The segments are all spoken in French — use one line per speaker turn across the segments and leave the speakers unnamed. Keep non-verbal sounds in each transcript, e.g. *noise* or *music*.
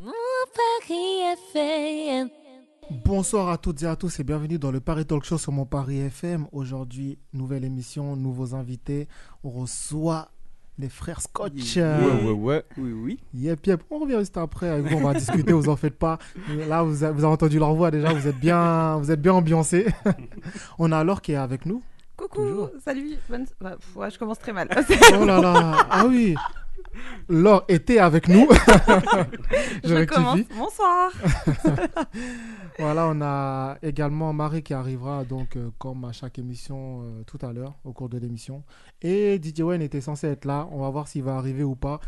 Mon Paris FM.
Bonsoir à toutes et à tous et bienvenue dans le Paris Talk Show sur mon Paris FM. Aujourd'hui, nouvelle émission, nouveaux invités. On reçoit les frères Scotch.
Ouais, ouais,
Euh,
ouais.
Oui, oui.
Yep, yep. On revient juste après. Avec vous, on va discuter, vous en faites pas. Là, vous avez, vous avez entendu leur voix déjà, vous êtes bien, vous êtes bien ambiancé. *laughs* on a Laure qui est avec nous.
Coucou,
Toujours.
salut, bonne... bah, pff, ouais, je commence très mal. *laughs*
Oh là là, ah oui. Laure était avec nous.
*laughs* je recommence. Bonsoir.
Voilà, on a également Marie qui arrivera, donc, euh, comme à chaque émission, euh, tout à l'heure, au cours de l'émission. Et DJ Wen était censé être là. On va voir s'il va arriver ou pas.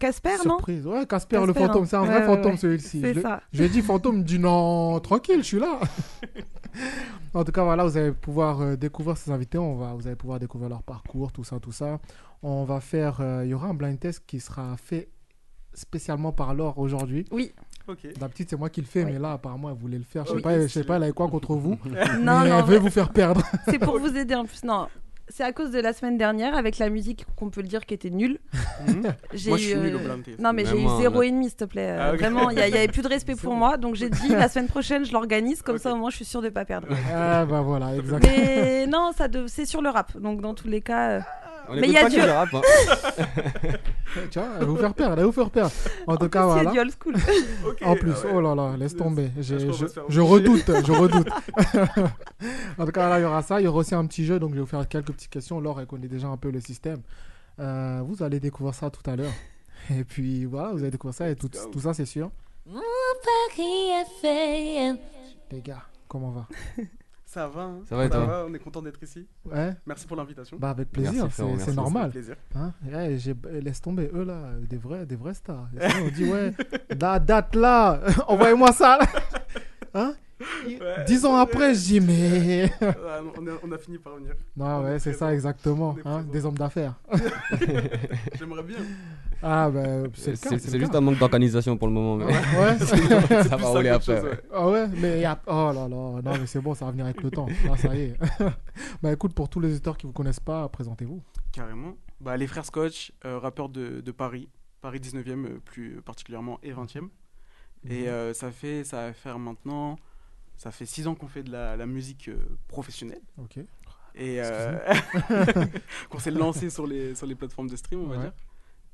Casper, non
Surprise. Ouais, Casper, le
Casper,
fantôme.
hein.
C'est un
Ouais,
vrai
ouais,
fantôme,
ouais.
celui-ci.
C'est
Je-
ça.
Je lui ai dit fantôme, il dit non, tranquille, je suis
*laughs*
là. en tout cas, voilà, vous allez pouvoir euh, découvrir ces invités. On va, vous allez pouvoir découvrir leur parcours, tout ça, tout ça. On va faire. euh, Il y aura un blind test qui sera fait spécialement par Laure aujourd'hui.
Oui.
Ok.
D'habitude, c'est moi qui le fais,
Oui.
mais là, apparemment, elle voulait le faire. Je sais
Oui,
pas, je sais
stylé.
pas, elle avait quoi contre vous.
Non,
mais
non,
elle veut vous faire perdre. *laughs*
c'est pour vous aider en plus. Non, c'est à cause de la semaine dernière avec la musique qu'on peut le dire qui était nulle. J'ai
*laughs* Moi, je suis
eu,
nul au
euh,
blind test.
Non, mais j'ai eu
Vraiment,
zéro
là.
et demi, s'il te plaît. Euh,
Ah, ok.
Vraiment, il n'y avait plus de
*laughs*
respect pour
Zéro.
moi. Donc j'ai dit la semaine prochaine, je l'organise. Comme ça, au moins, je suis sûre de ne pas perdre.
ah, bah voilà, exactement.
Mais non, ça dev- c'est sur le rap. Donc dans tous les cas. euh,
On
Mais
écoute
y a
pas
Dieu.
que le rap, hein.
*laughs*
Tu vois, elle va vous faire perdre, elle va vous faire perdre. En tout
en
cas,
plus, il y a
voilà.
du old school.
Ok,
En plus,
ah ouais.
oh là là, laisse
Yes.
tomber. J'ai-
je
Je,
crois qu'on va se faire
je
embaucher.
redoute,
*laughs*
je redoute. *laughs* en tout cas, là, il y aura ça. Il y aura aussi un petit jeu, donc je vais vous faire quelques petites questions. Laure, elle connaît déjà un peu le système. Euh, vous allez découvrir ça tout à l'heure. *laughs* Et puis voilà, vous allez découvrir ça et tout, tout ça, c'est sûr.
Paris FM.
Les gars, comment on va
Ça va, hein
Ça va et toi
on est content d'être ici.
Ouais,
Merci pour l'invitation.
bah avec
Merci,
plaisir,
frérot,
c'est-
merci,
c'est
ça
Ça fait
normal.
plaisir.
Hein Eh, j'ai- eh, laisse tomber, eux là, euh, des vrais, des vrais stars. Et sinon, on dit, ouais, *laughs* la date là, *laughs* envoyez-moi ça. là. Hein Il-
Ouais.
Dix ans après, je dis, mais.
*laughs* Ah, non, on, a, on a fini par venir.
Non,
On est
ouais, c'est
présent.
ça exactement.
On est
hein,
présent.
des hommes d'affaires. *laughs*
J'aimerais bien.
Ah, ben,
C'est
c'est le cas. C'est
c'est
le
juste
cas. Ah
un manque d'organisation pour le moment. Mais
Ouais, *laughs* c'est-
*laughs* ça
Plus
va rouler
qu'autre
après.
chose,
ouais.
ouais.
ah ouais, mais y a- oh là là, non mais c'est bon, ça va venir avec le temps. Là, ça y est. *laughs* bah écoute, pour tous les auditeurs qui vous connaissent pas, présentez-vous.
Carrément. Bah, les frères Scotch, euh, rappeurs de, de Paris, Paris 19e euh, plus particulièrement et 20e. Et euh, ça fait, ça va faire maintenant, ça fait 6 ans qu'on fait de la, la musique euh, professionnelle.
Ok.
et euh, *laughs* qu'on s'est lancé sur les, sur les plateformes de stream, on va
Ouais.
dire.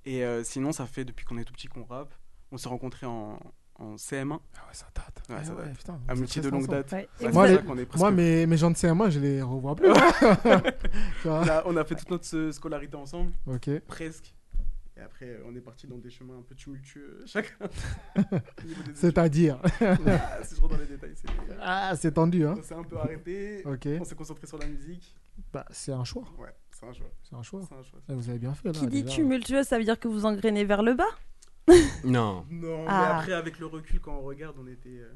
Et euh, sinon, ça fait depuis qu'on est tout petit qu'on rappe. On s'est rencontrés en, en CM1,
Ah ouais, ça date.
Ouais,
Ah
ça date.
putain, vous
amitié
êtes
de longue
restés ensemble.
date.
Ouais.
Ouais, c'est
Moi,
pour
les-
ça qu'on est presque-
Moi, mes, mes gens de CM1, je les revois plus. *laughs* Tu vois
Là, on a fait toute notre euh, scolarité ensemble,
Ok.
presque. Et après, euh, on est parti dans des chemins un peu tumultueux, euh, chacun. *laughs* Au niveau des études. *laughs*
C'est-à-dire.
Ah, si je rentre dans les détails, c'est...
Ah, c'est tendu, hein.
On s'est un peu arrêté,
Ok.
on s'est concentré sur la musique.
Bah, c'est un choix.
Ouais, c'est un choix.
C'est un choix.
C'est un choix.
Et vous avez bien fait, là.
Qui dit
déjà.
tumultueux, ça veut dire que vous engrainez vers le bas
Non,
Non, mais
Ah.
après, avec le recul, quand on regarde, on était, euh,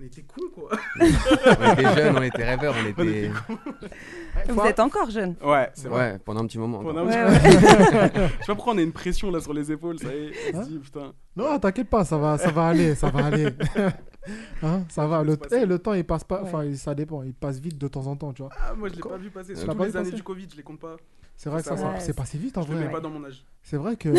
on était cool, quoi.
on était jeunes, on était rêveurs, on
était
était.
Vous êtes encore jeune.
*laughs* Ouais, c'est vrai.
Ouais, pendant un petit moment.
Pendant
encore.
un
Ouais,
petit-
*laughs*
Je sais pas pourquoi on a une pression là sur les épaules, ça y est. On
Hein
se dit, putain.
Non, t'inquiète pas, ça va, ça va aller, ça va
*laughs*
aller. *laughs* Hein, ça va, le,
Ça passe.
eh, le temps il passe pas, enfin il- ça dépend, il passe vite de temps en temps, tu vois.
Ah, moi je l'ai
Quand-
pas vu passer.
Tu
Surtout
l'as pas
les
vu
années
passer Ah
du Covid, je les compte pas.
C'est vrai que ça,
Ça
ça
va.
c'est pas si vite en
Je les
vrai.
mets pas dans mon âge.
C'est vrai
*laughs*
que.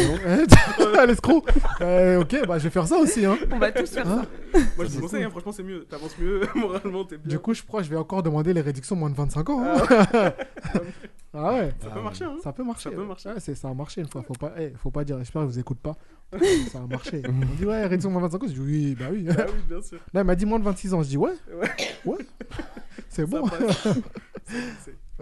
*laughs* Eh, L'escroc Eh, Ok, bah je vais faire ça aussi. Hein.
On va tous faire
Hein
ça.
Moi
Ça,
je
c'est
vous conseille,
cool.
hein, franchement c'est mieux. T'avances mieux, *laughs* moralement t'es bien.
Du coup, je crois que je vais encore demander les réductions moins de 25 ans. hein. *laughs* Ah ouais
ça peut marcher, hein.
Ça peut marcher.
Ça peut marcher.
Ouais, c'est- ça a marché une fois. Faut pas, eh, faut pas dire, j'espère qu'ils vous écoutent pas. ça a marché.
*laughs*
On dit, ouais, réduction moins de 25 ans. Je dis, oui, bah oui.
Ah oui, bien sûr.
Là, il m'a dit moins de 26 ans. Je dis, ouais.
Ouais.
Ouais. C'est
Ça
bon. *laughs*
passe.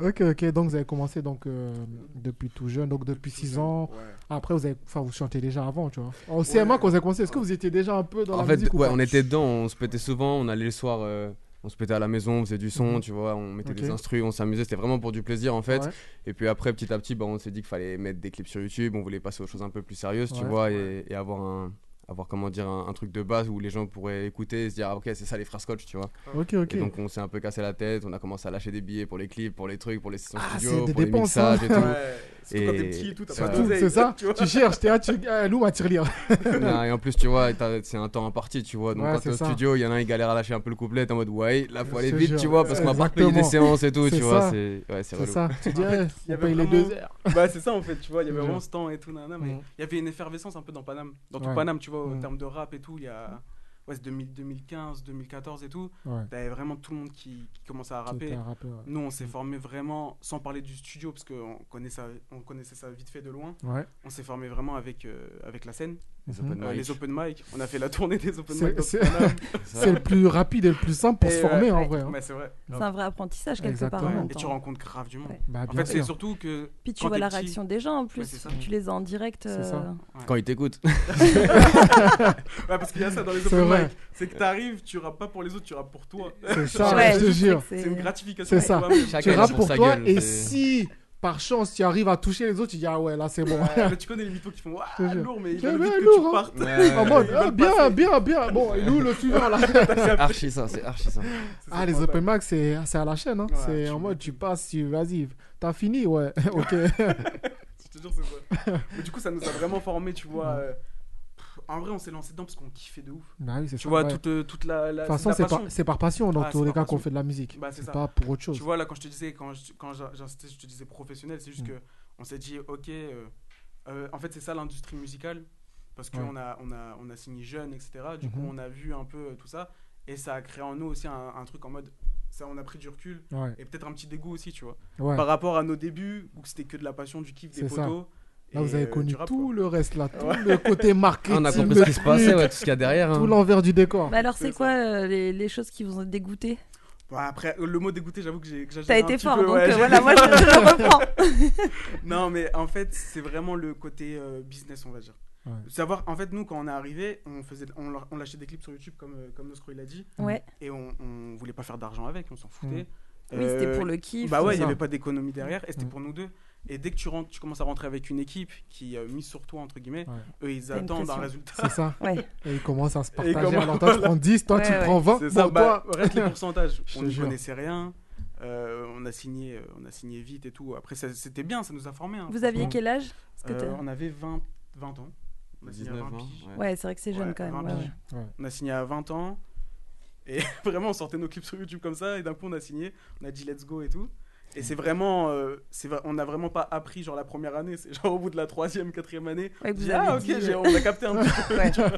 Ok, ok. Donc, vous avez commencé donc, euh, depuis tout jeune, donc depuis 6 ans.
Ouais.
Après, vous, avez, enfin, vous chantez déjà avant, tu vois. Au CMA, quand vous avez commencé, est-ce que vous étiez déjà un peu dans
En
la
fait,
musique ou
ouais,
pas
on était dedans, on se pétait souvent, on allait le soir. euh, on se pétait à la maison, on faisait du son, tu vois, on mettait
Ok.
des instrus, on s'amusait, c'était vraiment pour du plaisir en fait.
Ouais.
Et puis après, petit à petit, bah, on s'est dit qu'il fallait mettre des clips sur YouTube, on voulait passer aux choses un peu plus sérieuses, tu
Ouais.
vois, et, et avoir un avoir comment dire un, un truc de base où les gens pourraient écouter et se dire ah, ok c'est ça les phrases coach tu vois
Ok, ok.
et donc on s'est un peu cassé la tête on a commencé à lâcher des billets pour les clips pour les trucs pour les sessions
Ah,
studio
c'est des
pour
dépenses,
les
hein.
mixages et
*laughs*
tout
Surtout quand t'es
Et
petit et tout, t'as
ça-
pas
Tout,
d'oseille,
c'est ça
*laughs* tu vois.
Tu cherches, t'es là, tu ah, loup, un tirelire.
Non, et en plus, tu vois, t'as- c'est un temps imparti, tu vois. Donc,
Ouais,
quand
c'est
t'es au
ça.
studio, il y en a un, il galère à lâcher un peu le couplet. T'es en mode, ouais, là, faut
Je
aller
te
vite,
jure.
tu vois, parce qu'on va pas te payer des
Exactement.
séances et tout,
C'est
tu vois.
ça.
C'est ouais, c'est
C'est
relou.
ça. Tu dis, eh,
Il y
on
avait
paye les
vraiment-
deux heures.
Bah, c'est ça en fait, tu vois, il y avait
Ouais.
vraiment ce temps et tout, nanana, mais
Mm.
il y avait une effervescence un peu dans Paname. Dans tout
Ouais.
Paname, tu vois, en
Mm.
termes de rap et tout, il y a. Ouais, c'est 2000 2015, 2014 et tout.
Ouais.
T'avais vraiment tout le monde qui, qui commençait à
Qui était
rapper.
un rappeur, ouais.
Nous, on s'est formé vraiment, sans parler du studio, parce qu'on connaissait, on connaissait ça vite fait de loin.
Ouais.
On s'est formé vraiment avec, euh, avec la scène,
Les
Mhm.
open
euh,
mic.
les open mic. On a fait la tournée des open
C'est-
mic. dans
c'est- *laughs*
Paname.
C'est le plus rapide et le plus simple pour
Et
se
ouais,
former en
ouais.
vrai. hein.
Mais c'est vrai.
C'est un vrai apprentissage quelque part.
Exactement.
en
Ouais,
même
Et tu
temps.
rencontres grave du monde.
Ouais.
Bah,
En
bien
fait, c'est
sûr.
surtout que. *laughs*
Puis tu
quand
vois
t'es
la
petit-
réaction des gens en
Ouais,
plus.
c'est ça.
tu les as en direct.
C'est ça.
euh,
Quand ils t'écoutent.
Ouais, parce qu'il y a ça dans les
C'est
open
vrai.
mic. C'est que t'arrives, tu rappes pas pour les autres, tu rappes pour toi.
C'est ça,
ouais,
je te
c'est
jure.
vrai que
C'est
c'est-
une gratification.
C'est ça.
pour toi-même.
Chacun
Tu
il a
rappes
pour
pour
sa
toi
gueule,
et
c'est-
si par chance tu arrives à toucher les autres, tu dis ah ouais là c'est bon.
Ouais, mais tu connais les mythos qui font Ouah,
Je te jure.
lourd, mais il
Je
veulent
vais
vite que
lourd,
tu
hein. *laughs*
partes.
Ouais,
En mode
Ils
ah,
veulent
bien,
passer.
bien, bien. Bon, il est où le suivant là
Archi ça, c'est archi ça.
ah, C'est
*laughs* Ah les
sympa.
open mic c'est c'est à la chaîne, hein.
Ouais,
c'est
tu
en mode
m'étonnes.
tu passes, tu vas-y, t'as fini ouais, *laughs*
*laughs*
ok.
Je te jure, c'est ça.
*laughs*
mais du coup, ça nous a vraiment formé, tu vois. euh, pff, En vrai, on s'est lancé dedans parce qu'on kiffait de ouf.
Bah oui, c'est
Tu
ça,
vois,
ouais.
toute, euh, toute la.
De toute façon c'est par,
pas
c'est par passion dans
Ah,
tous
c'est
les
par
cas
passion.
qu'on fait de la musique,
Bah, c'est
c'est
ça.
pas pour autre chose.
Tu vois, là, quand je te disais, quand je- quand j'a- j'insistais, je te disais professionnel, c'est juste
Mm.
que on s'est dit, ok, euh, euh, en fait, c'est ça l'industrie musicale, parce
Ouais.
qu'on a, on a, on a signé jeune, etc. Du coup,
Mhm.
on a vu un peu euh, tout ça, et ça a créé en nous aussi un, un truc en mode, ça, on a pris du recul,
Ouais,
et peut-être un petit dégoût aussi, tu vois.
ouais.
Par rapport à nos débuts, où c'était que de la passion, du kiff, des
C'est ça.
poteaux.
Là
et,
vous avez
euh,
connu
du rap,
tout
quoi.
le reste là, tout
Ouais.
le côté marketing,
Ah, On a compris
le
ce qui se passait,
truc,
ouais, tout ce qu'il y a derrière.
tout
hein.
l'envers du décor.
Mais alors, c'est
C'est
quoi euh, les, les choses qui vous ont dégoûté
Bah, après, euh, le mot dégoûté, j'avoue que j'ai que
T'as
j'agère un
été
petit
fort,
peu,
donc
ouais,
euh,
j'ai-
voilà, moi je,
*laughs*
je le reprends.
Non, mais en fait, c'est vraiment le côté euh, business, on va dire.
Ouais.
Savoir, en fait, nous, quand on est arrivé, on, faisait, on, leur- on lâchait des clips sur YouTube, comme, euh, comme Noscro, il a dit,
Ouais, Mm.
et on, on voulait pas faire d'argent avec, on s'en foutait.
oui, c'était
Euh,
pour le kiff.
Bah ouais,
c'est
il n'y
ça.
avait pas d'économie derrière, et c'était
Mm.
pour nous deux. Et dès que tu, rentres, tu commences à rentrer avec une équipe qui euh, mise sur toi, entre guillemets,
Ouais.
eux, ils
T'as une
attendent un
pression.
résultat. *laughs*
C'est
*laughs*
ça.
Ouais.
Et ils commencent à se partager.
comment-
Alors toi, tu prends 10, toi,
Ouais,
tu
ouais.
prends 20.
C'est
Bon,
ça, bah,
toi... *laughs*
reste les pourcentages.
Je
on
te
ne
jure.
connaissait rien, euh, on, a signé, euh, on a signé vite et tout. Après, ça- c'était bien, ça nous a formés. hein.
Vous aviez quel âge Parce que
Euh,
t'as-
on avait 20, 20 Bah, ans. On a signé à
19,
20
hein,
piges.
ouais.
Ouais, c'est vrai que c'est jeune
Ouais,
quand même.
vingt
ouais,
piges.
ouais.
On a signé à 20 ans. Et *laughs* vraiment, on sortait nos clips sur YouTube comme ça. Et d'un coup, on a signé. On a dit let's go et tout. Et c'est vraiment. euh, c'est va- on n'a vraiment pas appris, genre la première année. C'est genre au bout de la troisième, quatrième année.
Ouais,
on
que vous
dit, ah, ok,
avez dit,
j'ai-
euh,
on a capté un petit
*laughs*
peu.
Ouais.
tu vois.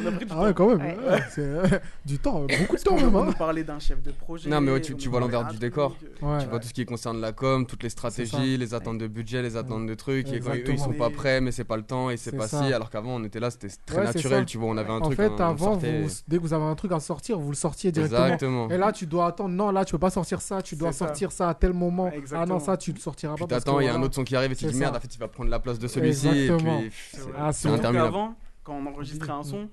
on a pris du
Ah ouais,
temps.
quand même.
Ouais.
ouais, c'est euh, du temps, euh, beaucoup de temps
on
même.
nous
hein.
parlait d'un chef de projet.
Non, mais ouais, tu-
on
tu
nous
vois l'envers
parlait
du
d'un
décor.
truc, euh,
Ouais.
Tu vois tout ce qui concerne la com, toutes les stratégies, les attentes de budget, les attentes de trucs, et quand eux ils sont
Exactement.
pas prêts, mais c'est pas le temps, et c'est
C'est
pas
ça.
si, alors qu'avant on était là, c'était très
Ouais, c'est ça.
naturel, tu vois, on avait un
En
truc.
fait,
on- on
avant,
sortait.
vous- dès que vous avez un truc à sortir, vous le sortiez directement.
Exactement.
Et là, tu dois attendre. Non, là, tu peux pas sortir ça. Tu dois
C'est ça.
sortir ça. à tel moment.
Exactement.
Ah non, ça, tu ne sortiras
Puis
pas. parce
t'attends,
que
il y a un
voilà.
autre son qui arrive et tu
C'est
te dis merde,
ça.
en fait, il va prendre la place de celui-ci. Et
Exactement.
puis, pff,
C'est
c'est-
vrai.
Ah, c'est
C'est
Surtout
interminable.
qu'avant, quand on enregistrait un son,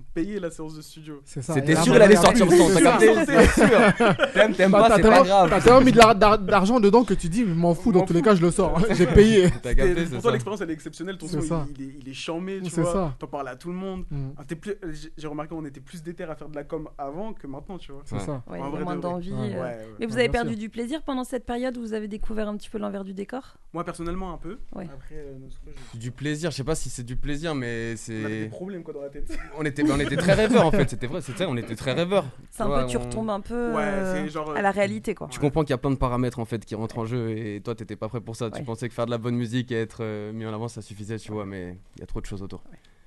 on payait la séance de studio.
C'est ça.
C'était
Et
sûr,
là,
il allait
voilà,
sortir
c'est
le son,
ça.
t'as capté C'est sûr. T'aimes, t'aimes
Bah,
pas,
T'as
c'est pas
tellement, t'as
grave.
tellement mis de la- d'ar- d'argent dedans que tu dis, je m'en fous,
Je m'en
dans tous les cas, je le sors. *laughs* J'ai payé.
T'as capté,
Et
c'est
pour toi,
ça.
l'expérience, elle est exceptionnelle. Ton
C'est
son, il-
ça.
il, est, il est charmé, tu
C'est
vois.
ça.
T'en parles à tout le monde.
Mm,
Ah, t'es plus- j'ai- J'ai remarqué qu'on était plus déter à faire de la com avant que maintenant, tu vois.
C'est
Ouais.
ça.
Ouais,
En
il y a
vrai
moins
de vrai.
d'envie.
Ouais.
Ouais,
euh.
ouais.
Mais vous
Ouais,
avez
bien
perdu
sûr.
du plaisir pendant cette période où vous avez découvert un petit peu l'envers du décor
Moi, personnellement, un peu.
Ouais.
Après, euh, notre jeu,
Du plaisir, je sais pas si c'est du plaisir, mais
on avait des
c'est.
problèmes quoi, dans la tête.
On était, on était très rêveurs en fait, c'était vrai, c'était on était très rêveurs.
C'est un
Ouais,
peu, tu
on-
retombes un peu
Ouais,
euh,
c'est genre. euh,
à la réalité quoi.
Tu comprends qu'il y a plein de paramètres en fait qui rentrent en jeu et toi t'étais pas prêt pour ça.
Ouais.
Tu pensais que faire de la bonne musique et être euh, mis en avant ça suffisait, tu vois, mais il y a trop de choses autour.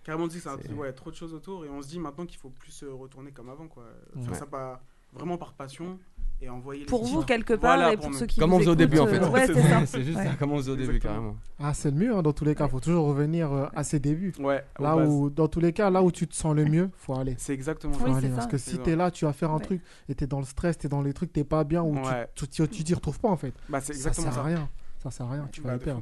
Carrément dit, c'est un-
C'est-
ouais, trop de choses autour. Et on se dit maintenant qu'il faut plus euh, retourner comme avant, quoi. Faire
Ouais.
ça par- vraiment par passion et envoyer les
Pour
titres.
vous quelque part
Voilà,
et pour
pour
ceux
nous.
qui
Comme on
vous
faisait au début en
écoutent,
fait.
euh,
*laughs*
Ouais, c'est
*laughs*
ça.
C'est juste
Ouais.
ça, comme on faisait au début
Exactement.
carrément.
Ah, c'est le mieux, hein, dans tous les cas. faut toujours revenir euh, à ses débuts.
Ouais, on
Là
passe.
où, dans tous les cas, là où tu te sens le mieux, faut aller.
C'est exactement
Faut
Oui,
ça.
aller hein,
c'est
parce
ça.
que si
C'est
t'es là, tu vas faire un
Ouais.
truc et t'es dans le stress, t'es dans les trucs, t'es pas bien ou tu-
Ouais.
tu, tu, tu t'y retrouves pas en fait.
Bah, c'est
ça
exactement
sert à
ça.
rien. Ça sert à rien. Tu vas
Bah,
le
de
perdre.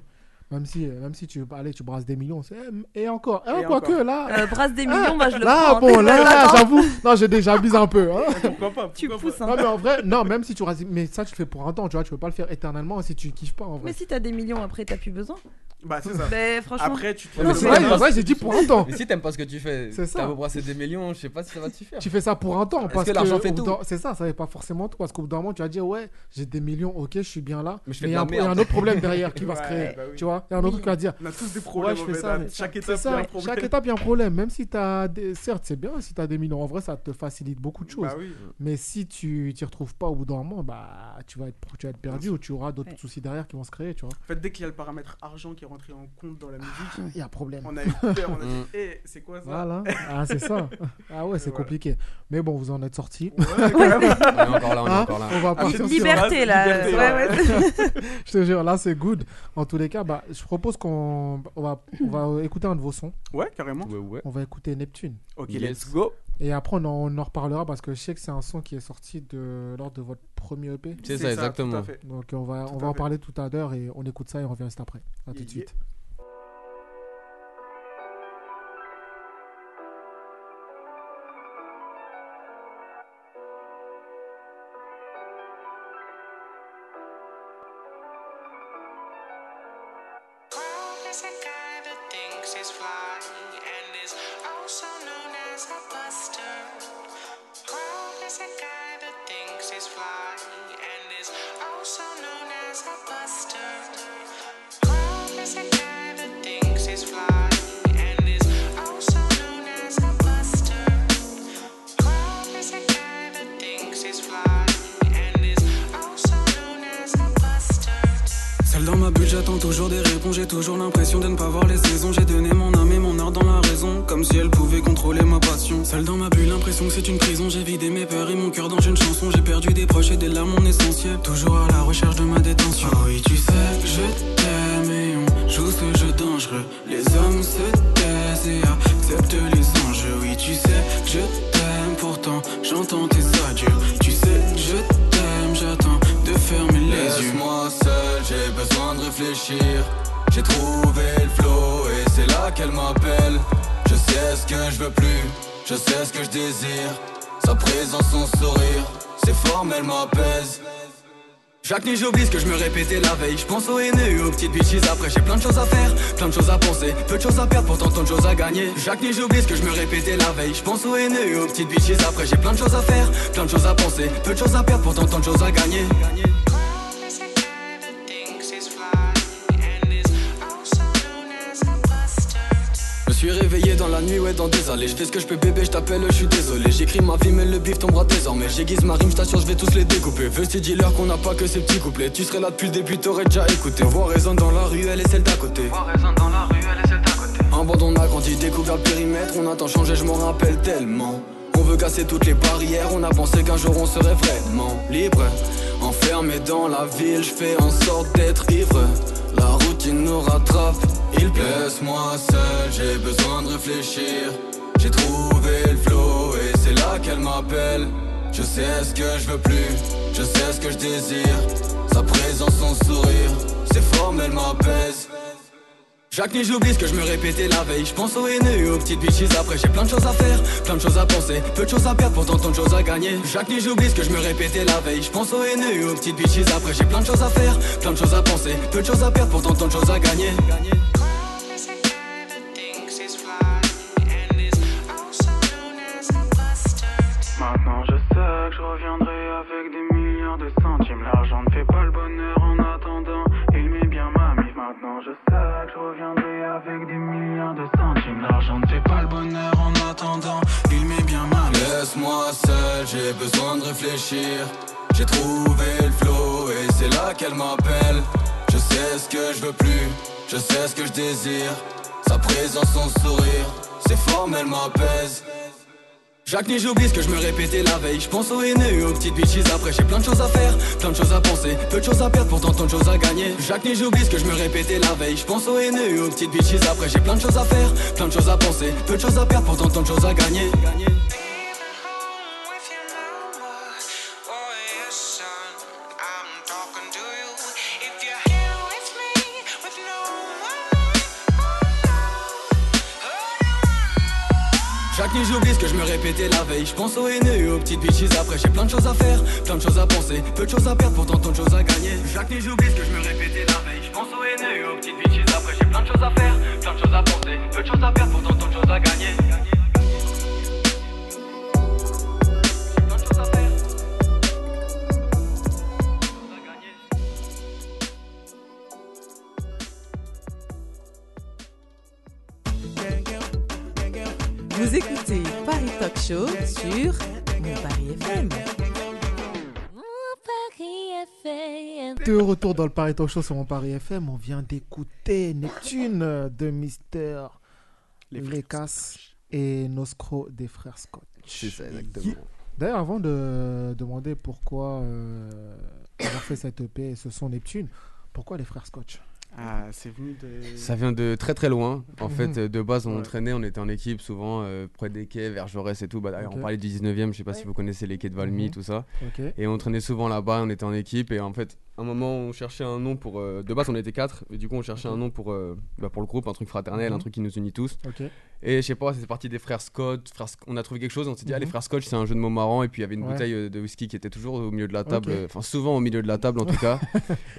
Même si, euh, même si tu veux parler, tu brasses des millions. c'est- eh, Et encore,
Et
et quoi
encore.
que là.
Euh, brasse des millions, moi je *laughs* le
là,
Ah,
prends.
bon, là, là,
Attends,
j'avoue. Non, j'ai déjà abusé un peu.
*laughs*
hein.
Pourquoi pas
Tu
pourquoi
pousses
pas
Non,
bah,
hein.
mais en vrai, non, même si tu rases. Mais ça, tu le fais pour un temps, tu vois. Tu peux pas le faire éternellement si tu kiffes pas, en
Mais
vrai.
si t'as des millions après, t'as plus besoin.
Bah, c'est ça.
Mais franchement,
Après, tu te
Ouais,
Non,
mais
c'est
c'est
vrai,
pas-
c'est vrai, j'ai dit pour un
*laughs*
temps.
Mais si t'aimes pas ce que tu fais,
C'est ça.
t'as beau brasser des millions, je sais pas si ça va te suffire.
Tu fais ça pour un temps.
Est-ce
Parce
que l'argent
au
fait
bout
tout
d'un- C'est ça, ça fait pas forcément tout. Parce qu'au bout d'un moment, tu vas dire, ouais, j'ai des millions, ok, je suis bien là.
Mais je fais
mais il y,
de
a
la
un- il y a
merde.
un autre problème
*laughs*
derrière qui va se
Ouais,
créer.
bah oui.
Tu vois, il y a un autre truc qui va dire.
On a tous des
Ouais,
problèmes.
je
en
fais
fait,
ça.
à
mais
Chaque
c'est
étape, il y
ça,
a un
ouais.
problème.
Chaque étape, il y a un problème. Même si t'as des... Certes, c'est bien si t'as des millions. En vrai, ça te facilite beaucoup de choses.
Bah oui.
Mais si tu t'y retrouves pas au bout d'un moment, bah, tu, vas être, tu vas être perdu ou tu auras d'autres
Ouais.
soucis derrière qui vont se créer, tu vois.
En fait, dès qu'il y a le paramètre argent qui est rentré en compte dans la musique,
Il y a problème.
on a eu peur. On a dit,
*laughs* Mm.
Eh, c'est quoi ça
Voilà. Ah, c'est ça. Ah ouais, c'est
Voilà.
compliqué. Mais bon, vous en êtes sortis.
Ouais, quand même.
*laughs*
On est encore là, on est
Hein
encore là.
on va
Ah,
partir
c'est
sur-
liberté là.
Liberté,
Ouais,
*laughs*
ouais.
*laughs* Je te jure, là, c'est good. En tous les cas, bah, je propose qu'on on va, on va écouter un de vos sons.
Ouais, carrément.
Ouais, ouais.
On va écouter Neptune.
Ok,
Yes.
let's go.
Et après, on en, on en reparlera parce que je sais que c'est un son qui est sorti de, lors de votre premier E EP.
C'est ça, exactement.
tout à fait.
Donc, on va,
Tout
on
à
va en
fait.
parler tout à l'heure et on écoute ça et on revient juste après. À tout
Yeah.
de suite.
Clown is a guy that thinks he's fly and is also known as a buster. Clown is a guy that thinks he's fly and is also known as a buster. Clown is a guy that thinks he's fly and is also known as a buster. Clown is a guy that thinks he's fly and is also known as a buster.
Celle dans ma bulle, j'attends toujours des réponses. J'ai toujours l'impression de ne pas voir les saisons. J'ai donné mon âme et mon art dans la raison, comme si elle pouvait contrôler ma passion. Celle dans ma bulle, l'impression que c'est une prison. J'ai vidé mes peurs et mon cœur dans une chanson. J'ai perdu des proches et des larmes, mon essentiel. Toujours à la recherche de ma détention. Oh oui, tu sais que je t'aime et on joue ce jeu dangereux. Les hommes se taisent et acceptent les enjeux. Oui, tu sais que je t'aime, pourtant j'entends tes adieux. Tu sais que je t'aime, j'attends de fermer les yeux.
Laisse-moi seul, j'ai besoin de réfléchir. J'ai trouvé le flow et c'est là qu'elle m'appelle. Je sais ce que je veux plus, je sais ce que je désire. Sa présence, son sourire, ses formes, elle m'apaise. Chaque nuit j'oublie ce que je me répétais la veille Je pense aux haineux, aux petites bitches Après j'ai plein de choses à faire, plein de choses à penser Peu de choses à perdre, pourtant tant de choses à gagner Chaque nuit j'oublie ce que je me répétais la veille Je pense aux haineux, aux petites bitches Après j'ai plein de choses à faire, plein de choses à penser Peu de choses à perdre, pourtant tant de choses à gagner
Clown is a guy that thinks he's fly and is also known as a buster.
Je me suis réveillé dans la nuit, ouais, dans des allées. Je fais ce que je peux, bébé, je t'appelle, je suis désolé. J'écris ma vie, mais le bif tombera désormais. J'aiguise ma rime, je t'assure, je vais tous les découper. Veux-tu dealer qu'on n'a pas que ces petits couplets. Tu serais là depuis le début, t'aurais déjà écouté. Voir résonne dans la rue, elle est celle d'à côté. Un bande on a grandi, découvert le périmètre, on a tant changé, je m'en rappelle tellement. On veut casser toutes les barrières, on a pensé qu'un jour on serait vraiment libre. Enfermé dans la ville, je fais en sorte d'être ivre. La routine nous rattrape, il plaît. Laisse-moi seul, j'ai besoin de réfléchir. J'ai trouvé le flow et c'est là qu'elle m'appelle. Je sais ce que je veux plus, je sais ce que je désire. Sa présence, son sourire, ses formes, elle m'apaise. Chaque nuit j'oublie ce que je me répétais la veille Je pense aux haineux, aux petites bitches Après j'ai plein de choses à faire, plein de choses à penser Peu de choses à perdre, pourtant tant de choses à gagner Chaque nuit j'oublie ce que je me répétais la veille Je pense aux haineux, aux petites bitches Après j'ai plein de choses à faire, plein de choses à penser Peu de choses à perdre, pourtant tant de choses à gagner
Clown is a guy that thinks he's fly and is also known as a buster.
Maintenant je sais que je reviendrai avec des milliards de centimes. L'argent ne fait pas le bonheur en attendant, il met bien ma mise. Maintenant je sais que je reviendrai avec des milliards de centimes. L'argent ne fait pas le bonheur en attendant, il met bien ma mise.
Laisse-moi seul, j'ai besoin de réfléchir J'ai trouvé le flow et c'est là qu'elle m'appelle Je sais ce que je veux plus, je sais ce que je désire Sa présence, son sourire, ses formes, elle m'apaise chaque nuit j'oublie ce que je me répétais la veille Je pense aux haineux, aux petites bitches Après j'ai plein de choses à faire, plein de choses à penser Peu de choses à perdre, pourtant tant de choses à gagner Chaque nuit j'oublie ce que je me répétais la veille Je pense aux haineux, aux petites bitches Après j'ai plein de choses à faire, plein de choses à penser Peu de choses à perdre, pourtant tant de choses à gagner
Leaving home with your mama or your son. I'm talking to you. If you're here with me with no one
chaque nuit j'oublie ce que je me répétais la veille Je pense aux haineux et aux petites bitches après J'ai plein de choses à faire, plein de choses à penser Peu de choses à perdre pourtant tant de choses à gagner Chaque nuit j'oublie ce que je me répétais la veille Je pense aux haineux et aux petites bitches après J'ai plein de choses à faire, plein de choses à penser Peu de choses à perdre pourtant tant de choses à gagner
Vous écoutez Paris Talk Show sur Mon Paris FM.
De retour dans le Paris Talk Show sur mon Paris FM, on vient d'écouter Neptune euh, de Mister Les, Casses et Noscro des Frères Scott.
C'est ça, exactement.
D'ailleurs, avant de demander pourquoi euh, avoir fait cette EP et ce son Neptune, pourquoi les Frères Scotch
Ah, c'est venu de.
Ça vient de très très loin. En
Mhm.
fait, euh, de base, on
Ouais.
traînait, on était en équipe souvent euh, près des quais, vers Jaurès et tout. Bah, D'ailleurs,
Ok.
on parlait du 19 e je sais pas si vous connaissez les quais de Valmy,
Mhm.
tout ça.
Ok.
Et on traînait souvent là-bas, on était en équipe. Et en fait, à un moment, on cherchait un nom pour. euh, de base, on était quatre, et du coup, on cherchait un nom pour, euh, bah, pour le groupe, un truc fraternel,
Mhm.
un truc qui nous unit tous.
Ok.
Et je sais pas, c'est parti des frères Scott. frères Sc- on a trouvé quelque chose, on s'est dit, ah, les
Mhm.
frères Scott, c'est un jeu de mots marrant. Et puis, il y avait une
Ouais.
bouteille euh, de whisky qui était toujours au milieu de la table,
Ok.
euh, enfin, souvent au milieu de la table en tout
*laughs*
cas.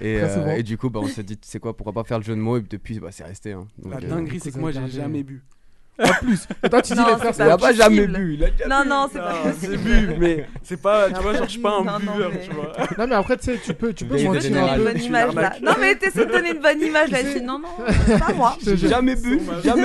et,
Très souvent.
et du coup, bah, on s'est dit, c'est quoi, pourquoi pas faire le jeu de mots Et puis depuis, bah, c'est resté. hein. Donc,
La
euh,
dinguerie, c'est que moi, j'ai
gardé.
jamais bu.
En plus, toi, tu dis
Non,
les Frères
c'est pas
Scotch.
Il a pas jamais bu, il a déjà
Non,
bu.
non, c'est
Non,
pas
Ah, c'est
possible.
bu, mais c'est pas- tu vois, genre, je suis pas un
Non, non,
buveur,
mais-
tu *laughs* vois.
Non, mais après, tu sais, tu peux, tu peux
Mais
mentir
je vais te donner
un peu.
une bonne image, là.
Non, mais t'essaies de donner une bonne image là. Tu dis non, non, euh, pas
*laughs*
moi.
Je te jure.
Jamais
Jamais.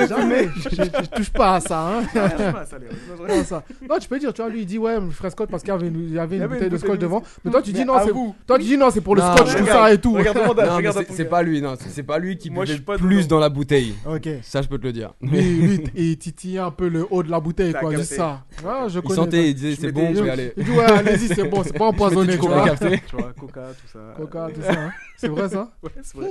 fumé.
Je, je- je touche pas à ça. hein.
Ah, touche pas à ça, les gars.
Je touche pas à ça. Non, tu peux dire, tu vois, lui il dit ouais, je ferais scotch parce qu'il y avait une, il y avait une
avait
bouteille
une
de
bouteille
scotch
de
devant.
whisky.
Mais toi tu
Mais
dis non,
à
c'est
vous.
toi tu dis non, c'est pour le
Non,
scotch, tout
regarde,
ça et tout.
regarde ton mandat, Non, Oh, bah, regarde mais ton c'est- c'est
c'est
gars. pas lui, non, c'est- c'est pas lui qui Moi, buvait je suis pas plus dedans. dans la bouteille.
Ok.
Ça, je peux te le dire. *laughs*
Lui, lui, il titillait un peu le haut de la bouteille,
T'as
quoi,
capté.
juste ça. Ouais, je
Il
connais,
sentait,
ça.
il disait,
Je
c'est
m'étais-
bon, je vais
il-
aller.
Il dit ouais, allez-y, c'est
*laughs*
bon,
Je
c'est pas
m'étais
empoisonné,
dit,
tu
je comprends
vois.
capté.
Tu *laughs* vois, Coca, tout ça.
Coca, tout ça. hein. C'est vrai ça
Ouais, c'est vrai.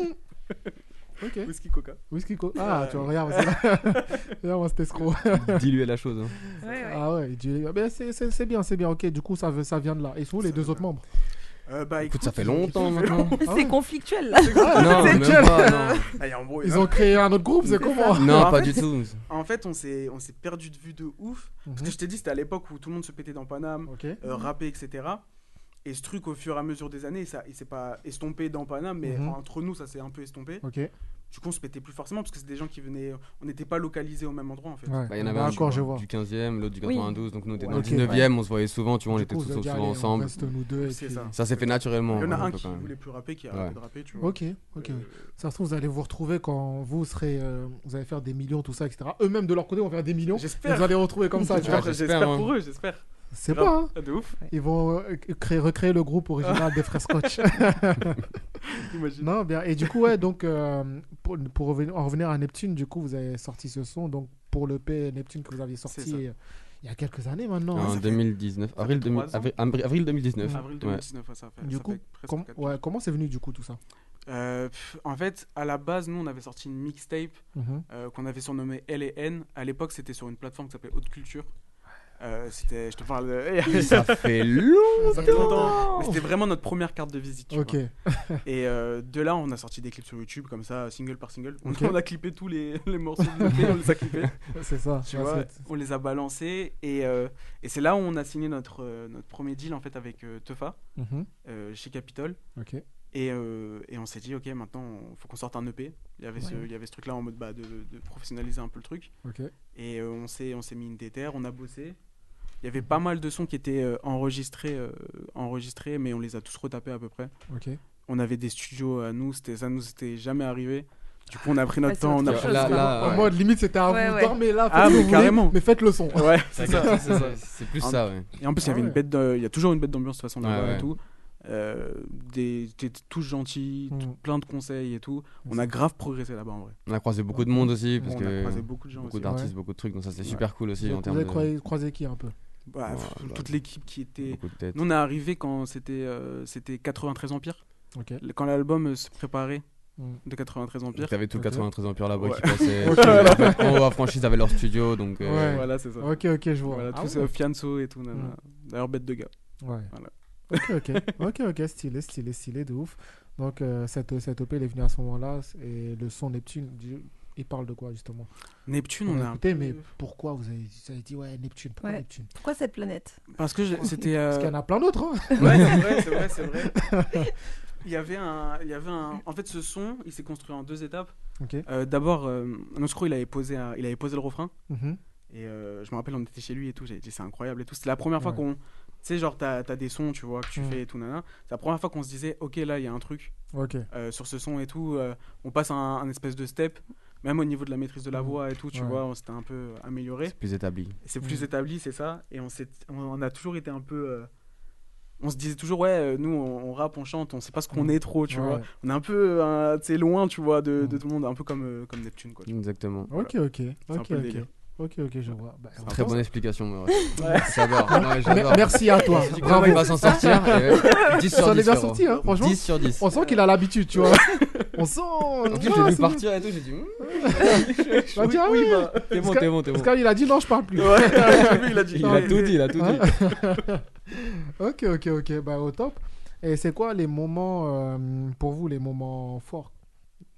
Ok.
Whisky Coca.
Whisky Coca. Ah, tu vois, regarde,
*laughs*
regarde, moi, cet escroc.
Diluer la chose. hein.
Ah ouais, il dit- ah, ben, c'est- c'est c'est bien, c'est bien. Ok, du coup, ça, veut- ça vient de là. Et sont où les deux autres membres
Euh, bah, écoute,
ça fait longtemps, maintenant.
Ah
C'est
ouais.
conflictuel là.
Ah,
*laughs*
Non,
c'est
même
quel-
pas, non.
Ah, il y a un bruit,
Ils
là.
ont créé un autre groupe, c'est comment
Non,
En
pas
fait,
du tout.
En fait, on s'est on s'est perdu de vue de ouf. Parce
Mhm.
que je t'ai dit, c'était à l'époque où tout le monde se pétait dans Paname, euh, rappait, etc. Et ce truc, au fur et à mesure des années, ça, il s'est pas estompé dans Paname, mais
Mhm.
enfin, entre nous, ça s'est un peu estompé.
Ok.
Du coup, on se pétait plus forcément parce que c'est des gens qui venaient. On n'était pas localisés au même endroit en fait.
Ouais.
Bah, il y en avait
Bah,
un
encore,
du,
je vois.
du 15e, l'autre du
Oui.
92, donc nous on était
Ouais.
dans
Ok.
le 19e,
Ouais.
on se voyait souvent, tu vois, on
Du
était
coup,
tous
vous avez dit,
souvent
allez, on
ensemble.
reste nous deux et C'est puis- ça.
s'est fait naturellement.
Il y en a
ouais,
un
peu
qui
quand même.
voulait plus rapper, qui a arrêté de rapper, tu vois. Euh,
Ok, ok. Ça se trouve, vous allez vous retrouver quand vous serez, euh, vous allez faire des millions, tout ça, etc. Eux-mêmes de leur côté vont faire des millions.
J'espère.
Et Vous allez les retrouver comme
*laughs*
ça. tu vois.
hein.
J'espère j'espère pour eux, j'espère.
C'est
Grave.
pas. hein.
Ah, de ouf.
Ils vont euh, créer- recréer le groupe original des frères Scotch.
*laughs* Imagine.
non, bien. Et du coup, ouais, donc, euh, pour, pour revenir- en revenir à Neptune, du coup, vous avez sorti ce son. Donc, pour le P Neptune que vous aviez sorti
ça.
euh, il y a quelques années maintenant. hein.
En 2019,
fait
avril, 2000
trois ans.
avril, avril- avril 2019.
Avril
ouais.
2019, ouais, ça fait-
Du
ça
coup,
fait presque
com- ouais, comment c'est venu, du coup, tout ça
Euh, pff, en fait, à la base, nous, on avait sorti une mixtape
Mhm.
euh, qu'on avait surnommée L et N. À l'époque, c'était sur une plateforme qui s'appelait Haute Culture. Euh, c'était, je te parle. de- *laughs*
Ça fait longtemps.
Ça fait longtemps. Mais C'était vraiment notre première carte de visite. tu
Ok.
vois. Et euh, de là, on a sorti des clips sur YouTube comme ça, single par single. On-
Ok.
*laughs* On a clippé tous les, les morceaux de l'EP, on les
*laughs*
a clippés.
C'est ça,
Tu
ouais,
vois,
c'est-
on les a balancés et, euh, et c'est là où on a signé notre, euh, notre premier deal en fait avec euh, Tefa
Mhm.
euh, chez Capitol.
Ok.
Et, euh, et on s'est dit, ok, maintenant, il faut qu'on sorte un EP. Il y avait ce,
Ouais.
il y avait ce truc-là en mode bah, de, de professionnaliser un peu le truc.
Ok.
Et euh, on s'est on s'est mis une déterre, on a bossé. Il y avait pas mal de sons qui étaient euh, enregistrés, euh, enregistrés, mais on les a tous retapés à peu près.
Ok.
On avait des studios à nous, c'était- ça nous était jamais arrivé. Du coup, on a pris
Ouais,
notre
c'est
temps, on a
autre
pris
chose, là,
notre temps.
là, En ouais. mode, limite, c'était à vous, dormez là, faites
ah,
ce que
mais
vous voulez,
carrément.
mais faites le son.
Ouais, *laughs* c'est
C'est
ça.
ça, c'est ça, c'est plus ça, ouais.
Et en plus, il y
Ah
avait une
ouais.
bête de- Il y a toujours une bête d'ambiance de toute façon là-bas
Ouais,
et
ouais.
tout. Euh, des- T'es tous gentils, tout-
Mm.
plein de conseils et tout. On a grave progressé là-bas en vrai.
On a croisé beaucoup de monde aussi, parce
On a
que
croisé beaucoup de gens aussi.
d'artistes,
Ouais.
beaucoup de trucs, donc ça c'est
Ouais.
super cool aussi
Vous
en
avez
termes de.
croisé- croisé qui un peu
Bah, pff, toute l'équipe qui était.
Beaucoup de têtes.
Nous, on est arrivé quand c'était euh, c'était 93 Empire.
Ok.
Le- Quand l'album euh, se préparait
Mm.
de 93 Empire.
T'avais tout le 93 Empire là-bas
*laughs* Ouais.
qui passait.
Ok.
En fait, en haut, à Franchise avait leur studio, donc. euh,
Ouais.
Voilà, c'est ça.
Ok, ok, je vois.
Voilà,
Ah
tous
ouais.
euh, Fianso et tout. nanana.
Mm.
D'ailleurs, bête de gars.
Ouais.
Voilà.
Ok, ok, ok, ok, stylé, stylé, stylé, de ouf. Donc, euh, cette, cette OP, elle est venue à ce moment-là, et le son Neptune, du- il parle de quoi justement
Neptune, on a un
écouté,
peu- Euh,
mais pourquoi vous avez, vous avez dit ouais Neptune Pourquoi
Ouais.
Neptune
Pourquoi cette planète
Parce que je- c'était.
Parce
euh,
qu'il y en a plein
*laughs*
d'autres, hein.
Ouais, c'est vrai, c'est vrai, c'est
*laughs*
vrai. Il y avait un, il y avait un. En fait, ce son, il s'est construit en deux étapes.
Ok.
Euh, D'abord, euh, Noscro, il avait posé, un- il avait posé le refrain.
Mhm.
Et euh, je me rappelle, on était chez lui et tout. J'ai dit, c'est incroyable et tout. C'était la première fois
Ouais.
qu'on, tu sais, genre, t'as as des sons, tu vois, que tu
Ouais.
fais et tout, nana. C'est la première fois qu'on se disait, ok, là, il y a un truc.
Ok.
Euh, sur ce son et tout, euh, on passe un, un espèce de step. Même au niveau de la maîtrise de la voix et tout, tu
Ouais.
vois, on s'était un peu amélioré.
Plus établi.
C'est plus établi, c'est ça. Et on, s'est- on- on a toujours été un peu. euh, on se disait toujours, ouais, euh, nous, on, on rappe, on chante, on sait pas ce qu'on
Mm.
est trop, tu
Ouais,
vois.
ouais.
On est un peu euh, tu sais, loin, tu vois, de, de tout le monde, un peu comme, euh, comme Neptune, quoi.
Exactement.
Ok,
Voilà.
ok,
C'est un
ok,
peu le
ok.
délire. *laughs*
Ok, ok, je vois. Bah,
C'est une
on
très bonne
pense-
explication.
Ouais.
Ouais. J'adore. Non, mais j'adore.
Merci à
*laughs*
toi.
Je dis que
Bravo.
Il va s'en sortir. et, euh, 10 sur
Ça en
10.
est bien
frérot.
sorti, hein, franchement.
10 sur 10.
*laughs* On sent qu'il a l'habitude, tu
*laughs*
vois. On sent.
En plus,
Ah,
j'ai vu
c'est
partir et tout, j'ai dit. hmm,
Il a dit, ah oui,
T'es bon,
Parce que-
t'es bon, t'es bon.
parce qu'il a dit non, je parle plus. Hein
Ouais, j'ai vu, il a dit- Il a tout dit, il a tout dit.
*laughs* ok, ok, ok, bah au top. Et c'est quoi les moments, euh, pour vous, les moments forts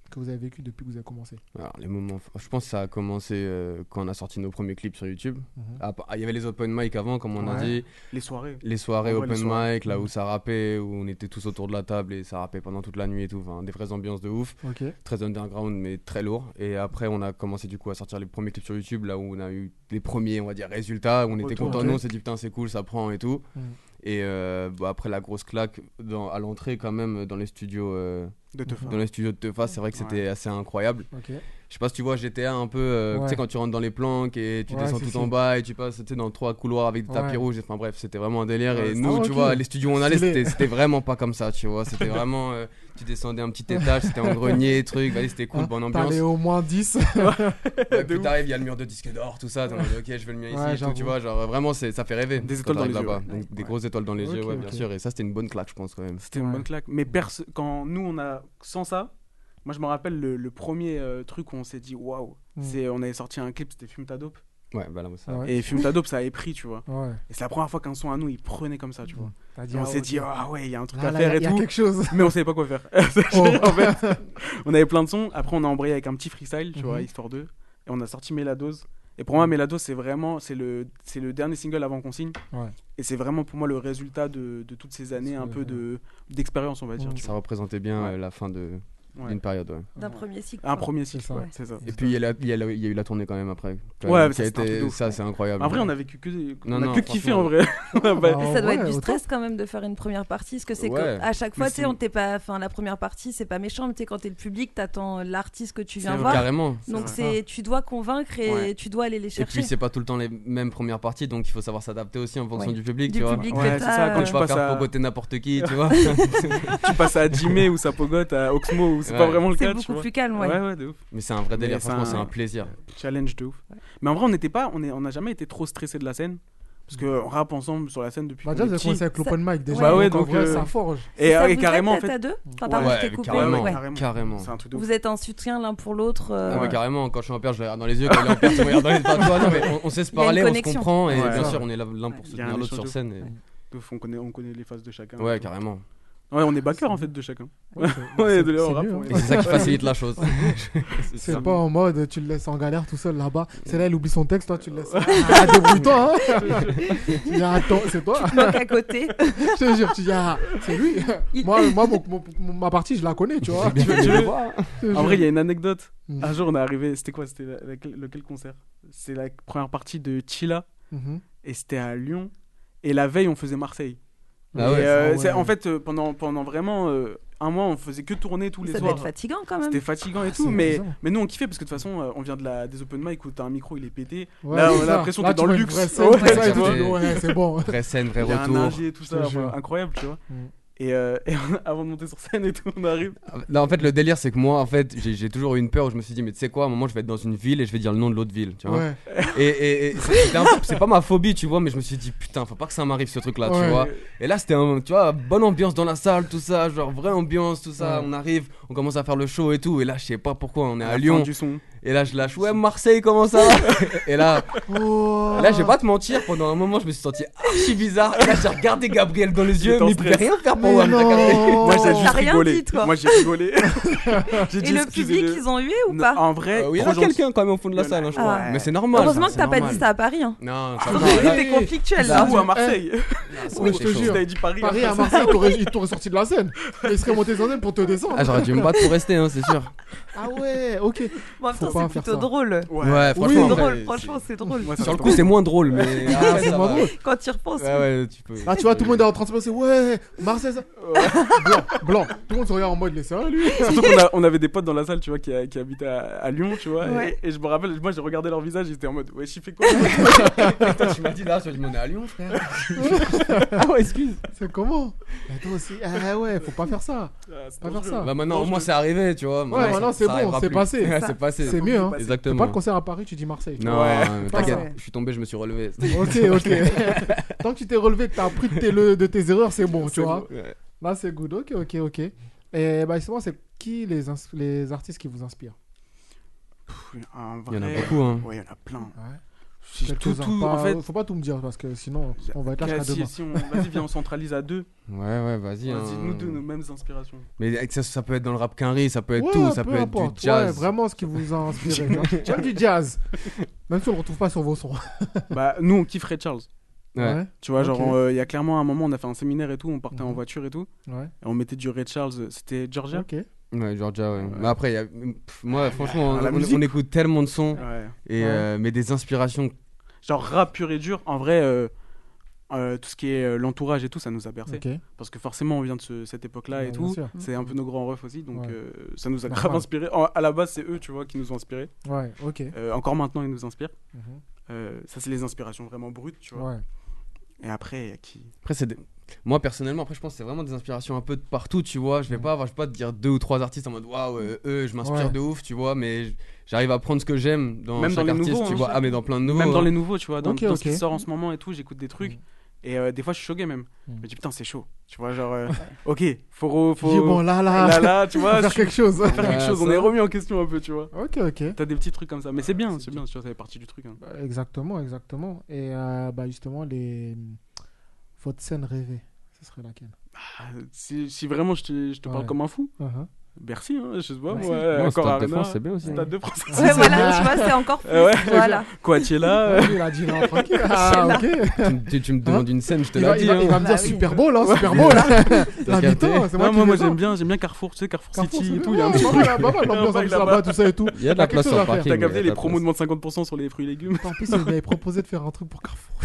que vous avez vécu depuis que vous avez commencé
Alors, les moments forts. Je pense que ça a commencé euh, quand on a sorti nos premiers clips sur YouTube.
Mhm.
Ah, pa- Il y avait les open mic avant, comme on a
Ouais.
dit.
Les soirées.
Les soirées
Ouais,
open
les soirées.
mic, là
Mhm.
où ça rappait, où on était tous autour de la table et ça rappait pendant toute la nuit et tout. Enfin, des vraies ambiances de ouf.
Ok.
Très underground, mais très lourd. Et après, on a commencé du coup à sortir les premiers clips sur YouTube, là où on a eu les premiers, on va dire, résultats. Où on était
Retour.
contents,
Ok.
nous, on s'est dit putain, c'est cool, ça prend et tout.
Mhm.
Et euh, bah, après, la grosse claque dans- à l'entrée, quand même, dans les studios. euh,
De Teufa.
Dans les studios de Teufa, c'est vrai que c'était assez incroyable.
Ok.
Je sais pas si tu vois GTA un peu, euh,
Ouais.
tu sais, quand tu rentres dans les planques et tu
Ouais,
descends
si,
tout
si.
en bas et tu passes tu sais, dans trois couloirs avec des tapis
Ouais.
rouges. Enfin bref, c'était vraiment un délire.
Ouais,
et
c'est-
nous,
Ah,
tu
ok.
vois, les studios où on allait,
Stylé.
c'était
*laughs*
c'était vraiment pas comme ça, tu vois. C'était vraiment, euh, tu descendais un petit étage, c'était en grenier, truc, vas-y, c'était cool,
Hein,
bonne
T'as
ambiance.
les au moins
*laughs*
10.
Ouais, puis t'arrives, il y a le mur de disque d'or, tout ça. T'es en mode, ok, je veux le mien
Ouais,
ici, et tout, tu
j'avoue.
vois. Genre vraiment, c'est- ça fait rêver.
Des
quand
étoiles dans
t'arrives
les yeux,
là-bas.
ouais.
Donc, Des grosses étoiles dans les
Ok,
yeux, ouais,
ok.
bien sûr. Et ça, c'était une bonne claque, je pense quand même.
C'était une bonne claque. Mais perso- quand nous, on a. Sans ça, moi, je me rappelle le, le premier euh, truc où on s'est dit, waouh,
Mm.
c'est on avait sorti un clip, c'était Fume ta dope.
Ouais, voilà, ça.
Et Fume ta dope, ça avait pris, tu vois.
Ouais.
Et c'est la première fois qu'un son à nous, il prenait comme ça, tu vois.
T'as dit,
Et on
ah,
s'est
ok.
dit, ah ouais, il y a un truc
Là,
à
là,
faire
y a-
et
y a
tout.
quelque chose.
*laughs* Mais on savait pas quoi faire. *laughs*
Oh.
En
*laughs*
fait, on avait plein de sons. Après, on a embrayé avec un petit freestyle, tu vois,
Mhm.
histoire 2. Et on a sorti Méladose. Et pour moi,
Mm.
Méladose, c'est vraiment c'est le, c'est le dernier single avant qu'on signe.
Ouais.
Et c'est vraiment pour moi le résultat de, de toutes ces années, un peu de- d'expérience, on va dire.
Mm.
tu
Ça représentait bien euh, la fin de- d'une
Ouais.
période, ouais.
D'un
Oh.
premier cycle.
Un
quoi.
premier cycle, ouais, c'est ça.
Et puis il y, a la- il y a la- il y a eu la tournée quand même après. Quand
Ouais,
même,
mais
qui a
ça, c'était un
été-
truc de ouf,
ça, c'est incroyable.
En vrai, on a vécu que, des-
euh, Non,
on a
non,
que kiffé
franchement.
en vrai. *laughs* On a pas-
Bah,
Mais ça doit être du stress quand même de faire une première partie, parce que c'est
Ouais.
quand- à chaque
Mais
fois, tu sais,
c'est-
on t'est pas, enfin la première partie, c'est pas méchant, mais tu sais, quand t'es le public, t'attends l'artiste que tu viens
C'est vrai.
voir.
Carrément. C'est
Donc
vrai.
c'est, tu dois convaincre et
Ouais.
tu dois aller les
Et
chercher.
puis c'est pas tout le temps les mêmes premières parties, donc il faut savoir s'adapter aussi en fonction
Ouais.
du public,
Du
tu vois.
public que Ouais, c'est t'as, ça, quand
quand
euh,
tu
tu
vas
passes
faire
à-
pogoter n'importe qui, tu vois.
*laughs*
*laughs*
tu passes à Jimé ou Sapogote, à Oxmo, ou c'est pas
Ouais.
vraiment le
C'est
cas. tu
beaucoup
vois.
plus calme, ouais.
Ouais, ouais, de ouf.
Mais c'est un vrai délire, franchement, c'est un plaisir.
Challenge de ouf. Mais en vrai, on n'était pas, on n'a on n'a jamais été trop stressé de la scène. Parce qu'on rappe ensemble sur la scène depuis.
Bah, déjà,
qu'on est
vous avez
petits.
commencé avec l'open mic, déjà,
Bah ouais,
donc en
donc,
vrai,
euh,
ça forge.
Et,
Ça vous
et
aide
carrément, en
d'être
fait.
à deux Enfin, pardon, je t'ai coupé,
carrément,
ouais.
carrément.
C'est un truc de ouf.
Vous êtes en soutien l'un pour l'autre. euh,
Ah ouais, carrément, quand je suis en père, je le regarde dans les yeux, quand il est en père, tu me regardes dans les yeux. Enfin, tu vois, non, mais on, on sait se
Il y a une
parler, on se
connexion.
comprend, et
Ouais.
bien
Ouais.
sûr, on est là l'un pour
Il y a un
soutenir l'autre
échange
sur
de
scène.
ouf.
et-
De ouf, on connaît, on connaît les phases de chacun.
Ouais,
et tout.
carrément.
Ouais, on est backer en fait de chacun.
Ouais, c'est-
*laughs* Ouais,
c'est-
de- on
c'est
rappe,
mieux,
on
hein.
est-
Et c'est ça qui facilite la
*laughs*
chose.
C'est
ça.
pas en mode tu le laisses en galère tout seul là-bas. C'est là, il oublie son texte, toi tu le laisses. Ah,
*laughs*
débrouille-toi. hein. Tu dis, attends, c'est toi.
Tu te moques à côté.
Je te jure, tu dis, ah, c'est lui. Moi, moi mon- mon- mon- ma partie, je la connais, tu vois.
*laughs* Tu veux- tu veux-
Je te
En vrai, il y
jure.
a une anecdote.
Mhm.
Un jour, on est arrivé. C'était quoi C'était la- laquelle- lequel concert C'est la première partie de Chila.
*laughs* Mhm.
Et c'était à Lyon. Et la veille, on faisait Marseille.
Ah
Et,
ouais,
euh,
ah
c'est-
ouais.
En fait, euh, pendant, pendant vraiment euh, un mois, on faisait que tourner tous les
Ça
soirs.
doit être fatigant quand même.
C'était fatigant et
c'est
tout, mais,
épuisant.
mais nous on kiffait parce que de toute façon euh, on vient de la, des open mic où t'as un micro il est pété.
Ouais,
là
c'est
on a
ça.
l'impression que
Là,
t'es
tu
dans le
vois une
luxe.
vraie scène,
Ouais,
tout ça,
tu
et tout,
vois.
tu dis, ouais, c'est bon.
*laughs*
Vraie scène, vrai
Il y a un
retour.
ingé, tout
Je
ça,
te
enfin,
jure.
incroyable, tu vois.
Mm.
Et, euh, *laughs* et avant de monter sur scène et tout, on arrive.
Non, en fait, le délire, c'est que moi, en fait, j'ai j'ai toujours eu une peur où je me suis dit, mais tu sais quoi, à un moment, je vais être dans une ville et je vais dire le nom de l'autre ville, tu vois.
Ouais.
Et, et- et c'est- c'était un peu- c'est pas ma phobie, tu vois, mais je me suis dit, putain, faut pas que ça m'arrive ce truc-là,
Ouais.
tu vois. Et là, c'était un, tu vois, bonne ambiance dans la salle, tout ça, genre vraie ambiance, tout ça.
Ouais.
On arrive, on commence à faire le show et tout. Et là, je sais pas pourquoi, on est
À
à,
la fin
Lyon.
du son.
Et là, je lâche, ouais, Marseille, comment ça va Et là, là, je vais pas te mentir, pendant un moment, je me suis senti archi bizarre. Et là, j'ai regardé Gabriel dans les yeux,
J'étais en
mais il pouvait
stress.
rien faire pour
Oh,
moi.
Mais non. Moi, j'ai juste
Oh, T'as rien
rigolé.
dit, toi.
Moi, j'ai
*laughs*
rigolé. *laughs* J'ai
Et
dit,
le public,
excusez-le.
ils ont hué ou
Non,
pas
En vrai,
Euh, oui, il y en a
trop gentil.
quelqu'un quand même au fond de la
Il y en a-
salle, hein, je crois. Ah,
Ouais.
Mais c'est normal.
Ah.
hein,
Heureusement que
c'est
t'as pas
normal.
dit ça à Paris. hein.
Non, ça
Surtout
va.
que T'étais conflictuel
Ça
là.
ou à *laughs* Marseil.
ça,
Oui,
c'est
je te
chaud.
jure.
T'avais dit Paris.
Paris à
après ça.
Marseille, ils t'auraient- ils t'auraient sorti de la scène. Ils seraient montés sur la scène pour te descendre.
Ah, j'aurais dû me battre pour rester, hein, c'est sûr.
Ah ouais, ok.
Bon, en même
Faut pas
temps, c'est
en faire
plutôt
ça.
drôle.
*laughs* Ouais,
Ouais.
Oui,
C'est
franchement. après,
drôle,
c'est-
franchement, c'est drôle.
*laughs* Moi, ça
Sur
me
le coup, c'est moins drôle, *laughs* mais. après,
c'est
ça
moins
va.
drôle.
Quand tu y repenses,
Ouais, ouais, tu peux.
Ah, tu vois, tout le monde est en train de se passer. Ouais, Marseille, ça. Blanc, blanc. Tout le monde se regarde en mode, il est sérieux, lui.
Surtout qu'on a- on avait des potes dans la salle, tu vois, qui, qui habitaient à, à Lyon, tu vois. et-
Ouais.
Et, je me rappelle, moi, j'ai regardé leur visage, ils étaient en mode, ouais, j'y fais *laughs* quoi Ah,
*laughs* Putain, tu m'as dit là, tu m'en à Lyon, frère. ah ouais, excuse.
C'est comment Mais toi aussi. Ah ouais, faut pas faire ça.
Ah, c'est
Pas faire
dangereux.
ça.
Bah maintenant,
Non,
au
je
moins
le-
c'est arrivé, tu vois.
maintenant,
ça-
c'est
ça
bon,
arrivera
c'est
plus.
passé.
*laughs* Ouais,
Ça-
c'est passé.
C'est mieux, hein. T'as pas
Exactement.
le concert à Paris, tu dis Marseille.
Non,
Ouais.
mais *laughs*
Pas
t'inquiète,
ça.
je suis tombé, je me suis *laughs* relevé.
Ok, ok. Tant que tu t'es relevé, que t'as appris de tes, le- de tes erreurs, c'est bon, tu
C'est
vois.
bon, ouais.
Là, c'est good. Ok, ok, ok. Et bah, justement, c'est qui les, ins- les artistes qui vous inspirent
Pff, un
Il y en a
vrai-
beaucoup, hein.
Ouais, il y en a plein.
Ouais.
Si je- Tout,
Quelques-uns.
tout,
Pas-
en fait.
Faut pas tout me dire parce que sinon, on va être là
qu'à-
jusqu'à
si-
demain.
si on- Vas-y, viens, on centralise à deux.
Ouais, ouais, vas-y.
Vas-y,
hein.
nous deux, nos mêmes inspirations.
Mais avec ça, ça peut être dans le rap quinri, ça peut être
Ouais,
tout, ça
peu
peut être
importe.
du jazz.
Ouais, vraiment ce qui vous a inspiré. hein. Même du jazz. Même si on le retrouve pas sur vos sons.
Bah, nous, on kiffe Ray Charles.
Ouais.
Tu vois, genre,
Ok.
on, euh, il y a clairement un moment, on a fait un séminaire et tout, on partait en
Mhm.
voiture et tout,
Ouais.
et on mettait du Ray Charles. euh, C'était Georgia
Ok.
Ouais, Georgia, ouais. Mais après, il y a... pff, moi, franchement,
Ah, la
on,
musique.
on écoute tellement de sons,
Ouais.
et,
Ouais.
euh, mais des inspirations.
Genre, rap pur et dur, en vrai, euh, euh, tout ce qui est euh, l'entourage et tout, ça nous a bercé.
Ok.
Parce que forcément, on vient de ce- cette époque-là
Ouais,
et
bien
tout.
sûr.
C'est un peu nos grands refs aussi, donc
Ouais.
euh, ça nous a
Normal.
grave inspiré. à la base, c'est eux, tu vois, qui nous ont inspirés.
Ouais, ok.
Euh, encore maintenant, ils nous inspirent.
Mhm.
Euh, ça, c'est les inspirations vraiment brutes, tu vois.
Ouais.
Et après, il y a qui
Après, c'est des- Moi personnellement, après je pense que c'est vraiment des inspirations un peu de partout, tu vois. Je vais pas avoir, je vais pas te dire deux ou trois artistes en mode waouh, euh, eux, je m'inspire
Ouais.
de ouf, tu vois. Mais j'arrive à prendre ce que j'aime dans
Même dans
chaque
les
artiste,
nouveaux,
tu
hein,
vois.
chaque-
Ah mais dans plein de nouveaux.
Même dans
hein.
les nouveaux, tu vois, dans,
Ok,
dans ce
ok.
qui sort en ce moment et tout, j'écoute des trucs. Et euh, des fois, je suis choqué même.
Mm.
Je me dis, putain, c'est chaud. Tu vois, genre, euh, *laughs* ok, faut. re-
J'ai dit, bon
faut...
là là,
Là, là, tu
*laughs* faut
vois,
faire
je-
quelque
*laughs*
chose.
faire quelque
Ouais,
chose, on
ça.
est remis en question un peu, tu vois.
ok, ok.
T'as des petits trucs comme ça, mais
Ah,
c'est bien, c'est bien, tu vois, ça fait partie du truc. hein.
Bah, Exactement, exactement. Et euh, bah justement les euh, votre scène rêvée, ce serait laquelle
Ah, Si, si vraiment je te, je te parle
Ouais.
comme un fou,
Uh-huh.
Bercy, hein, je sais pas,
Merci.
moi,
Non,
encore
Stade de
Arena,
France, c'est bien aussi.
Stade de France. *laughs*
Ouais, voilà, tu vois, c'est encore plus.
Euh, ouais.
Voilà.
Coachella, euh,
Ah, il a dit non, tranquille. Ah ok.
tu, me- tu- tu me demandes une scène, je te hein.
Il
l'ai
va,
dit.
il va- il va me
Bah
dire
oui.
Super Bowl, hein, Super Bowl. *laughs* L'invitant, c'est moi
non,
qui
moi, moi
les ai.
j'aime bien, j'aime bien Carrefour, tu sais, Carrefour,
Carrefour,
City
c'est
et tout, il y a
bien.
un petit
Pas
truc.
mal là-bas, l'ambiance
Ouais,
en plus
là-bas.
là-bas, tout ça
*laughs*
et tout.
Il y a de la
quelque
place
chose
sur
à
le
faire.
parking.
T'as
il y
capté
a de
les
la
promos
place.
de moins de 50% sur les fruits et légumes
En plus, il m'avait proposé de faire un truc pour Carrefour.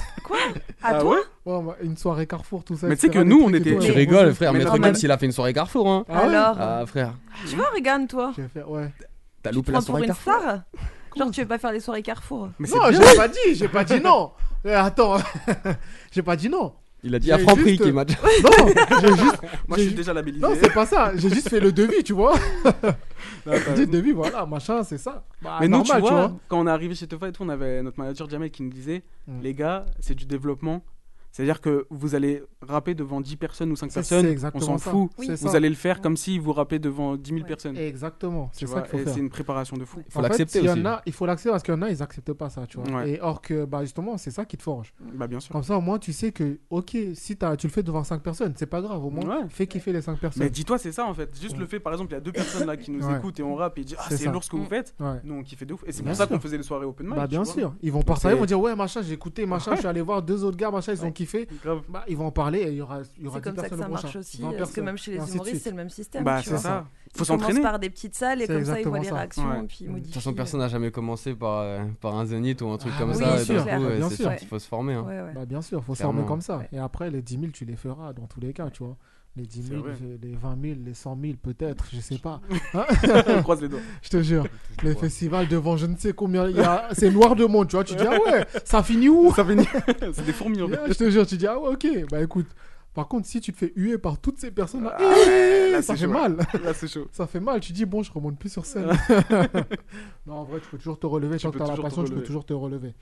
À
Ah
toi
ouais
Ouais, bah, une soirée Carrefour, tout ça.
Mais tu sais
etc.,
que
des
nous,
trucs
on
et
était-
tout,
Tu
ouais.
rigoles, frère, hein. mais
Mais
tu
non,
rigoles
mais-
s'il a fait une soirée Carrefour, hein.
Ah ouais
Alors,
Ah, frère,
tu vois, regarde, toi.
J'ai fait- ouais.
t'as
Tu te
loupé la
prends pour
soirée
une
Carrefour.
star Genre, tu veux pas faire les soirées Carrefour
Mais c'est
Non,
bien.
j'ai pas dit, j'ai pas dit
*laughs*
non. Eh, Attends, *laughs* j'ai pas dit non.
Il a dit à
J'ai
Franprix
juste-
qui m'a dit.
Non,
*laughs*
j'ai juste.
Moi
j'ai
je suis
ju-
déjà labellisé.
Non, c'est pas ça. J'ai juste fait le devis, tu
*laughs*
vois.
Attends.
J'ai dit devis, voilà, machin, c'est ça. Bah,
Mais nous,
normal,
Ah tu vois, quand on est arrivé chez Tefa et tout, on avait notre manager Jamel qui nous disait
Mm.
Les gars, c'est du développement. C'est-à-dire que vous allez rapper devant 10 personnes ou 5
Ça,
personnes,
c'est
on
exactement
s'en
ça.
fout.
Oui. C'est
Vous
ça.
allez le faire comme si vous rappez devant 10 000
Ouais.
personnes.
Exactement,
Tu
c'est ça
vois,
qu'il faut
et
faire.
c'est une préparation de fou.
Faut
En fait,
l'accepter
s'il y en
aussi.
a- il faut l'accepter parce qu'il y en a, ils acceptent pas ça, tu vois.
Ouais.
Et or que, bah, justement, c'est ça qui te forge.
Bah, bien sûr.
Comme ça, au moins, tu sais que, ok, si t'as- tu le fais devant 5 personnes, c'est pas grave, au moins,
Ouais.
fais kiffer les 5
Mais
personnes.
dis-toi, c'est ça en fait. Juste
Ouais.
le fait, par exemple, il y a deux personnes là qui nous
Ouais.
écoutent et on rappe et disent Ah,
C'est
c'est
ça.
lourd ce que vous faites.
Ouais.
Nous, on kiffait de ouf. Et c'est
Bien
pour ça
sûr.
qu'on faisait les soirées open mic.
Bah,
tu
bien
vois.
sûr, ils vont partager, ils
c'est-
vont dire, ouais, machin, j'ai écouté, machin, je suis allé voir deux autres gars, machin, ils ont kiffé.
Grave.
Bah, ils vont en parler et il y aura, il y aura 10
C'est comme ça que
personnes
ça
au
marche
prochain,
aussi.
20
Parce que
personnes,
même chez
et
les
ainsi de
humoristes,
suite.
c'est le même système.
Bah,
tu
c'est
vois.
ça.
Ils
Faut
commencent *laughs*
s'entraîner.
par des petites salles et
C'est
comme ça, ils voient
exactement
les
ça.
réactions
Ouais.
et puis
De
ils
toute
De
modifient.
toute façon, personne n'a jamais commencé par, euh, par un zénith ou un truc
Ah,
comme
oui,
ça.
c'est
d'un
clair.
coup, ouais,
Bien
c'est
sûr.
sûr qu'il faut se former. hein.
Ouais, ouais.
Bah bien sûr, faut
Clairement.
s'armer comme ça.
Ouais.
Et après, les 10 000, tu les feras dans tous les cas, tu vois. Les 10 000,
vrai.
les 20 000, les 100 000 peut-être, je sais
*laughs*
pas.
on croise les doigts.
Je te jure. Les festivals devant je ne sais combien, il y a... c'est noir de monde, tu vois. Tu dis, ah ouais, ça finit
*laughs*
où
Ça finit. *laughs* c'est des fourmis en fait.
Je te jure, tu dis, ah ouais, ok. Bah écoute, par contre, si tu te fais huer par toutes ces personnes-là,
Ah,
eh,
là,
ça
c'est
fait
chaud.
mal.
Là, c'est chaud.
Ça fait mal, tu dis bon, je remonte plus sur scène. *laughs* non, en vrai, tu peux toujours te relever. Tant que
peux
t'as la
toujours te
passion, tu peux
relever.
toujours te relever.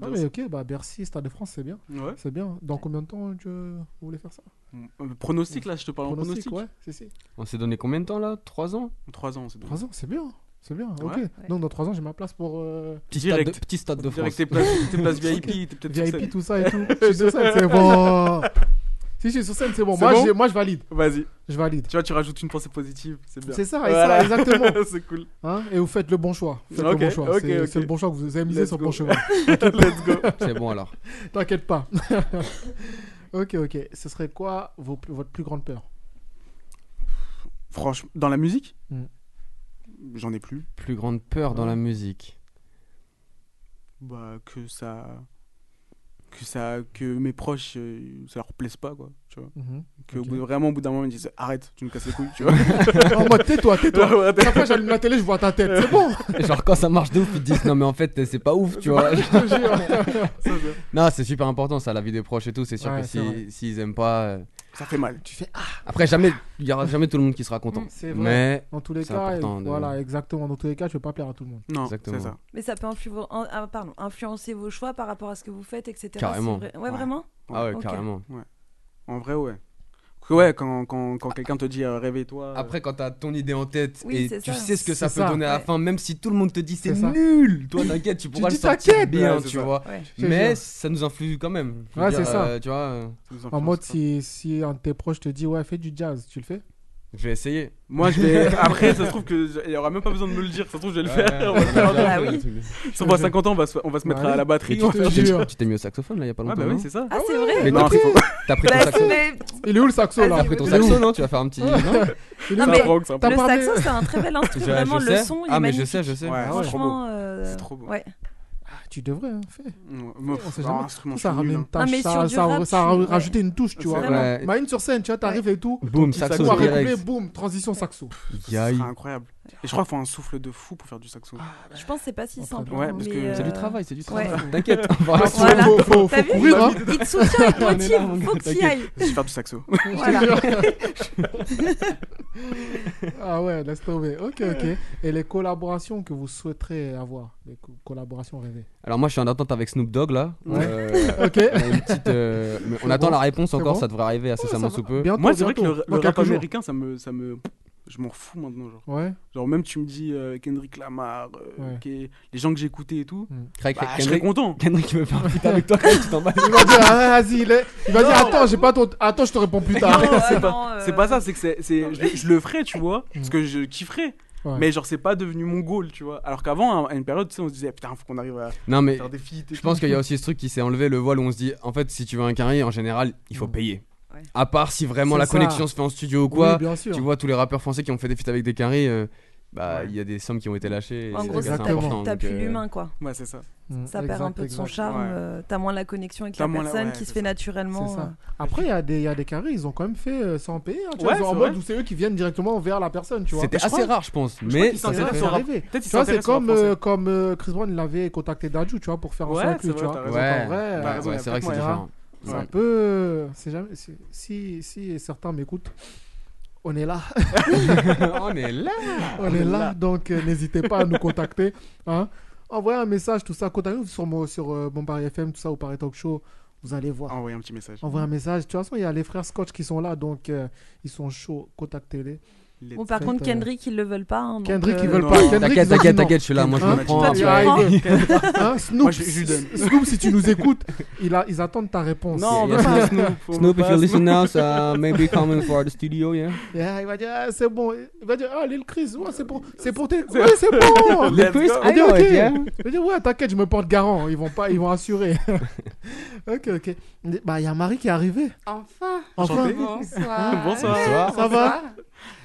Non, mais ok, bah Bercy, Stade de France, c'est bien.
Ouais.
C'est bien. Dans combien de temps tu... vous voulez faire ça
Euh, Pronostic là, je te parle en
Pronostic,
pronostic.
ouais, c'est si.
On s'est donné combien de temps là 3 ans
3 ans, c'est bon.
3 ans, c'est bien. C'est bien, ok.
Ouais.
Donc dans 3 ans, j'ai ma place pour. euh,
Petit stade de- petit stade de
Direct
France.
tes places,
*laughs*
tes places VIP, t'es peut-être sur
VIP,
scène.
tout ça et
*laughs*
tout. Je suis sur scène, c'est bon. Si je suis sur scène, c'est bon.
C'est
Moi,
bon
j'ai- moi, je valide.
Vas-y.
Je valide.
Tu vois, tu rajoutes une pensée positive, c'est bien.
C'est ça, et
Voilà.
ça,
*laughs*
exactement.
c'est cool.
Hein et vous faites le bon choix. Faites
Ok,
le bon choix.
ok,
c'est
ok.
c'est le bon choix que vous avez misé
Let's
sur
go.
le bon chemin.
*laughs* Let's go.
*laughs* C'est bon, alors.
T'inquiète pas. *laughs* ok, ok. Ce serait quoi vos plus- votre plus grande peur
Franchement, dans la musique,
Mm.
j'en ai plus.
Plus grande peur dans la musique.
Bah, que ça. Que, ça, que mes proches, euh, ça leur plaise pas, quoi. Tu vois.
Mhm,
Que
ok.
au bout- vraiment, au bout d'un moment, ils disent Arrête, tu me casses les couilles, tu vois.
*laughs* En mode tais-toi,
*laughs* Ouais,
tais-toi.
*laughs* ouais,
Chaque fois, j'allume la télé, je vois ta tête. C'est bon.
Genre quand ça marche de ouf, ils te disent non mais en fait c'est pas ouf, tu vois. *laughs* non, c'est super important ça, la vie des proches et tout. C'est sûr
Ouais,
que
c'est
si-
vrai.
s'ils aiment pas, euh,
Ça fait mal.
Tu fais
après jamais, il y aura jamais tout le monde qui sera content.
C'est
Mais
vrai. Dans tous les
c'est
cas,
important de-
voilà, exactement. Dans tous les cas, je peux pas plaire à tout le monde.
Non,
Exactement.
c'est ça.
Mais ça peut influ- en- ah, pardon, influencer vos choix par rapport à ce que vous faites, etc.
Carrément.
C'est vrai- Ouais, vraiment
Ah ouais,
Ok.
carrément.
Ouais. En vrai, ouais. Que ouais, quand, quand, quand quelqu'un te dit euh, Réveille-toi.
Après quand t'as ton idée en tête
Oui,
et
c'est
tu
ça.
sais ce que ça peut
C'est ça,
donner à la
ouais.
fin, même si tout le monde te dit c'est
C'est ça.
nul, toi t'inquiète, tu pourras
dis
le sortir
t'inquiète,
bien,
ouais, c'est
tu
ça.
vois.
Ouais.
Je te
Mais
jure.
ça nous influe quand même. Je veux
Ouais,
dire,
c'est ça.
euh, tu vois, euh,
ça nous
En
influence
mode,
pas.
si, si un de tes proches te dit ouais, fais du jazz, tu le fais
je vais essayer.
Moi, je vais. Après, ça se trouve que j- il y aura même pas besoin de me le dire. Ça se trouve, je vais le faire. On va le faire. *laughs*
Bah oui.
Sur moi, 50 ans, on va se, on va se mettre à la
Mais
batterie.
tu
on
te
va
t'es-
faire-
tu t'es-
jure.
tu t'es mis au saxophone là, il y a pas
Ah,
longtemps.
bah oui,
non
c'est ça.
Ah, c'est vrai
Mais
Non,
t'as
c'est
pris,
faux.
t'as pris ton
Bah,
saxo.
mais-
Il est où le saxo
Vas-y,
là
T'as pris ton saxo, non Tu vas faire un petit. non
Il est
Non,
où
C'est
mais-
un prog, c'est un
T'as
prog.
Le
parlé.
saxo, c'est un très bel instrument.
Je-
Vraiment,
je
le
sais.
son, il est
Ah, mais je
magnifique.
sais, je sais.
Ouais, c'est trop beau.
Franchement, euh,
C'est trop beau.
ouais.
Tu devrais, hein, fais.
Ouais, meuf,
On sait
un
jamais.
instrument,
Ça
je suis nul,
ramène
hein.
ta
Non, mais
ça,
sur
ça,
du
ça,
rap,
ça
je-
rajouter une touche, tu vois.
Vraiment.
Ouais.
Mais une sur scène, tu vois, t'arrives et tout.
Boum,
Tu
saxo
vois, recoupler,
direct.
boum, transition saxo.
Ce
Yaï.
serait incroyable. Et je crois qu'il faut un souffle de fou pour faire du saxo.
Ah.
Je pense que c'est pas si
Entre-
simple.
Ouais,
hein,
parce
mais,
que-
euh,
C'est du travail, c'est du
ouais.
travail. T'inquiète, on va rester-
Voilà.
Faut, faut,
T'as
faut
vu
courir, hein.
Il te soutient avec
On
moi,
est là,
Tim.
mon
Faut
gars,
que tu y ailles.
Je vais faire du saxo.
*laughs*
Voilà.
Ah ouais, laisse tomber. Ok, ok. Et les collaborations que vous souhaiterez avoir, les co- collaborations rêvées.
Alors moi je suis en attente avec Snoop Dogg là.
Ouais.
Euh,
Ok.
on a une petite, euh, mais on
C'est
attend
bon.
la réponse
C'est
encore,
bon.
ça devrait arriver incessamment
*laughs* Ça
sous
va.
peu.
Bientôt,
Moi, c'est vrai que
bientôt.
le,
Dans
le rap
quelques jours.
américain, ça me, ça me. Je m'en fous maintenant. Genre,
Ouais.
genre même tu me dis euh, Kendrick Lamar, euh,
Ouais.
qui est- les gens que j'écoutais et tout,
Craig,
bah,
Craig,
je serais
Kendrick,
content.
Kendrick me fait un putain avec toi quand tu t'en bats.
Il va dire, ah, vas-y, il est- il va dire,
Non.
attends, j'ai pas ton- attends, je te réponds plus
Non,
tard.
c'est
non,
pas,
euh,
c'est pas ça, c'est que c'est, c'est- je, je le ferais, tu vois, parce
Mm.
que je kifferais.
Ouais.
Mais genre, c'est pas devenu mon goal, tu vois. Alors qu'avant, à- à une période, tu sais, on se disait, eh, putain, faut qu'on arrive à
Non mais
faire des feats. et
je pense qu'il y a aussi ce truc qui s'est enlevé, le voile où on se dit en fait si tu veux un carrière en général il faut
Mm.
payer.
Ouais.
À part si vraiment
C'est
la
ça.
connexion se fait en studio ou quoi.
Oui, bien sûr.
tu vois tous les rappeurs français qui ont fait des feats avec des carrés. euh, bah,
Ouais.
il y a des sommes qui ont été lâchées. et
En
c'est-
gros,
c'est
ça,
Exactement.
important,
t'as- t'as
donc,
plus
euh,
l'humain, quoi.
tout. Ouais, c'est ça.
Mm,
Ça perd
exact,
un peu de son
exact.
charme.
Ouais.
euh, T'as moins la connexion avec
T'as
la
moins la-
personne
ouais,
qui se
c'est
fait
ça.
naturellement.
C'est ça.
euh,
Après, il y, a des- il y a des carrés, ils ont quand même fait euh, sans payer. hein, tu
Ouais,
vois, ils ont en
c'est
mode
vrai.
où c'est eux qui viennent directement vers la personne. tu vois. Bah,
C'était
Je
assez
crois-
rare, je pense.
crois
mais
qu'ils
ça
s'en
s'est
intéressent
fait.
au rap.
arrivé.
Peut-être
Tu
ils
vois, c'est
s'intéressent au rap
comme,
français.
euh, comme euh, Chris Brown, il avait contacté Dadju, tu vois, pour faire un
Ouais,
son avec lui,
c'est
tu
vrai,
vois.
t'as
Ouais,
Donc,
raison.
en
ouais,
vrai,
T'as raison,
ouais,
y a
c'est vrai que
peut-être
c'est
moyen.
différent.
c'est
Ouais.
un peu... euh, C'est jamais... c'est- Si, si certains m'écoutent, on est là.
*laughs* On est Oh, là.
On est là, donc euh, n'hésitez pas à nous contacter. Hein. Envoyez un message, tout ça. Contactez-nous sur, mon- sur euh, Bon Paris FM, tout ça, au Paris Talk Show. Vous allez voir.
Envoyer un petit message.
Envoyez un message. De toute façon, il y a les frères Scotch qui sont là, donc euh, ils sont chauds. Contactez-les.
Les-
Bon, par
Faites,
contre,
euh,
Kendrick, ils le veulent pas. hein, donc,
Kendrick, ils
euh,
veulent
non.
pas. Kendrick,
T'inquiète,
ils ont dit
t'inquiète,
non.
t'inquiète, je suis là, moi je
Hein
me prends.
Toi, tu
tu
vas
vois.
prendre.
Hein, Snoop,
Moi, je- je lui donne.
Snoop, si tu nous écoutes, il a, ils attendent ta réponse.
*laughs* Non, on
Yes,
veut
*laughs*
pas
yes.
Snoop. on
Snoop,
veut
if
pas
you
Snoop.
listen now, so uh, maybe coming for the studio, yeah.
Yeah, il va dire, ah, c'est bon. Il va dire, ah, Lil Chris, ouais, c'est pour, c'est pour tes. Ouais, c'est bon.
Let's
Chris,
go.
Il va
I
dire,
know
ok.
it, yeah.
Il va dire, ouais, t'inquiète, je me porte garant. Ils vont pas, ils vont assurer. *laughs* ok, ok. Bah, il y a Marie qui est arrivée.
Enfin
Enfin,
Enchanté.
Bonsoir
Bonsoir.
ça, va
Ah.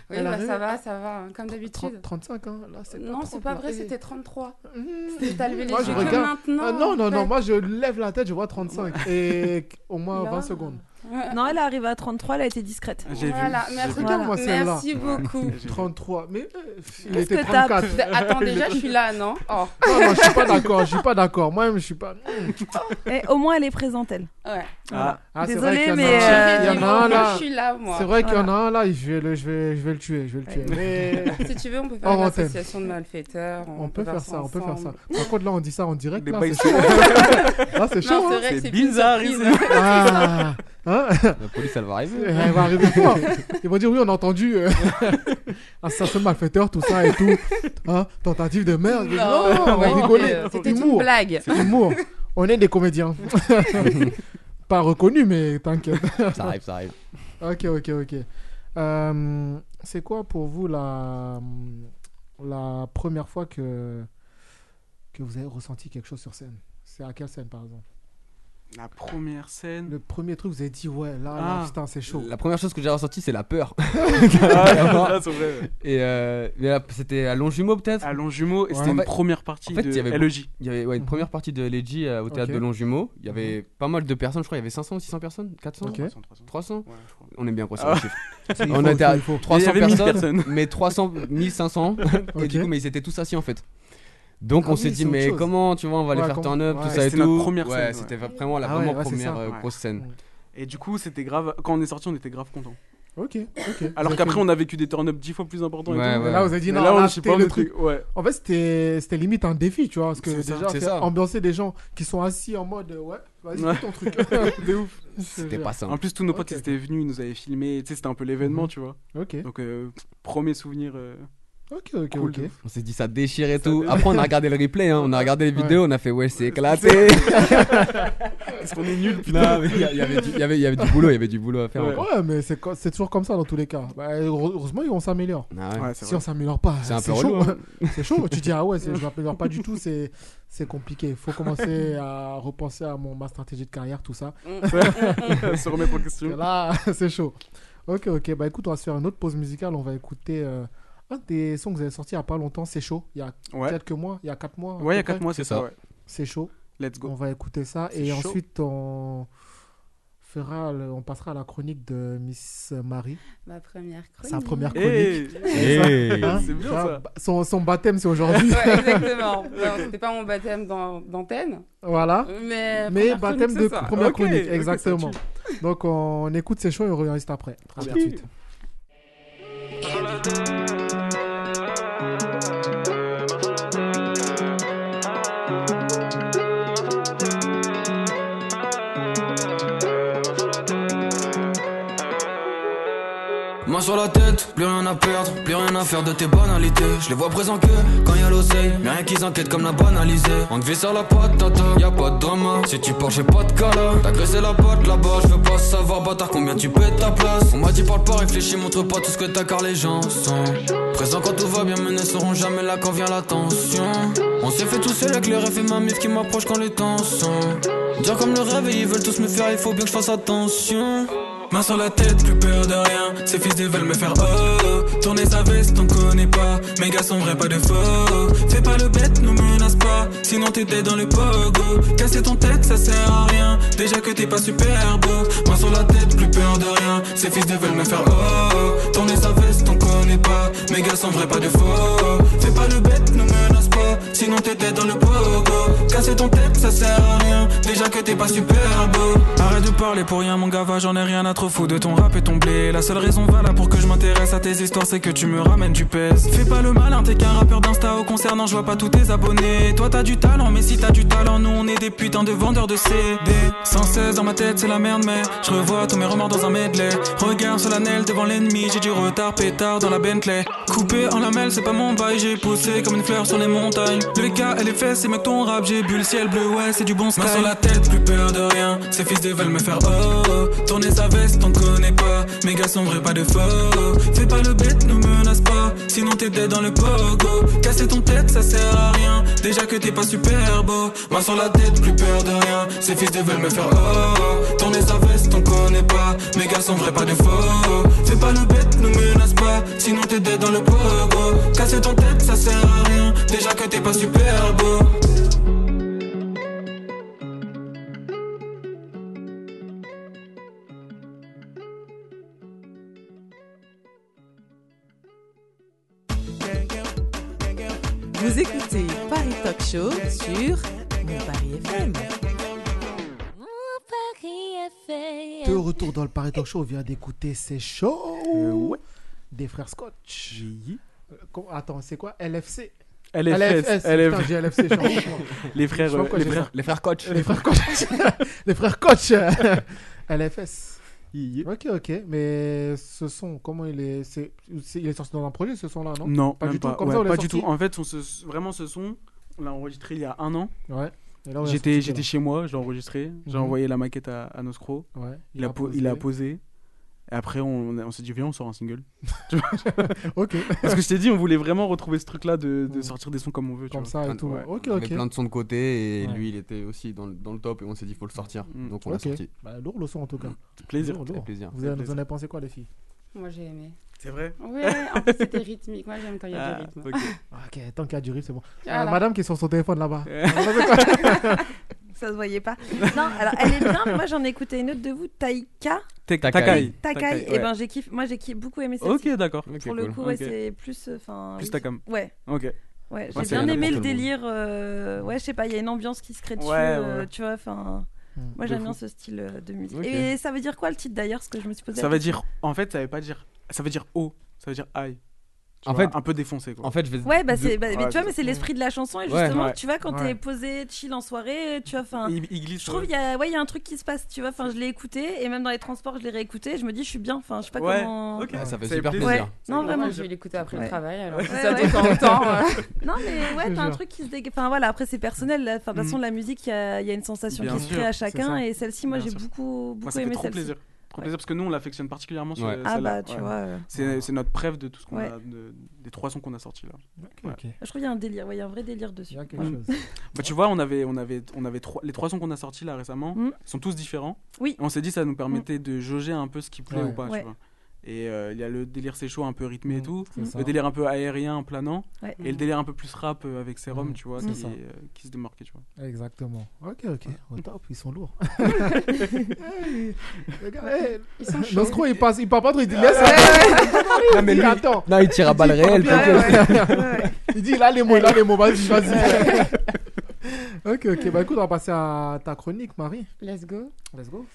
Oui,
Elle
bah,
arrive.
ça va, ça va, hein, comme d'habitude.
35 ans, hein. là, c'est
Non, c'est
trop
pas
plat.
vrai,
Et-
c'était 33.
Mmh.
*laughs* T'as levé les
Moi,
yeux
je
que
regarde.
maintenant.
Ah, non, non,
en
non,
fait.
moi je lève la tête, je vois 35 et au moins 20
Là.
secondes.
Ouais.
Non, elle est arrivée à 33, elle a été discrète. *laughs*
J'ai vu.
Voilà,
j'ai
merci
vu.
Regarde-moi
beaucoup.
celle-là.
Merci
Ouais.
beaucoup.
J'ai vu.
33, mais euh, il
Qu'est-ce
était
que t'as
34.
Mais
*laughs*
Attends, déjà, je suis là, non Oh,
Non, non, je suis pas
*laughs*
d'accord, je suis pas d'accord. Moi-même, je suis pas.
Et au moins, elle est présente, elle.
ouais.
Ah,
Ah, c'est
Désolée,
vrai qu'il y en a-
mais,
J'ai
euh,
il
fait
y
des
en a un
mots,
Ah, là.
Je suis là, moi.
C'est vrai qu'il y en a un là, je vais le, je vais, je vais le tuer, je vais le tuer.
*laughs*
Mais
Si tu veux, on peut
Hors
faire une
antenne.
association de malfaiteurs.
on peut faire ça, on peut faire ça.
ensemble.
Par contre, là, on dit ça en direct.
des
Là,
bails-
*laughs* c'est chaud. Là, c'est chaud.
Non, c'est
hein.
vrai que
C'est
c'est plus une
bizarre,
surprise.
Ah, Hein
*laughs* La police, elle va arriver.
Elle va arriver fort. Ils vont dire oui, on a
*laughs*
entendu *laughs* euh, assassin de malfaiteur, tout ça et tout. Hein, tentative de merde.
Non,
on va
non,
rigoler.
euh, c'était une
Humour.
blague. C'est-
Humour. On est des
*laughs*
comédiens. Pas reconnus, mais t'inquiète.
Ça arrive, ça arrive.
Ok, ok, ok. Euh, c'est quoi pour vous la, la première fois que, que vous avez ressenti quelque chose sur scène C'est à quelle scène, par exemple
La première scène.
Le premier truc, vous avez dit, ouais, là, là
Ah.
putain, c'est chaud.
La première chose que j'ai ressentie, c'est la
*laughs*
peur. *laughs*
Ah, là, c'est vrai, ouais.
Et euh, mais là, c'était à Longjumeau peut-être
À Longjumeau, et c'était une première partie de E LEJ.
Il y avait ouais, une première partie de LEJ euh, au théâtre
Mhm. Ok. Mhm.
de Longjumeau. Il y avait pas mal de personnes, je crois, il y avait 500 ou 600 personnes 400
Ok.
300, 300 On est bien conscient
Ah.
des chiffres.
*laughs* C'est- il
On
faut,
était
c'est-
à
il faut.
300
Il y avait 1000
personnes,
personnes.
*laughs* mais 300,
*laughs*
1500. Et du coup, mais ils étaient tous assis en fait. Donc
Ah
on
oui,
s'est
c'est
dit,
autre
mais
chose.
comment tu vois, on va les
Ouais,
faire
com-
turn up,
ouais.
tout ça et
C'était notre
tout.
première
Ouais,
scène, ouais.
C'était vraiment la
Ah ouais,
vraiment
ouais, c'est
première
ça.
euh,
Ouais.
grosse scène.
Et du coup, c'était grave. Quand on est sorti, on était grave content.
Ok, ok.
Alors
Vous
qu'après,
avez
on a vécu des turn-up 10 fois plus importants. et
Ouais,
tout.
ouais.
Là, vous avez dit
Mais
non,
là, on
là,
je sais
c'était
pas,
le
on était-
truc.
Ouais.
En fait, c'était c'était limite un défi, tu vois, parce que
C'est ça,
déjà,
c'est
faire
ça.
ambiancer des gens qui sont assis en mode, euh, ouais, vas-y,
Ouais.
fais ton truc. *laughs*
De ouf.
Je te jure.
En plus, tous nos potes ils étaient venus, ils nous avaient filmé. Tu sais, c'était un peu l'événement,
Mhm.
tu vois.
Ok.
Donc, euh, premier souvenir. euh,
Ok, ok,
cool
ok.
de
On s'est dit ça déchire et tout.
déchire.
Après *laughs* on a regardé le replay, hein, on a regardé les
Ouais.
vidéos, on a fait ouais c'est éclaté.
Parce qu'on est nuls, putain.
Non, mais *laughs* il y a- il y avait du- il y avait- il y avait du boulot, il y avait du boulot à faire,
Ouais,
encore.
mais c'est co- c'est toujours comme ça dans tous les cas. Bah, heure- heureusement, on s'améliore.
Ah ouais. Ouais, c'est
si
*laughs*
vrai.
on s'améliore pas,
C'est un
c'est
peu
chaud.
relou, hein.
*laughs* c'est chaud. Tu dis, ah ouais, c'est- je m'améliore pas du tout, c'est c'est compliqué. Il faut commencer à repenser à mon, ma stratégie de carrière, tout ça.
Se remettre en question.
Et Là, *laughs* c'est chaud. Ok, ok. Bah écoute, on va se faire une autre pause musicale. On va écouter euh, un des sons que vous avez sorti il y a pas longtemps. C'est chaud. Il y a
Ouais.
quelques mois, il y a 4 mois. à
Ouais, il y a
peu près.
quatre mois, c'est ça, ouais.
C'est chaud.
Let's go.
On va écouter ça
C'est
et
chaud.
ensuite on fera, le- on passera à la chronique de Miss Marie.
Ma première chronique.
Sa première chronique.
Hey. Hey. Eh, C'est bien,
Ah,
ça.
bah, Son, son baptême c'est
*laughs*
aujourd'hui.
Ouais, exactement. Non, c'était pas mon baptême d'an- d'antenne.
Voilà.
Mais,
Mais
première
baptême
chronique
de
ce soir.
première
Ok,
chronique,
ok,
exactement.
ça
Donc on écoute ces choses et on revient juste après. À
bien.
tout de suite.
Main sur la tête, plus rien à perdre, plus rien à faire de tes banalités. Je les vois présents que quand y'a l'oseille, mais rien qu'ils inquiètent comme la banalisée. On te vit sur la patte, tata, y'a pas de drama. Si tu pars, j'ai pas de cala. T'as graissé la patte là-bas, je veux pas savoir, bâtard, combien tu pètes ta place. On m'a dit, parle pas, réfléchis, montre pas tout ce que t'as car les gens sont. Présents quand tout va bien, mais ne seront jamais là quand vient la tension. On s'est fait tout seul avec les rêves et ma mif qui m'approche quand les temps sont. Dire comme le rêve et ils veulent tous me faire, il faut bien que je fasse attention. Main sur la tête, plus peur de rien. Ces fils de veulent me faire oh, oh. Tourner sa veste, t'en connais pas. Mes gars sont vrais, pas de faux. Fais pas le bête, nous menace pas. Sinon t'étais dans le pogo. Casser ton tête, ça sert à rien. Déjà que t'es pas super beau. Main sur la tête, plus peur de rien. Ces fils de veulent me faire oh, oh. Tourner sa veste, t'en connais pas. Mes gars sont vrais, pas de faux. Fais pas le bête, nous menace pas. Sinon t'étais dans le pogo. Casser ton tête, ça sert à rien. Déjà que t'es pas super beau. Arrête de parler pour rien, mon gava, j'en ai rien à trop foutre de ton rap et ton blé. La seule raison valable pour que je m'intéresse à tes histoires, c'est que tu me ramènes du pèse. Fais pas le malin, t'es qu'un rappeur d'insta au concernant, je vois pas tous tes abonnés. Toi t'as du talent, mais si t'as du talent, nous on est des putains de vendeurs de CD. Sans cesse dans ma tête, c'est la merde, mais je revois tous mes remords dans un medley. Regard solennel devant l'ennemi, j'ai du retard, pétard dans la Bentley. Coupé en lamelles, c'est pas mon bail, j'ai poussé comme une fleur sur les montagnes. Le cas, elle est fesses, c'est mec ton rap, j'ai bu le ciel bleu, ouais, c'est du bon style. Main sur la tête, plus peur de rien, ces fils de veulent me faire oh, oh. Tourner sa veste, t'en connais pas, mes gars sont vrais, pas de faux. Fais pas le bête, nous menace pas, sinon t'es dead dans le pogo. Casser ton tête, ça sert à rien, déjà que t'es pas super beau. Main sur la tête, plus peur de rien, ces fils de veulent me faire oh, oh. Tourner sa veste, t'en connais pas, mes gars sont vrais, pas de faux. Fais pas le bête, nous menace pas, sinon t'es dead dans le pogo. Casser ton tête, ça sert à rien, déjà que t'es pas super beau.
Vous écoutez Paris Talk Show sur Mon Paris FM.
De retour dans le Paris Talk Show, on vient d'écouter C'est chaud
Euh,
des frères Scotch. Euh, com- Attends, c'est quoi LFC
LFS,
Putain, j'ai LFC, je suis en
*laughs*
Les
retard.
frères,
Je sais pas pourquoi
les
j'ai Euh,
frères-
ça. *laughs*
les frères Koch.
*laughs*
Les frères Coach. les frères Coach. LFS.
Il y est.
Ok, ok. Mais ce son, comment il est, c'est- c'est- Il est sorti dans un projet ce son-là,
Mm.
non
Non,
pas
même
du tout.
pas.
Comme
Ouais,
ça, on l'a
pas du
sorti
tout. En fait, on se- vraiment ce son, on l'a enregistré il y a un an.
Ah Ouais. Et là, on l'a
J'étais
sorti,
j'étais
là.
chez moi, j'ai enregistré, j'ai
Mhm.
envoyé la maquette à, à Noscro.
Ouais,
il, a po- il a posé. Et après, on, on s'est dit, viens, on sort
*laughs*
un single. Tu vois
*laughs*
Ok. *laughs*
Parce que je t'ai dit, on voulait vraiment retrouver ce truc-là de, de sortir des sons comme on veut. tu
Mhm. Comme
vois.
ça et tout.
Ouais.
Ok,
on
ok.
avait plein de sons de côté et
Ouais.
lui il était aussi dans le, dans le top et on s'est dit faut le sortir.
Mm.
Donc on l'a
Ok.
sorti.
Bah, lourd le son en tout cas.
Plaisir.
Lourd,
Avec
lourd.
plaisir.
Vous, avez- vous en avez pensé quoi, les filles
Moi j'ai aimé.
C'est vrai
Ouais, en plus c'était rythmique. Moi j'aime quand il y a
Ah,
du rythme.
*laughs* Ok, tant qu'il Ah, y a du rythme, c'est bon. Euh,
Voilà.
madame qui est sur son téléphone là-bas.
*laughs*
Ça se voyait pas. Non, alors elle est bien, mais moi j'en ai écouté une autre de vous, Taika.
Tek- Takai.
eh
Takai,
Takai,
et ben
ouais.
j'ai kiffé. Moi j'ai kiffé- beaucoup aimé celle-ci.
Ok, d'accord.
Pour le coup, ouais, c'est plus. euh, 'fin,
Plus
oui.
ta cam.
Ouais.
Ok.
Ouais,
Ouais,
j'ai
c'est
bien
la
aimé
même
le
chose.
délire. euh, Ouais, je sais pas, il y a une ambiance qui se crée dessus.
Ouais,
euh,
ouais. Mm.
Tu vois, enfin. Moi
De
j'aime
fou.
bien ce style euh, de musique.
Ok.
Et ça veut dire quoi le titre d'ailleurs Parce que je me suis posé. la
Ça veut
question.
dire. En fait, ça veut pas dire. Ça veut dire haut. Ça veut dire high. Tu
En
vois,
fait-
un peu défoncé quoi.
en fait, je vais-
Ouais, bah, c'est, bah, mais
Ouais,
tu vois, mais
ça.
c'est l'esprit de la chanson. Et
Ouais.
justement,
Ouais.
tu vois, quand
Ouais.
t'es posé, chill en soirée, tu vois, enfin.
Il- il glisse,
Je trouve,
ouais.
il y a- ouais, il y a un truc qui se passe, tu vois. Enfin, je l'ai écouté, et même dans les transports, je l'ai réécouté. Je me dis, je suis bien, enfin, je sais pas
Ouais.
comment.
Ok. Ça fait
Ouais.
super plaisir.
Ouais.
Ça fait
Non,
plaisir.
vraiment.
Je vais l'écouter après le
Ouais.
travail, alors.
Ouais,
Si ça
ouais.
dure en même temps, euh.
*laughs* Non, mais ouais,
Je
t'as un
jure.
truc qui se dégage. Enfin, voilà, après, c'est personnel. là. Enfin, de toute façon, la musique, il y, a il y a une sensation
Mm. Bien
qui se
sûr,
crée à
c'est
chacun,
ça.
et celle-ci, moi,
Bien
j'ai
sûr.
beaucoup,
Moi,
beaucoup
ça fait
aimé
trop
celle-ci.
plaisir. Trop plaisir parce que nous on l'affectionne particulièrement sur
Ouais.
euh,
Ah
celle-là.
bah, tu vois, euh.
C'est c'est notre preuve de tout ce qu'on
Ouais.
a de- des trois sons qu'on a sortis là. Bah, Ouais.
ok.
Je trouve qu'il y a un délire, ouais, il y a un vrai délire dessus. Ouais.
Mm. Bah, tu vois, on avait, on avait, on avait trois, les trois sons qu'on a sortis là récemment
Mm.
sont tous différents.
Oui. Hmm.
On s'est dit ça nous permettait de jauger un peu ce qui plaît
Ouais.
ou pas. tu
Ouais. Hmm.
vois. Et euh, il y a le délire c'est chaud un peu rythmé et tout,
c'est
le
ça.
délire un peu aérien, planant,
Ouais. Hmm.
et le délire un peu plus rap euh, avec Serum,
Mm.
tu vois,
C'est
qui,
ça.
est, euh, qui se démarquait, tu vois.
Exactement. Ok, ok. Au top, ils sont *laughs* lourds.
Ils sont chauds.
L'oscro, il passe, il parle pas trop, il dit laisse.
Non, mais
Il dit,
lui-
attends.
non, il tire à
dit,
balles réelles,
parle bien.
t'inquiète.
Ouais, ouais. *laughs* Il dit, là les mots, là les mots, vas-y, vas-y. *laughs* Ok, ok. Bah écoute, on va passer à ta chronique, Marie.
Let's go.
Let's go.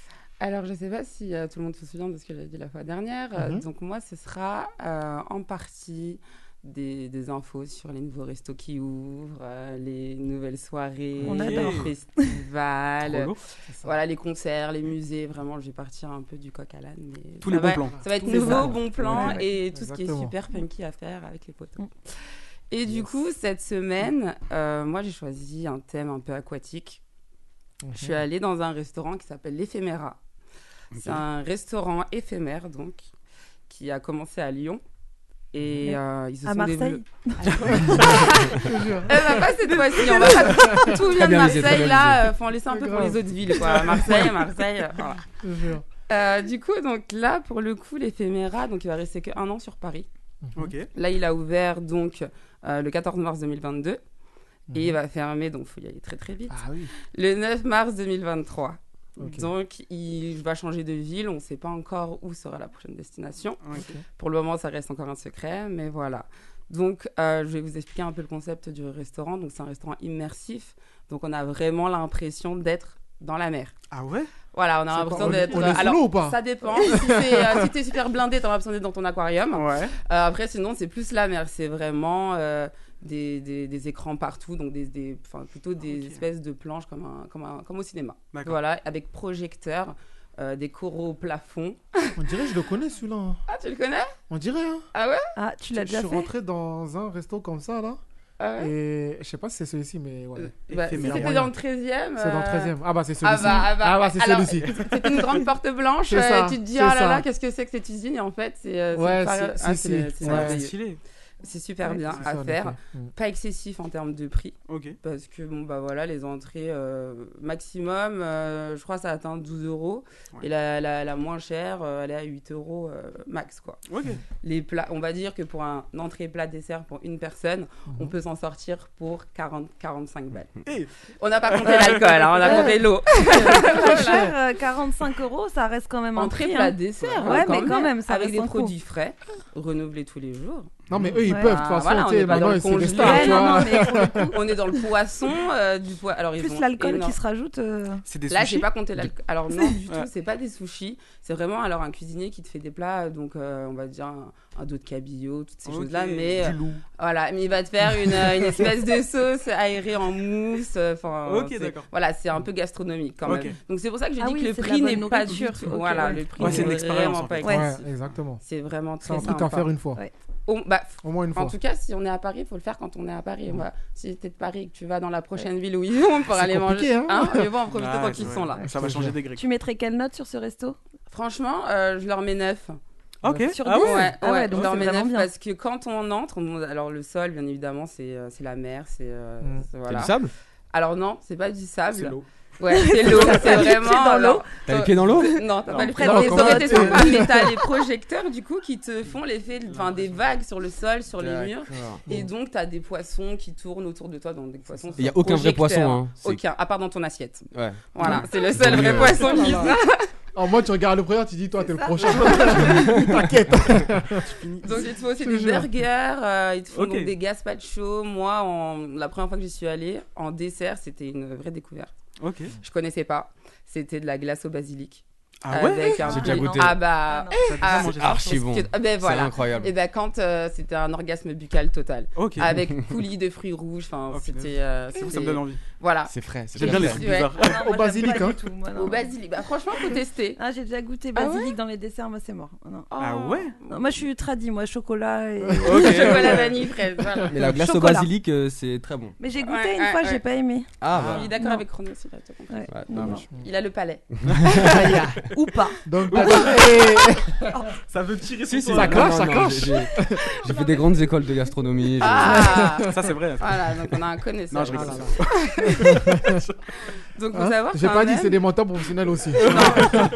Alors, je sais pas si euh, tout le monde se souvient de ce que j'avais dit la fois dernière. Euh,
Mhm.
donc, moi, ce sera euh, en partie des, des infos sur les nouveaux restos qui ouvrent, euh, les nouvelles soirées,
On adore.
*laughs*
les
Trop
festivals,
lourd.
voilà, les concerts, les musées. Vraiment, je vais partir un peu du coq à l'âne. mais
Tous
ça
les bons
va-
plans.
Ça va être
C'est
nouveau,
ça.
bon plan
Ouais, ouais.
et tout ce qui est
Exactement. Mm.
super funky à faire avec les potos. Et du coup, cette semaine, euh, moi, j'ai choisi un thème un peu aquatique.
Mhm.
Je suis allée dans un restaurant qui s'appelle l'Éphéméra. C'est
Ok.
un restaurant éphémère, donc, qui a commencé à Lyon. Et
Mhm.
euh, ils se
À
sont
Marseille
développés.
te
*laughs*
jure.
Elle va pas cette fois-ci. On va pas... Tout
Très
vient de
bien visé, très bien
Marseille, là.
visé.
euh, faut en laisser un
C'est
peu pour
grave.
les autres villes, quoi. Marseille,
*laughs*
Marseille, euh, voilà.
Je te jure.
Euh, du coup, donc là, pour le coup, l'éphéméra, donc il va rester que un an sur Paris.
Ok.
Là, il a ouvert donc euh, le 14 mars 2022 et
Mhm.
il va fermer, donc faut y aller très très vite.
Ah
Le 9 mars 2023.
Ok.
Donc, il va changer de ville. On ne sait pas encore où sera la prochaine destination.
Ok.
Pour le moment, ça reste encore un secret, mais voilà. Donc, euh, je vais vous expliquer un peu le concept du restaurant. Donc, c'est un restaurant immersif. Donc, on a vraiment l'impression d'être dans la mer.
Ah ouais
Voilà, on
C'est
a l'impression
quoi, on est-
d'être. euh,
on est sous
alors,
l'eau ou
Ah.
pas
ça dépend. si t'es euh, si t'es super blindé, t'as l'impression d'être dans ton aquarium.
Ouais.
Euh, après, sinon, c'est plus la mer. C'est vraiment euh, des, des- des écrans partout, donc des, des- enfin, plutôt des espèces de planches comme, un- comme, un- comme au cinéma.
D'accord.
Voilà, avec projecteurs, euh, des coraux au plafond.
On dirait que je le connais celui-là. hein.
Ah, tu le connais
On dirait, hein.
Ah ouais
Ah, tu l'as
Je
déjà
suis
fait
rentré dans un resto comme ça, là.
Ah
Euh,
ouais
Et je sais pas si c'est celui-ci, mais ouais.
Bah, si c'était dans le 13e.
euh, C'est dans le
euh,
13e. Ah bah, c'est celui-ci.
bah, ah bah,
Ah bah, c'est
alors,
celui-ci.
C'était une grande porte
*laughs*
blanche.
C'est
euh,
ça,
et tu te dis,
c'est
ah là
ça.
là, qu'est-ce que c'est que cette usine Et en fait, c'est. euh, c'est
Ouais,
une période-
si,
ah,
si,
c'est le-
si.
c'est
Ouais.
merveilleux.
C'est stylé.
C'est super
Ouais,
bien
c'est
à
ça, en
faire.
effet. Mm.
Pas excessif en termes de prix. Parce que, bon, bah voilà, les entrées euh, maximum, euh, je crois, ça atteint 12 euros. Et la, la, la moins chère, euh, elle est à 8 euros euh, max, quoi.
Ok.
Les plats, on va dire que pour un entrée, plat, dessert pour une personne, on
Mhm.
peut s'en sortir pour 40-45 balles.
Eh.
On n'a pas compté l'alcool, hein, on a compté l'eau.
Très cher, euh, 45 euros, ça reste quand même un
Entrée,
prix.
plat,
hein.
dessert.
Ouais,
hein,
mais quand même, ça
Avec
reste
des
un coup.
produits frais, renouvelés tous les jours.
Non, mais eux, ils peuvent, de toute façon, tu sais, là-bas, c'est des stars, tu vois.
on est dans le poisson, euh, du poisson. Alors, ils
Plus
ont
l'alcool qui
énorme-
se rajoute. euh,
C'est des
Là,
sushis
j'ai pas compté l'alcool. Alors non, du tout,
Ouais.
c'est pas des sushis. C'est vraiment alors un cuisinier qui te fait des plats, donc euh, on va dire un, un dos de cabillaud, toutes ces
Ok,
choses-là. Mais
du
euh,
loup.
voilà, mais il va te faire une, euh, une espèce de sauce aérée en mousse. euh, Enfin,
Ok,
c'est-
d'accord.
Voilà, c'est un peu gastronomique quand
Ok.
même. Donc c'est pour ça que je
Ah
dis
oui,
que le
c'est de la
prix
bonne
n'est pas du
nourriture.
tout.
Ok,
voilà,
ouais.
le prix
Ouais, c'est une
n'est
expérience,
vraiment
en
pas
fait. Ouais,
accessible.
exactement.
C'est vraiment très
C'est un truc à
sympa.
faire une fois. Ouais.
Au, bah,
Au moins une
En
fois.
tout cas, si on est à Paris, il faut le faire quand on est à Paris. Voilà. Si t'es de Paris et que tu vas dans la prochaine ville où ils sont pour
C'est
aller
compliqué,
manger,
hein.
mais bon, en profiter
Ah,
tant
c'est
qu'ils
vrai.
sont là.
Ça va changer des grecs.
Tu mettrais quelle note sur ce resto
Franchement, euh, je leur mets 9.
Ok.
Sur
Ah
dix.
ouais.
ouais,
Ah ouais,
ouais,
donc
je leur
c'est
mets
vraiment
9
bien.
parce que quand on entre, on- alors le sol, bien évidemment, c'est euh, c'est la mer, c'est euh,
Mm.
c'est-
C'est
voilà.
du sable
Alors non, Ah, c'est pas du sable.
C'est l'eau.
Ouais, c'est
*laughs*
l'eau,
T'as
c'est
les pieds
vraiment.
dans
alors-
l'eau T'as les pieds dans l'eau
Non, t'as
Non.
pas les pieds
Non,
dans l'eau. Ça
comment
aurait été
t'es- *laughs*
sympa, mais t'as les projecteurs du coup qui te font l'effet, de- enfin des vagues sur le sol, sur les murs,
D'accord.
et donc t'as des poissons qui tournent autour de toi, donc des poissons.
Mm. Il y a
sur
aucun vrai
projecteur.
poisson, hein. C'est-
Aucun, à part dans ton assiette.
Ouais.
Voilà,
Ouais.
c'est le seul
Tant
vrai
mieux.
poisson qui
Voilà. En mode, tu regardes le premier, tu dis, toi, t'es le prochain. *laughs* T'inquiète.
Donc ils te font aussi
Je
des
jure.
burgers, euh, ils te font
Ok.
donc des gazpachos. Moi, en- la première fois que j'y suis allée, en dessert, c'était une vraie découverte.
Ok.
Je connaissais pas. C'était de la glace au basilic.
Ah ouais
Avec un
J'ai déjà
brillant-
goûté.
Ah bah,
Ah non. Ça,
ah,
déjà mangé ça. Archi bon.
Ah ben
C'est
voilà.
incroyable.
Et ben quand euh, c'était un orgasme buccal total.
Ok.
Avec coulis de fruits rouges. Enfin, c'était. euh,
Ça me
c'était-
donne envie.
Voilà.
C'est frais, c'est
J'aime bien les trucs
Ouais.
bizarres.
Ah,
moi,
Au
j'aime
basilic,
pas
hein.
du tout, moi, non.
Au basilic. Bah, franchement, faut tester.
Ah, j'ai déjà goûté
Ah ouais
basilic dans les desserts, moi c'est mort. Non.
Ah ouais
Non,
*laughs*
Moi je suis tradie, moi chocolat et.
Chocolat, vanille, fraise. voilà.
Mais la glace
Chocolat.
au basilic, euh, c'est très bon.
Mais j'ai goûté
Ouais,
une
ouais,
fois,
ouais.
j'ai pas aimé.
Ah, voilà.
Il est d'accord
Non.
avec Chrono, c'est vrai, t'as compris.
Ouais,
Ouais,
non, non.
dommage.
Il a le palais.
*laughs* Ou pas.
Donc,
t'as-
*laughs* hein,
Ça veut tirer
Si,
sur
si,
toi.
non, non, non, j'ai- J'ai j'ai fait des grandes écoles de gastronomie. je-
Ah
Ça, c'est vrai.
Voilà, donc on a un connaisseur.
Non, je rigole.
Voilà. donc, faut
Hein
savoir.
J'ai
quand
pas dit,
même-
c'est des mentors professionnels aussi.
*laughs* Non.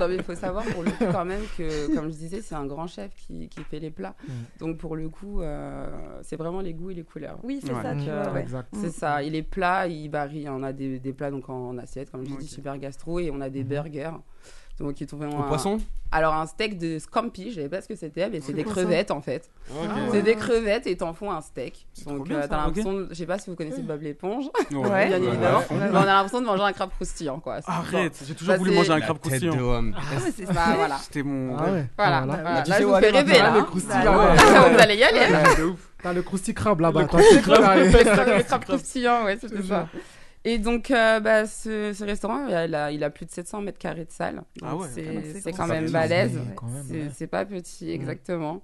Non, mais il faut savoir pour le coup, quand même, que, comme je disais, c'est un grand chef qui, qui fait les plats.
Mm.
Donc, pour le coup, euh, c'est vraiment les goûts et les couleurs.
Oui, c'est Ouais. ça, tu
Donc,
vois, ouais. Exact.
C'est
Mm.
ça. Et les plats, ils varient. On a des, des plats donc, en, en assiette, comme je dis, super gastro, et on a des burgers. Donc, ils trouvent
Mm-hmm. Au poisson
alors un steak de scampi, je savais pas ce que c'était, mais c'est
C'est
des
quoi
crevettes
ça
en fait.
Ok.
C'est des crevettes et t'en font un steak.
Ah. trop
Donc
bien,
euh,
ça,
t'as
ok.
l'impression, de- je sais pas si vous connaissez Bob l'éponge,
Ouais.
bien
Ouais.
évidemment,
Ouais.
mais on a l'impression de manger un crabe croustillant quoi. C'est-
Arrête,
enfin,
j'ai toujours
ça,
voulu
Bah, c'est-
manger un
La
crabe
tête
croustillant.
de homme.
Ah ouais, c'est- bah, voilà.
C'était mon.
Ah ouais.
Voilà, hein.
Voilà.
voilà.
Tu
là
sais
je
où
vous
aller
fais rêver
maintenant,
là.
le croustillant, là.
*laughs* Vous allez y aller.
Ouais,
hein.
de ouf. T'as le crousty crabe là-bas.
Le
t'as le
croustillant,
crousty
le
crabe.
croustillant, le crabe croustillant, ouais, c'était ça. Et donc, euh, bah, ce, ce restaurant, il a- il a, il a plus de 700 mètres carrés de salle.
Ah
Donc
ouais,
c'est-
quand même, c'est
c'est
grand.
quand
Ça
même
fait
balèze.
énorme. Ouais, quand même,
C'est-
ouais.
C'est pas petit,
Ouais.
exactement.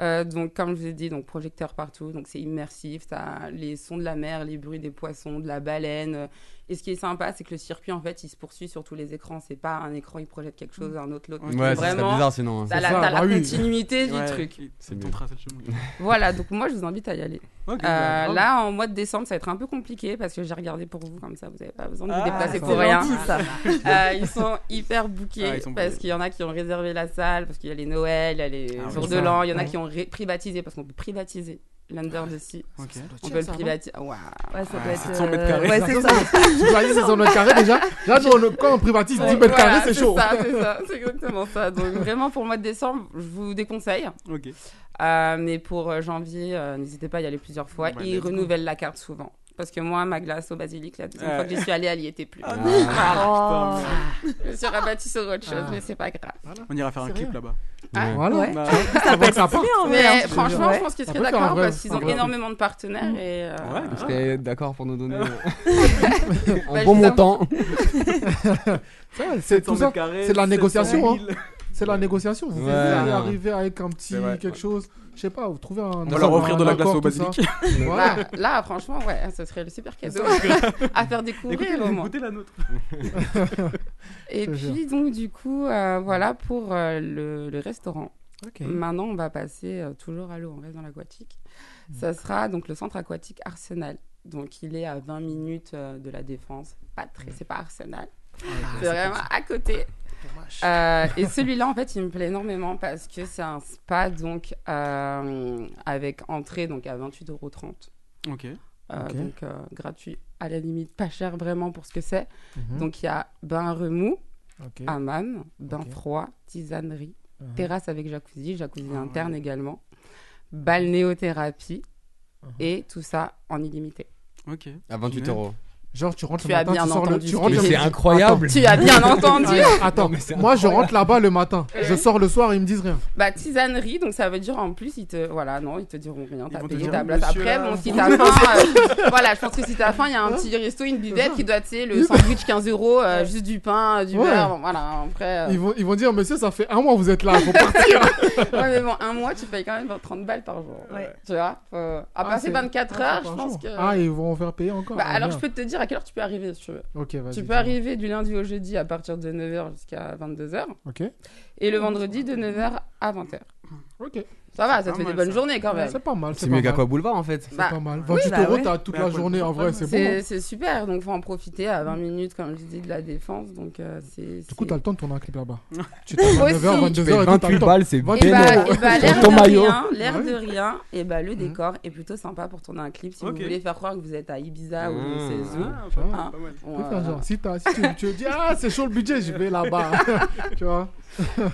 Euh, donc, comme je vous ai dit, donc projecteur partout, donc c'est immersif. T'as les sons de la mer, les bruits des poissons, de la baleine. Et ce qui est sympa, c'est que le circuit, en fait, il se poursuit sur tous les écrans. C'est pas un écran, il projette quelque chose, un autre, l'autre.
Ouais,
Donc,
ça serait
vraiment,
bizarre sinon, hein.
T'as
C'est
la,
ça,
t'as
bah
la
oui.
continuité
Ouais,
du truc.
ils- ils t'ont tracé *laughs* le chemin.
Voilà, donc moi je vous invite à y aller.
Ok,
Euh,
bah, grave.
là en mois de décembre ça va être un peu compliqué parce que j'ai regardé pour vous comme ça, vous n'avez pas besoin de vous
Ah, *laughs*
déplacer
c'est
pour rien.
gentil, ça.
Euh, ils sont hyper bookés
Ah, ils sont
parce
bookés.
qu'il y en a qui ont réservé la salle, parce qu'il y a les Noël, il y a les
Ah,
jours
oui,
de
ça.
l'an, il y en a
Ouais.
qui ont ré- privatisé parce qu'on peut privatiser. L'Under the Sea.
Ok. Ça doit être
On
cher,
peut le
ça, non
privatiser. Waouh.
Ouais, ça doit être,
700 mètres
euh,
carrés.
ouais, c'est ça.
Tu dois aller 700 mètres carrés déjà. Là, nous, on- quand on privatise 10
Ouais,
mètres
voilà,
carrés, c'est chaud.
ça, c'est ça, c'est exactement ça. Donc vraiment pour le mois de décembre, je vous déconseille.
Ah, Ok.
Euh, mais pour euh, janvier, euh, n'hésitez pas à y aller plusieurs fois.
Ouais,
Et ils
let's go.
renouvellent la carte souvent. Parce que moi, ma glace au basilic, la deuxième
Ouais.
fois que j'y suis allée, elle y était plus.
Ah,
Voilà.
Oh.
putain,
Ah. Je me suis rabattue sur autre chose,
Ah.
mais c'est pas grave.
On ira faire un clip là-bas.
Ah,
Voilà.
ouais.
Bah,
*laughs*
Ça peut être sympa.
Oh,
Mais euh,
Ouais.
franchement, je pense qu'ils
Ça
seraient
peut faire un
d'accord
vrai-
parce qu'ils
un
ont
vrai
énormément de partenaires. Et, euh,
Ah,
Vous serez d'accord pour nous donner
*laughs* Bah,
un bon
Ah. justement.
montant
Ouais, C'est tout
700
ça.
mètres carrés,
C'est de la
700
négociation. hein.
000.
C'est de la négociation. Vous
Ouais,
devez arriver
non.
avec un petit
C'est vrai,
quelque chose. Je sais pas, vous trouvez un.
On va leur offrir de la glace au
basilic.
basilic.
Voilà.
Bah, là, franchement, ouais, ce serait le super cadeau *laughs* à faire découvrir
Écoutez,
au moins.
écoutez la nôtre.
Et
Je te
puis, donc, du coup, euh, voilà pour euh, le, le restaurant.
Ok.
Mm.
Maintenant, on va passer euh, toujours à l'eau, on reste dans l'aquatique. Ça sera donc le centre aquatique Arsenal. Donc, il est à 20 minutes euh, de la Défense. Pas très, c'est pas Arsenal. c'est
c'est
vraiment à côté. Euh, et celui-là, en fait, il me plaît énormément parce que c'est un spa donc euh, avec entrée donc à 28,30 euros.
Ok.
Euh,
Ok.
Donc euh, gratuit, à la limite pas cher vraiment pour ce que c'est.
Mhm.
Donc il y a bain à remous,
Mmh. Ok.
hammam, bain
Ok.
froid, tisanerie,
Mhm. Ah,
terrasse avec jacuzzi, jacuzzi interne également. balnéothérapie
Uh-huh.
et tout ça en illimité.
Ok.
À 28 euros.
Genre, tu rentres
Tu
le
as
matin,
bien
tu sors le.
entendu
Tu
ce
rentres
que
le-
j'ai dit.
Attends.
Attends. Tu as bien entendu.
Attends, moi je rentre là-bas le matin. Je sors le soir, ils me disent rien.
Bah, tisanerie, donc ça veut dire en plus, ils te. Voilà, non, ils te diront rien, t'as
vont te
payé
dire,
ta place.
monsieur,
Après,
là,
bon, si
vous-
t'as
*laughs*
faim. euh, voilà, je pense que si t'as faim, il y a un petit resto, une buvette qui doit, tu
*laughs*
sais, le sandwich 15 euros, euh, juste du pain, euh, du
Ouais.
beurre, bon, voilà, après. euh,
Ils vont, ils vont dire, monsieur, ça fait un mois que vous êtes là, faut partir.
ouais, mais bon, un mois, tu payes quand même 30 balles par jour. Tu vois faut- À passer
c'est-
24
ah,
heures,
c'est
je
par
pense
jour.
que.
Ah, ils vont en faire payer encore.
Bah,
Ah,
alors, je
merde.
peux te dire à quelle heure tu peux arriver si tu veux.
Ok, vas-y,
Tu peux
dis-moi.
arriver du lundi au jeudi à partir de 9h jusqu'à 22h.
Ok.
Et le vendredi de 9h à 20h.
Ok.
Ça va,
C'est pas
ça te fait des
mal,
bonnes
ça.
journées quand
Ouais,
même.
Ah, bah, c'est pas mal,
C'est mieux qu'à quoi boulevard en fait.
Bah,
pas mal.
oui,
28
bah
euros,
ouais.
t'as toute
Bah,
la journée, en vrai, c'est bon.
C'est c'est super, donc faut en profiter à 20 minutes, comme je dis, de la défense. Donc, euh, c'est.
Du coup, t'as le temps de tourner un clip là-bas. tu
Aussi.
t'arrives à 9h, 22h, et tout, t'as le temps.
Et
28
bah,
euros.
et bah, l'air
Sur ton
de
maillot.
rien, l'air
Ouais. Mmh.
de rien, et bah, le décor est plutôt sympa pour tourner un clip. Si vous voulez faire croire que vous êtes à Ibiza ou
Mmh.
Ah.
bah, c'est zoo,
Ah, pas mal,
hein,
pas mal. Tu
on,
peux faire
euh,
genre, si, t'as- si tu, tu dis, ah, c'est chaud le budget, je vais là-bas. *laughs* tu vois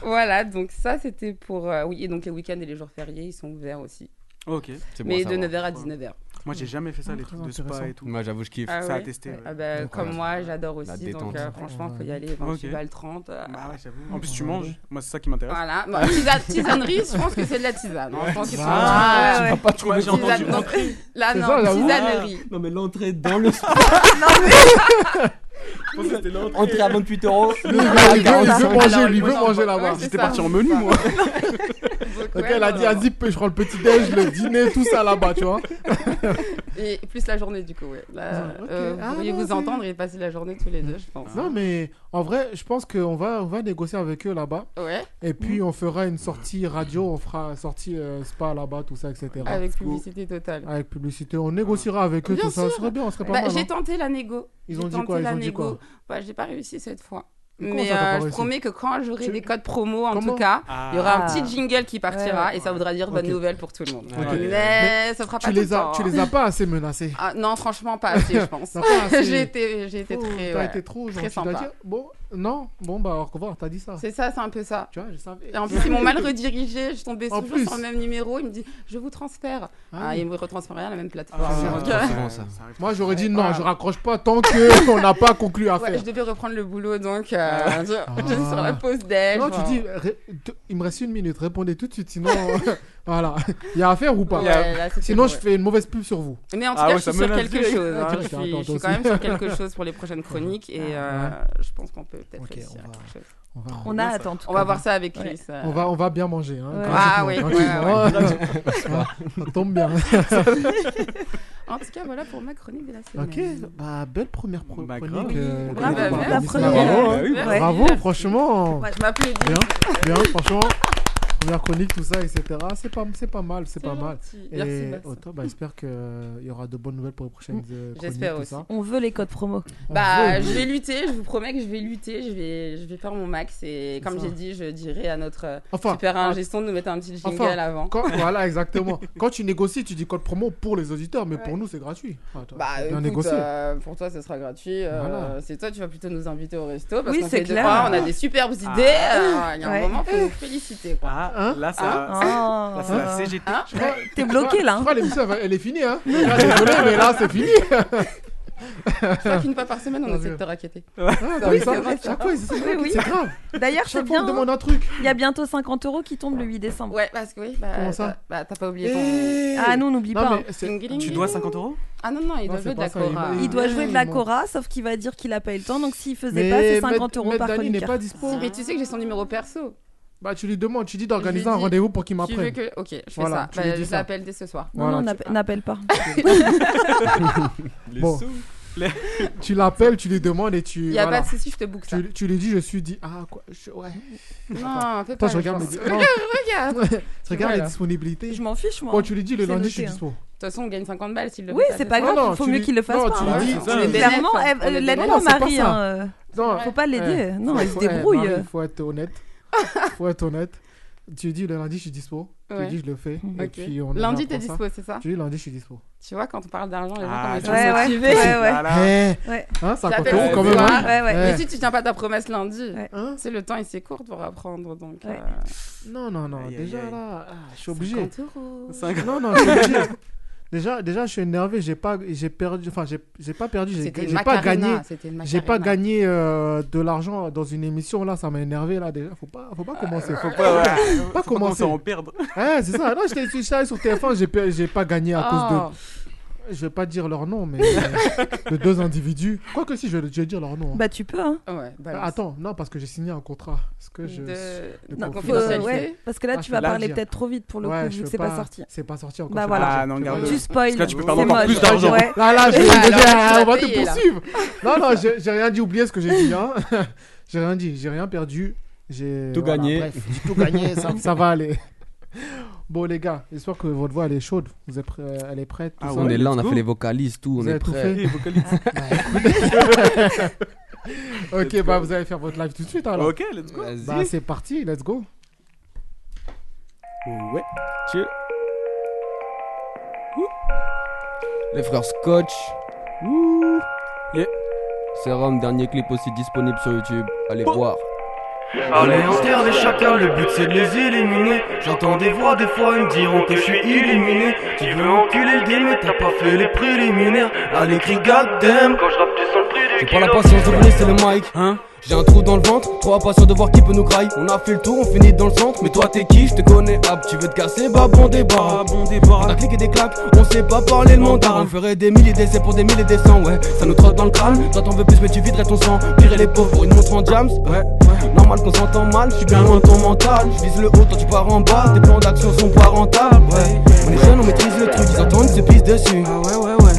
voilà, donc ça c'était pour. euh, oui, et donc les week-ends et les jours fériés, ils sont ouverts aussi.
Ok.
C'est bon à
Mais de
savoir.
9h à 19h.
Moi, j'ai jamais fait ça, les
Très
trucs de spa
intéressant.
et tout.
Moi, j'avoue, je kiffe.
Ah
ça a
ouais
testé.
Ah bah,
Donc,
comme
voilà.
moi, j'adore
La
aussi. Donc
détente.
euh, franchement, faut y aller. 28
Ok.
balles 30. euh,
Bah ouais, Ah, j'avoue. En plus, tu manges. Moi, c'est ça qui
*laughs*
m'intéresse.
Voilà, bah, tisa- tisanerie, je pense que c'est de la tisane. hein. Je pense qu'ils sont-
Ah,
Ah,
tu
ouais.
vas pas trouver, j'ai entendu.
Tisane- donc, Là,
C'est
non,
ça, j'avoue.
tisanerie.
Non, mais l'entrée dans le spa.
pensais que c'était l'entrée.
Entrée à 28 euros.
Lui, il veut- il veut- il veut
Alors,
manger, lui, il
moi,
veut
j'en-
manger
ouais,
là-bas.
c'est ça.
*laughs*
Donc, elle a dit, à zip, je prends le petit-déj, le dîner, tout ça là-bas, tu vois.
Et plus la journée, du coup, ouais. Là,
Ah, ok.
euh,
Ah,
vous pourriez
non,
vous
c'est-
entendre et passer la journée tous les deux, je pense.
Non, mais en vrai, je pense qu'on va, on va négocier avec eux là-bas.
Ouais.
Et puis, on fera une sortie radio, on fera une sortie euh, spa là-bas, tout ça, etc.
Avec publicité totale.
Avec publicité. On négociera avec eux,
Ah Bien
tout ça. Ce
sûr.
serait bien, on serait pas
Bah,
mal.
J'ai
hein.
tenté la négo.
Ils
J'ai
ont dit
tenté
quoi, ils
la
ont dit
négo.
quoi
Bah, j'ai pas réussi cette fois.
Mais
Mais
comment ça, t'as
euh,
pas
je
réussi
promets que quand j'aurai des codes promo, en tout cas,
Ah.
il y aura un
Ah.
petit jingle qui partira
Ouais.
et ça voudra dire bonne
Ok.
nouvelle pour tout le monde.
Ok.
Mais ça fera pas
tu
tout
les
le
as,
temps,
Tu
hein.
les as pas assez menacés.
Ah, non, franchement, pas assez, je
*laughs*
pense. *laughs*
T'as pas assez-
j'ai été, j'ai été
Oh,
très.
T'as
ouais,
été trop, genre,
très
tu dois
sympa.
dire, bon, non, bon, bah, au revoir, t'as dit ça.
C'est ça, c'est un peu ça.
Tu vois, je savais.
Et en plus, ils m'ont mal redirigé. Je suis tombée
En
toujours
plus.
sur le même numéro. Ils me disent Je vous transfère.
Ah
Ah,
oui.
ils me retransfèrent à la même plateforme.
Ah,
Donc,
c'est
euh,
souvent, ça. Moi, j'aurais dit non, je raccroche pas tant *laughs* qu'on n'a pas conclu à
Ouais,
faire.
je devais reprendre le boulot, donc euh, je, *laughs* je suis sur la pause déj.
Ah. Non, tu
bon.
dis, ré- te- il me reste une minute, répondez tout de suite, sinon, *laughs* voilà, il y a à faire ou pas.
Ouais, là, c'était
sinon,
bon,
je
ouais.
fais une mauvaise pub sur vous.
Mais en tout cas, je suis sur quelque
Ah,
chose. hein. Je suis, je suis quand même sur quelque chose pour les prochaines chroniques et euh, je pense qu'on peut peut-être réussir à quelque chose.
on va-
On a hâte, en tout
On
cas.
va voir ça avec Chris. euh.
On va, on va bien manger. Hein,
Ouais.
gratuitement,
Ah oui,
gratuitement.
ouais, ouais, ouais.
*laughs* Ah, ça tombe bien.
En tout cas, voilà pour ma chronique de la semaine.
Ok, bah belle première pro- chronique.
grave.
euh,
Oui,
chronique
bah,
par
merci.
Barbarissa.
La première.
Bravo, hein.
Bah oui, bah.
bravo,
Merci.
franchement.
Ouais, je m'applaudis.
Bien, bien, franchement. Première chronique, tout ça, etc. C'est pas, c'est pas mal, c'est pas mal.
gentil.
Et
Merci, Bastien.
au top, bah, j'espère qu'il y aura de bonnes nouvelles pour les prochaines euh, chroniques.
Mm. J'espère
tout
aussi.
ça.
On veut les codes promo.
Bah,
veut,
je
oui.
vais lutter, je vous promets que je vais lutter, je vais, je vais faire mon max et comme
ça.
j'ai dit, je dirai à notre euh,
Enfin,
super
en-
ingé son de nous mettre un petit jingle
Enfin,
avant.
quand- voilà, exactement. Quand tu négocies, tu dis code promo pour les auditeurs, mais pour nous, c'est gratuit. Attends,
Bah,
faut bien
écoute,
négocier.
euh, pour toi, ce sera gratuit. euh,
Voilà.
C'est toi, tu vas plutôt nous inviter au resto. Parce
Oui,
qu'on
c'est
fait deux
clair.
fois, on a des superbes idées.
Ah.
euh, Il y a un
Ouais.
moment, faut nous féliciter. Quoi.
Ah, là, ça.
Hein
Ah,
là, c'est la CGT.
Je crois-
T'es
je
bloqué,
crois-
là, hein.
Je crois l'émission, elle- elle est finie.
*laughs*
Hein. Là, désolé, mais là, c'est fini.
Je crois qu'une fois par semaine, on
Mon
essaie de
Dieu.
te raqueter.
Ah,
Ça,
t'as vu ça
c'est vrai, ça.
Chaque fois, ils essaient de
Oui,
raqueter,
oui. Ah,
c'est grave.
D'ailleurs, c'est
Chaque fois,
bien.
on demande un truc.
Il y a bientôt 50 euros qui tombent le 8 décembre.
Ouais, parce que oui, bah,
Comment ça
t'as- bah, t'as pas oublié ton.
Eh Ah non, n'oublie Non, pas, mais hein.
c'est-
Ding, ding,
Tu
ding.
dois 50 euros
Ah non, non, il doit
Non,
jouer
c'est
de la
pas ça, il-
Cora.
Il doit jouer de la Cora, sauf qu'il va dire qu'il a pas eu le temps, donc s'il faisait pas, c'est 50 euros par
Dani
chroniqueur.
n'est pas dispo.
Si, Mais tu sais que j'ai son numéro perso.
Bah, tu lui demandes, tu dis d'organiser
Je lui
un
dis,
rendez-vous pour qu'il
tu veux
m'apprenne.
que- Ok, je fais
Voilà,
ça.
tu lui
Bah,
dis
je
ça.
l'appelle dès ce soir.
Non, non, on n'appelle- n'appelle pas.
Ah.
Les
Bon.
sous.
tu l'appelles, tu lui demandes et tu.
Il y a
voilà.
pas de souci, je te book ça.
Tu, tu lui dis, je suis dit. Ah, quoi je- Ouais.
Non, fais
Attends,
pas.
je regarde
pense.
mes- non.
Regarde, regarde.
Tu regardes les disponibilités.
Je m'en fiche, moi.
Bon, tu lui dis le
C'est
lundi,
noté,
je suis
hein.
dispo.
De toute façon, on gagne 50 balles s'il le
Oui,
fait pas
c'est
ce
pas
soir.
grave, il faut mieux qu'il le fasse
non,
pas.
tu
hein.
lui dis-
Mais
tu lui
Clairement,
dis-
elle-
Non, non,
elle l'aide
c'est
pas,
pas ça.
Marie. hein.
Non,
Faut pas l'aider.
eh,
Non,
faut-
elle se
eh,
débrouille.
Marie, faut être honnête. faut être honnête. Tu dis le lundi, je suis dispo.
Ouais.
Tu dis, je le fais. Et
Ok.
puis, on
Lundi,
arrange
t'es
pour ça.
dispo, c'est ça
Tu dis, lundi, je suis dispo.
Tu vois, quand on parle d'argent, les gens
Ah,
commencent
tu vois,
à
ouais,
se motiver.
ouais, ouais. Voilà. Ouais. Hein, ça
T'appelles
compte
le
quand même, hein.
soir, ouais, ouais.
Ouais.
Mais si tu tiens pas ta promesse lundi, c'est le temps, il s'écourt pour apprendre. Donc,
Ouais. Non, non, non. déjà, là, ah, je suis obligé.
50 euros.
Non, non, je suis obligé. *laughs* Déjà, déjà, je suis énervé. J'ai pas, j'ai perdu. Enfin, j'ai j'ai pas perdu. J'ai
C'était une
j'ai pas
macarena,
gagné.
c'était
Bah,
une
J'ai pas
macarena.
gagné euh, de l'argent dans une émission. Là, ça m'a énervé. Là, déjà, faut pas, faut pas
Ah,
commencer. Faut
pas, ouais. Faut
pas
pas
commencer.
commencer à en perdre.
Ouais, c'est ça. Non, j'étais sur ça, sur TF1. J'ai per- j'ai pas gagné à
Oh.
cause de. Je vais pas dire leur nom, mais euh, de deux individus. Quoique si, je vais, je vais dire leur nom. hein. Euh,
Bah, tu peux, hein.
Ouais,
balance.
Attends, non, parce que j'ai signé un contrat. Est-ce que je.
De-
de
Non,
confiance-
confidentialité. ouais, parce que là, tu
Ah, je
vas
peux pas
parler
dire.
peut-être trop vite pour le coup,
je
vu que
peux
c'est pas sorti.
C'est pas sorti encore.
Bah
c'est
voilà.
pas
Ah, non,
sorti.
garde-le.
Tu
spoil.
Parce que tu peux perdre encore
moche.
plus d'argent.
Ouais. Là,
*laughs*
là, je-
Ouais,
je-
alors,
je-
tu vas
on va te
payer, là.
poursuivre. Non, non, j'ai j'ai rien dit. Oubliez ce que j'ai dit. hein. *laughs* J'ai rien dit. J'ai rien perdu. J'ai
Tout
voilà,
gagné.
bref, j'ai tout gagné. *laughs* Ça, ça va aller. Bon, les gars, j'espère que votre voix elle est chaude. Vous êtes prêts- euh, elle est prête. tout ça
on est là, on
Let's
a
go.
fait les vocalises, tout,
Vous
on est
avez tout
prêt.
fait Bah, écoute. ok, bah vous allez faire votre live tout de suite alors.
Ok, let's go. Vas-y.
Bah c'est parti, let's go.
Ouais, tu. Ouh. Les frères Scotch. Ouh. Yeah. Serum, dernier clip aussi disponible sur YouTube. Allez voir.
Allez, on se terre des chacun, le but c'est de les éliminer. J'entends des voix, des fois ils me diront que je suis illuminé. Tu veux enculer le deal, mais t'as pas fait les préliminaires. Allez, crie goddamn. Quand je rappe, tu sens le prix
J'ai pas la patience de venir, c'est le mic. Hein J'ai un trou dans le ventre, trois pas sûr de voir qui peut nous grailler. On a fait le tour, on finit dans le centre. Mais toi t'es qui Je te connais, hop, tu veux te casser, bah bon
Ah
débat. Bon débat. On a cliqué des claques, on sait pas parler le montant. On ferait des milliers d'essais pour des milliers d'essais, ouais. Ça nous trotte dans le crâne, toi t'en veux plus, mais tu viderais ton sang. Virer les pauvres pour une montre en jams, ouais. Normal qu'on s'entend mal, je suis bien loin de ton mental. Je vise le haut, toi tu pars en bas. Tes plans d'action sont pas rentables, ouais. On est jeunes, on maîtrise le truc, ils entendent, se pissent dessus.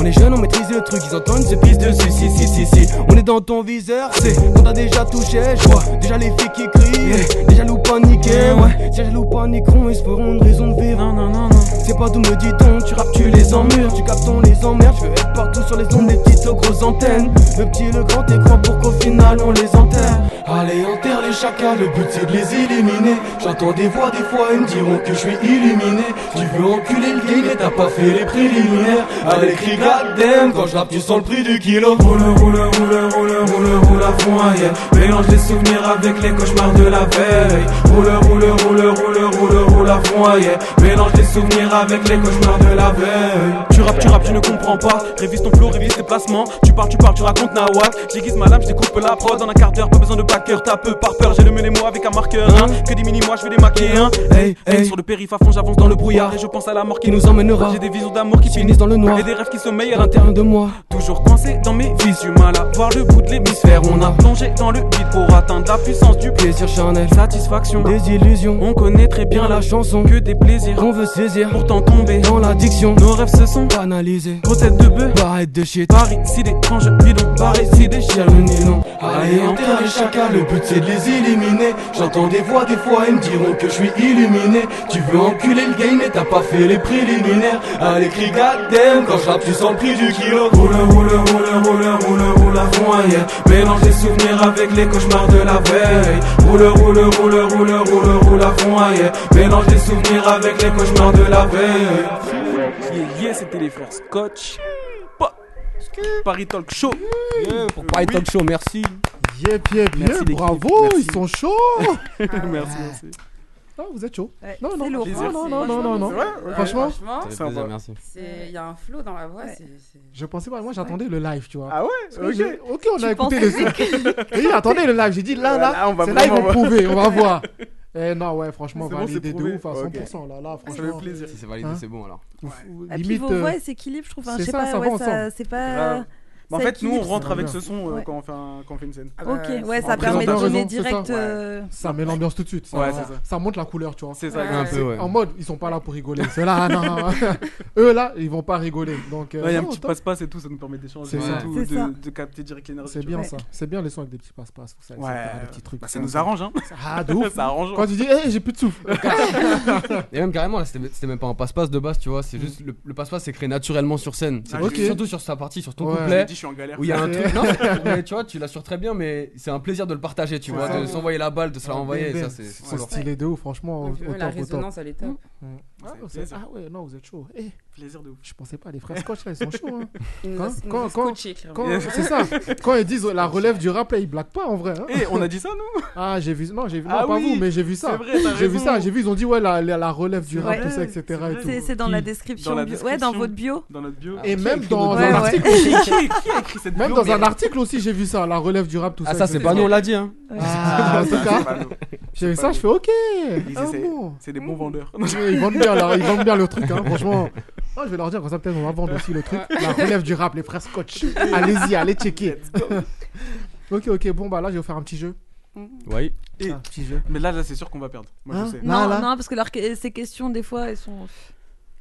On est jeunes, on maîtrise le truc, ils entendent, se pissent dessus. Si, si, si, si. On est dans ton viseur, c'est on t'a déjà touché. Je vois déjà les filles qui crient, déjà loup paniqués, ouais. Si jaloux paniqueront, ils se feront une raison de vivre. Non, non, non, non. C'est pas d'où me dit-on, tu rappes, tu les emmures. Tu captes, on les emmerde. Je veux être partout sur les ondes, les petites aux grosses antennes. Le petit, le grand écran pour qu'au final on les enterre.
Allez, enterre les chacun, le but c'est de les éliminer. J'entends des voix, des fois ils me diront que je suis illuminé. Tu veux enculer le game, mais t'as pas fait les préliminaires. Allez, crie goddamn, quand je rappe, tu sens le prix du kilo. Roule, roule, roule, roule, roule, roule à fond ailleurs. Mélange les souvenirs avec les cauchemars de la veille. Roule, roule, roule, roule, roule, roule à fond ailleurs. Mélange les souvenirs avec les cauchemars de la veille. Tu rappes, tu rappes, tu ne comprends pas. Révise ton flow, révise tes placements. Tu parles, tu parles, tu racontes nawak. J'aiguise ma lame, je découpe la prod en un quart d'heure. Pas besoin de backer, tape par peur. J'ai le mené moi avec un marqueur. Hein. Que des mini moi, je vais les maquer. Hein. Hey, hey. Sur le périph' à fond, j'avance dans le brouillard. Et je pense à la mort qui nous emmènera. J'ai des visions d'amour qui finissent dans le noir. Et des rêves qui sommeillent à l'intérieur de moi. Toujours coincé dans mes vies, du mal à voir le bout de l'hémisphère. On a plongé dans le vide pour atteindre la puissance du plaisir charnel. Satisfaction, des illusions. On connaît très bien la chanson. Que des plaisirs. On veut saisir. Pourtant tomber dans l'addiction. Nos rêves se sont banalisés. Gros tête de bœuf. Barrette de shit. Paris, si d'étranges bidons. Paris, si des chiens, le nylon. Allez, enterre les chacun, le but c'est de les éliminer. J'entends des voix, des fois ils me diront que je suis illuminé. Tu veux enculer le game, mais t'as pas fait les préliminaires. Allez, crie goddamn, quand je rappe, tu sens le prix du kilo. Roule, roule, roule, roule, roule, roule à fond ailleurs. Mélange les souvenirs avec les cauchemars de la veille. Roule, roule, roule, roule, roule, roule à fond ailleurs. Mélange les souvenirs avec les cauchemars de la veille.
Yeah, yeah, c'était les frères Scotch. Pa- Paris Talk Show.
pour Paris Talk Show, merci.
Yep, yep,
Merci,
yep,
l'équipe.
bravo,
Merci.
ils sont chauds.
Merci, merci.
Ah. Non, vous êtes chaud.
Ouais,
non, non,
c'est lourd.
non, non, non,
Franchement,
non, non.
c'est- ouais, ouais,
Franchement,
Euh, franchement,
Ça fait plaisir, merci.
c'est- Il y a un flow dans la voix. c'est- c'est-
je pensais pas. Moi, j'attendais le live, tu vois. Ah
ok.
Ok, on
Tu
a écouté *laughs*
pensais
le.
que-
Et il attendait le live. J'ai dit là,
Ouais, là, on
là,
va
c'est là ils
vraiment
vont
voir.
prouver. On va voir. Eh non, ouais, franchement,
C'est bon, c'est
validé de
prouvé.
ouf à
Ok.
100%. Là, là,
Ça fait
franchement.
plaisir. Si c'est validé,
Hein
c'est bon, alors.
Ou- ou-
Et puis
limite,
vos
euh,
voix elles s'équilibrent, je trouve. Enfin, je
c'est
sais
ça,
pas,
ça va
ouais, ça-
ensemble.
c'est pas.
Grave. Bah, en
ça
fait, nous on
équilibre.
rentre
Ça va
avec
bien.
ce son euh,
Ouais.
quand, on fait un- quand on fait une scène.
bah, Ok, ouais, ça permet de
Raison,
donner
c'est
direct,
ça.
euh,
Ça met l'ambiance tout de suite. Ça,
Ouais, c'est ça.
ça monte la couleur, tu vois.
C'est ça, Ouais. un peu,
Ah, C'est-
ouais.
En mode, ils sont pas là pour rigoler. Ceux-là, non. Eux, là, ils vont pas rigoler. Donc,
Il
euh,
y a un
non,
petit
top.
passe-passe et tout, ça nous permet d'échanger
C'est ça.
et tout,
C'est ça.
de, de capter direct l'énergie.
C'est
tu
bien
vois.
ça. C'est bien les sons avec des petits passe-passe. tout ça,
Ouais.
etc., des petits trucs.
Bah, ça nous arrange, hein.
Ah, *laughs* de ouf.
*laughs* Ça arrange.
Quand tu dis, hé, j'ai plus de souffle.
Et même carrément, là, c'était c'était même pas un passe-passe de base, tu vois. C'est juste le, le passe-passe s'est créé naturellement sur scène. C'est
Mm. Ah, ok.
surtout sur sa partie, sur ton
Ouais.
couplet.
Je
je suis en galère.
Où il y a
*laughs*
un truc. Non, mais, mais tu vois, tu l'assures très bien, mais c'est un plaisir de le partager, tu
Ouais.
vois, de
Ouais.
s'envoyer la balle, de se la renvoyer. et Ça, c'est c'est trop
c'est
lourd.
stylé de ouf, franchement.
Ouais,
au- au top, au
la
top.
résonance, elle est top.
Mm.
Ouais,
Ah,
c'est
vous êtes-
plaisir.
ah ouais, non, vous êtes chaud.
Plaisir de ouf.
Je pensais pas, les frères Scotch, là, ils sont chauds. hein.
Ils nous
Quand-
ont- ils nous
quand-
ont
quand-
scotchés, clairement.
quand- C'est ça. Quand ils disent la relève du rap, là, ils blaguent pas en vrai. hein.
Eh, on a dit ça, nous
Ah, j'ai vu. Non, j'ai vu. Non,
Ah
pas
oui,
vous, mais j'ai vu
c'est
ça.
vrai, t'as
J'ai vu
raison.
ça. J'ai vu. Ils ont dit ouais, la, la, la relève du
C'est
rap,
vrai,
tout ça, etc.
c'est
et
vrai.
tout.
C'est- c'est dans la description
Dans la
bio. Ouais, dans
description.
votre bio.
Dans notre bio.
Et même dans,
Ouais,
un
ouais.
article
Qui-
aussi.
qui- qui a écrit cette
Même
bio,
dans un
merde
article aussi, j'ai vu ça, la relève du rap, tout
Ah,
ça.
ça, c'est
etc.
pas nous, on l'a dit, hein. Ouais.
Ah, en
C'est
tout cas,
pas nous.
j'ai
C'est
vu
pas
ça, je
nous.
fais ok.
Ils
ah
essaient-
bon.
C'est des
*laughs*
bons vendeurs. *laughs*
Ouais, Ils vendent bien, là, ils vendent bien
*laughs*
le truc, hein, franchement. Non, je vais leur dire, comme ça, peut-être, on va vendre aussi le truc. La relève du rap, les frères Scotch. Allez-y, allez checker. ok, ok, bon, bah là, je vais vous faire un petit jeu. Ah.
Oui.
Et-
Un petit jeu.
Mais là, là c'est sûr qu'on va perdre. Moi,
Hein
je sais.
Non, non, parce que leur- ces questions, des fois, elles sont.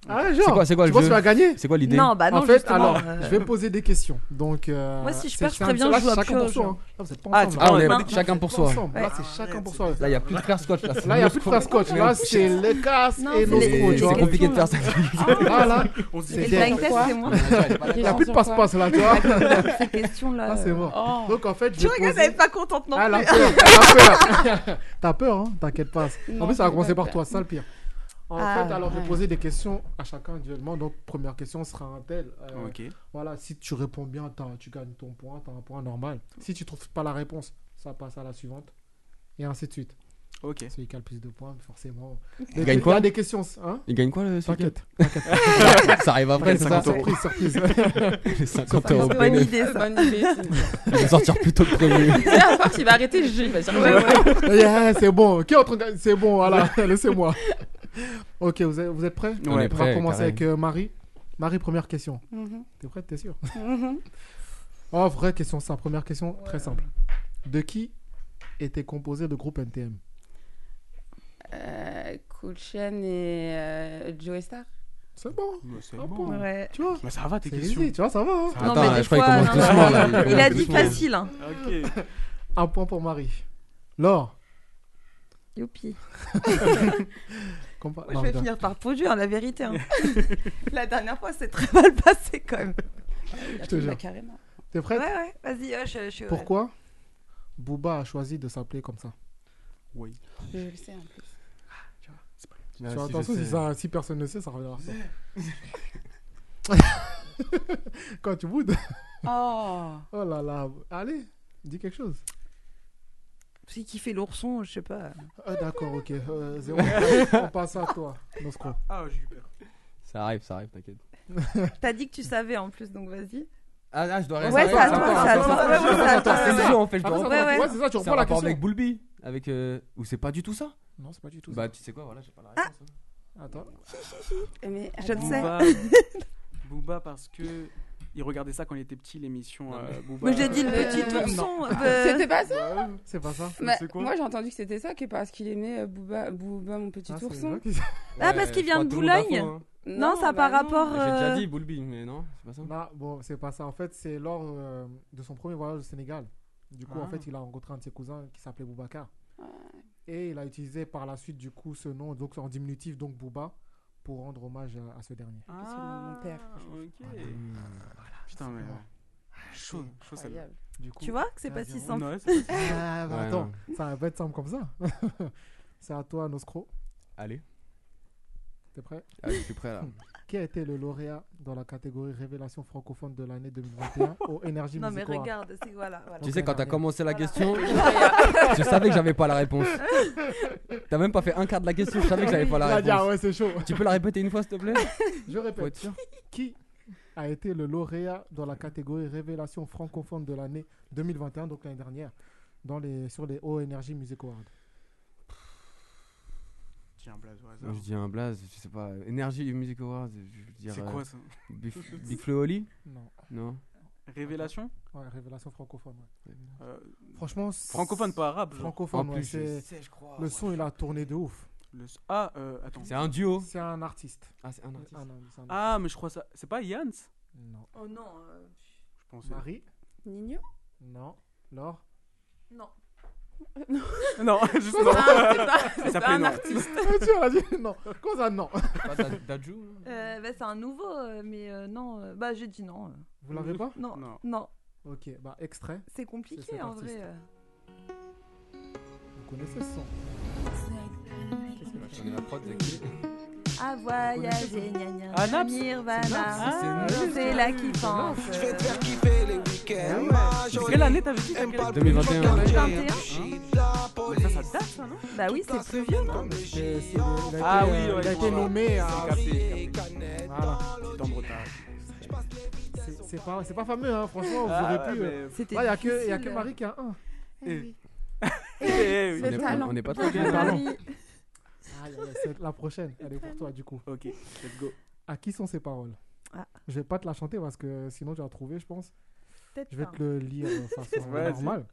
Ah,
C'est quoi, c'est quoi
tu
le
penses
jeu
qu'on va gagner
C'est quoi l'idée
Non, bah non,
En fait,
justement,
alors,
euh,
je vais poser des questions. Donc, euh,
Moi, si je
c'est-
perds, je
c'est un-
préviens,
là,
je joue à
c'est chacun pour
pioche,
soi,
hein.
hein. Là, vous êtes pas
Ah,
ensemble,
tu- ah, on est
là. Vous
chacun
êtes
pour
pas
soi.
ensemble. Là, c'est chacun pour soi.
Là, il n'y a plus de frères scotch. Là, c'est
Là, il n'y a
nos
plus de
scotch.
frères scotch. Là, c'est les casses
Non,
et
c'est
nos
les-
pros, tu
C'est
vois.
compliqué de faire ça.
Ah, là,
On se dit
c'est
les blind
dead.
tests, c'est moi.
Il n'y a plus de passe-passe, là, tu
*laughs*
vois.
Ces questions-là.
Là, Ah, c'est
euh,
mort. Donc, en fait, je
Ah, Tu
vais
regardes,
poser-
elle est pas contente non
Ah,
plus.
la peur, la
*laughs*
peur. *laughs* T'as peur, hein T'inquiète pas. En
Non,
plus, ça va
j'ai
commencer
pas
par
peur.
toi, c'est ça le pire. En
Ah,
fait, alors, je vais
ouais.
poser des questions à chacun individuellement. Donc, première question sera un tel. Euh,
Ok.
Voilà, si tu réponds bien, t'as- tu gagnes ton point, t'as un point normal. Si tu trouves pas la réponse, ça passe à la suivante. Et ainsi de suite.
Ok.
Celui qui a le plus de points, forcément.
Il gagne quoi Euh,
Il y a des questions, hein
*laughs* Il gagne quoi le
T'inquiète.
t'inquiète. Ça arrive après, c'est ça *laughs*
Surprise, surprise. *laughs*
Les 50 euros
Bonne
bénéf.
idée, ça. Bonne idée.
*laughs*
Il va sortir plus tôt que prévu.
Tu sais, à force, il va arrêter le jeu. Il va dire ouais, ouais.
Yeah, Eh, c'est bon. Qui est en train de- C'est bon, voilà, laissez-moi. Ok, vous êtes, vous êtes prêts
On est
On va
prêts,
commencer
carré.
avec euh, Marie. Marie, première question.
Mhm.
T'es prête, t'es sûre
Mhm.
Oh, vraie question simple. Première question très simple. De qui était composé le groupe NTM
Euh, Cool Chain et euh, Joey Star.
C'est bon.
Bah, C'est
Ah
bon.
Ouais.
Tu vois
Mais ça va, tes
C'est
questions.
easy, tu vois, ça va. hein
Attends, là, je crois qu'il commence doucement. là.
Il a dit
commence doucement.
facile. Hein.
*laughs*
Ok.
Un point pour Marie. Laure.
Youpi.
compa-
Moi,
non,
je vais
je-
finir par produire la vérité. hein. la dernière fois, c'est très mal passé quand même.
Je te jure.
Carrément.
T'es
Ouais,
prête
ouais, vas-y, ouais, je, je suis.
Pourquoi Booba a choisi de s'appeler comme ça
Oui.
Je le sais en plus.
Tu vois, attention, si, ça- si personne ne sait, ça
*laughs*
reviendra. ça. Quand tu boudes.
Oh.
Oh là là. Allez, dis quelque chose.
C'est qui fait l'ourson, je sais pas.
*laughs* Ah, d'accord, ok. Euh, *laughs* zéro. On passe à toi. Non, c'est quoi
Ah, j'ai eu peur.
Ça arrive, ça arrive, t'inquiète.
T'as dit que tu savais en plus, donc vas-y.
Ah, ah, je dois
Ouais,
rester-
c'est à toi,
attends,
c'est à
attends,
toi.
attends,
Ouais, ouais,
attends,
c'est à
attends,
toi.
c'est ça, on fait le
Ah,
droit.
ça,
Ouais, ouais.
ouais, c'est ça,
C'est
tu
un
reprends la
rapport
question.
avec Boulby. Avec. euh, Ou c'est pas du tout ça
Non, c'est pas du tout ça.
Bah, tu sais quoi, voilà, j'ai pas la
Ah.
réponse. hein.
Attends.
Mais
Je ne
*laughs*
sais.
Booba. Booba, parce que. Il regardait ça quand il était petit, l'émission euh, Booba.
Mais j'ai dit le
Euh,
petit ourson. euh,
C'était pas ça
C'est pas ça.
Mais
C'est quoi
Moi j'ai entendu que c'était ça, que parce qu'il aimait euh, Booba, Booba mon petit
Ah, c'est
ourson.
vrai que-
Ah, parce
Ouais,
qu'il
je
vient
crois
de
tout le monde a
Boulogne.
faux, hein.
Non, ça a
bah
par rapport.
J'ai déjà
euh,
dit Boulby, mais non, c'est pas ça.
Non, bon, c'est pas ça. En fait, c'est lors euh, de son premier voyage au Sénégal. Du coup, en fait, il a rencontré un de ses cousins qui s'appelait Boubacar. Et il a utilisé par la suite, du coup, ce nom, donc en diminutif, donc Bouba, pour rendre hommage à, à ce dernier.
Ah,
mon père.
Ok. Putain, mais. Chaud, chaud, ça
Incroyable.
Du coup,
Tu vois que c'est
Ah,
pas si
zéro.
simple.
*laughs*
Ouais, c'est pas-
Ah, bah,
Ouais,
attends, ça va pas être simple comme ça. *laughs* c'est à toi, Noscro.
Allez,
T'es prêt
allez, je suis
*laughs*
prêt là.
Qui a été le lauréat dans la catégorie révélation francophone de l'année 2021 au Energy
Non, mais
Music Award
regarde, c'est voilà. voilà.
Tu sais, quand t'as
dernier.
commencé la question, *laughs* je savais que j'avais pas la réponse. T'as même pas fait un quart de la question, je savais que j'avais pas
Il
la
a dit, ah
réponse.
ouais, c'est chaud.
Tu peux la répéter une fois, s'il te plaît
Je
Pour
répète.
être sûr
qui a été le lauréat dans la catégorie révélation francophone de l'année 2021, donc l'année dernière, dans les, sur les Hauts Energy Music Awards.
Tiens, blaze au hasard.
Moi, Je dis un blaze, je sais pas. Energy Music Awards, je veux dire.
C'est
euh,
quoi ça
Big, Big Flo et Oli
Non,
Non.
Révélation
ouais, révélation francophone. ouais.
Euh,
Franchement, c'est-
Francophone, pas arabe. genre.
francophone,
En
ouais,
plus,
c'est-
je sais, je crois.
le son il a tourné de ouf.
Le- Ah, euh, attends.
C'est un duo.
C'est un artiste.
Ah, c'est un artiste.
Ah non, c'est un artiste.
Ah, mais je crois ça. C'est pas Yans
Non.
Oh non. euh,
Je pensais.
Marie
Nino
Non. Laure *laughs*
Non. Ah,
Non, juste non. Il s'appelait non.
Ah, tu as dit non. Comment ça, non
Dajou
Euh, bah, c'est un nouveau, euh, mais euh, non. euh, bah, j'ai dit non. euh.
Vous l'avez pas
Non.
Non.
Non.
Ok, bah extrait.
C'est
C'est
compliqué
cet
en
artiste.
vrai. euh.
Vous connaissez ce son
J'en ai la prod Zaki.
À voyager, gna gna.
Ah, Naps C'est Naps,
Ah,
c'est
Nirvana.
Naps.
C'est là qui pense.
Je vais te faire kiffer les week-ends. Ma
C'est
jolie
quelle année t'avais dit, t'as
aime
quelle
pas
année
le
2021.
quartier.
2021.
Je suis de la police.
Ça, ça date, ça, non
Bah oui, c'est plus vieux, non
C'est- c'est- il a
Ah
été,
oui,
euh,
ouais,
il a
je
été
vois.
nommé à.
J'ai capté, j'ai
Voilà.
C'est en Bretagne.
C'est- C'est pas, c'est pas fameux, hein, franchement, vous
Ah,
aurez
ouais,
pu. euh,
mais- C'était
ouais, y a que, y a que
difficile.
Marie qui a un.
Eh. Eh, eh, oui.
Le
On est-
talent. Ah,
on est pas trop bien.
Le talent.
Marie.
Aïe, aïe, Ah, c'est la prochaine, elle est pour toi du coup.
Ok, let's go.
À qui sont ces paroles Je vais pas te la chanter parce que sinon tu vas trouver, je pense.
Peut-être hein.
Je vais
pas.
te le lire euh, de façon
*laughs* Vas-y.
normale.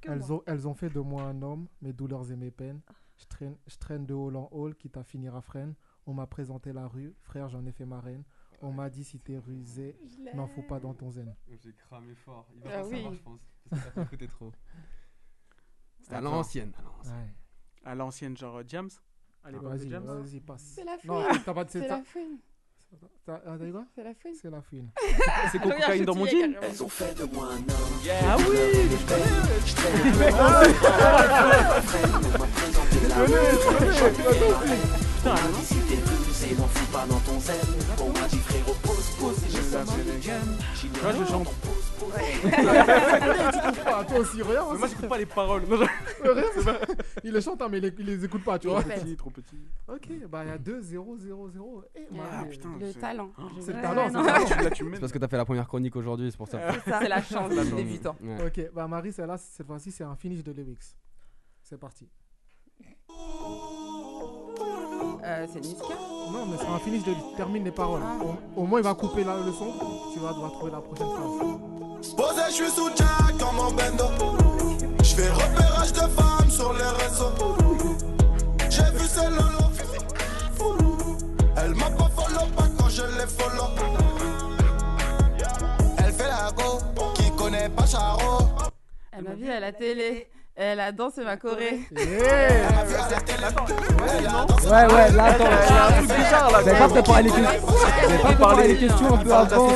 Que
Elles
moi.
ont, elles ont fait de moi un homme, mes douleurs et mes peines. Je traîne, je traîne de hall en hall, quitte à finir à freine. On m'a présenté la rue, frère, j'en ai fait ma reine. On m'a dit si t'es rusé,
Ben.
Je
n'en faut pas dans ton zen.
J'ai cramé fort. Il
va Ah pas savoir, oui. je
pense. Parce que t'as écouté trop. C'était à
D'accord.
l'ancienne. à
Ah,
l'ancienne.
À l'ancienne, genre euh, James À l'époque de
Vas-y,
James
vas-y, passe.
C'est la fouine.
Non, t'as pas de
C'est
t'as-
la fouine.
t'as- ah, t'as dit quoi
C'est la fouine.
C'est la fouine.
C'est qu'on cocaïne dans mon jean Elles ont fait de moi un homme. Ah oui
*laughs*
Tu vois, je chante.
tu trouves pas, toi aussi, regarde.
Mais moi,
aussi.
j'écoute pas les paroles. Non, je-
Ouais, regarde, *laughs*
*laughs*
il les chante, hein, mais il les, il les écoute pas, tu
Trop
vois.
petit, trop petit.
Ok, bah il y a 2, 0, 0, 0. Et
Ah, putain, Le c'est- talent.
C'est le
Ouais,
talent,
non.
c'est le talent.
Tu l'as
C'est parce que t'as fait la première chronique aujourd'hui, c'est pour ça.
C'est ça. C'est la chance des débutants.
Ouais.
Ok, bah Marie, celle-là, cette fois-ci, c'est un finish de lyrics. C'est parti.
Euh, c'est Niska
Non, mais c'est un finish de termine les paroles. Au, au moins, il va couper la, le son. Tu vas devoir trouver la prochaine phrase.
Posé, je suis sous Jack comme en bendo. Je fais repérage de femmes sur les réseaux. J'ai vu celle Elle m'a pas follow pas quand je l'ai follow. Elle fait la go, qui connaît pas Charo.
Elle m'a vu à la télé. Elle a dansé ma Corée.
Eh,
Ouais, ouais, là, attends.
un truc bizarre, là,
Vous avez
quand
pas
même.
préparé les questions. Vous avez pas préparé les questions un peu avant.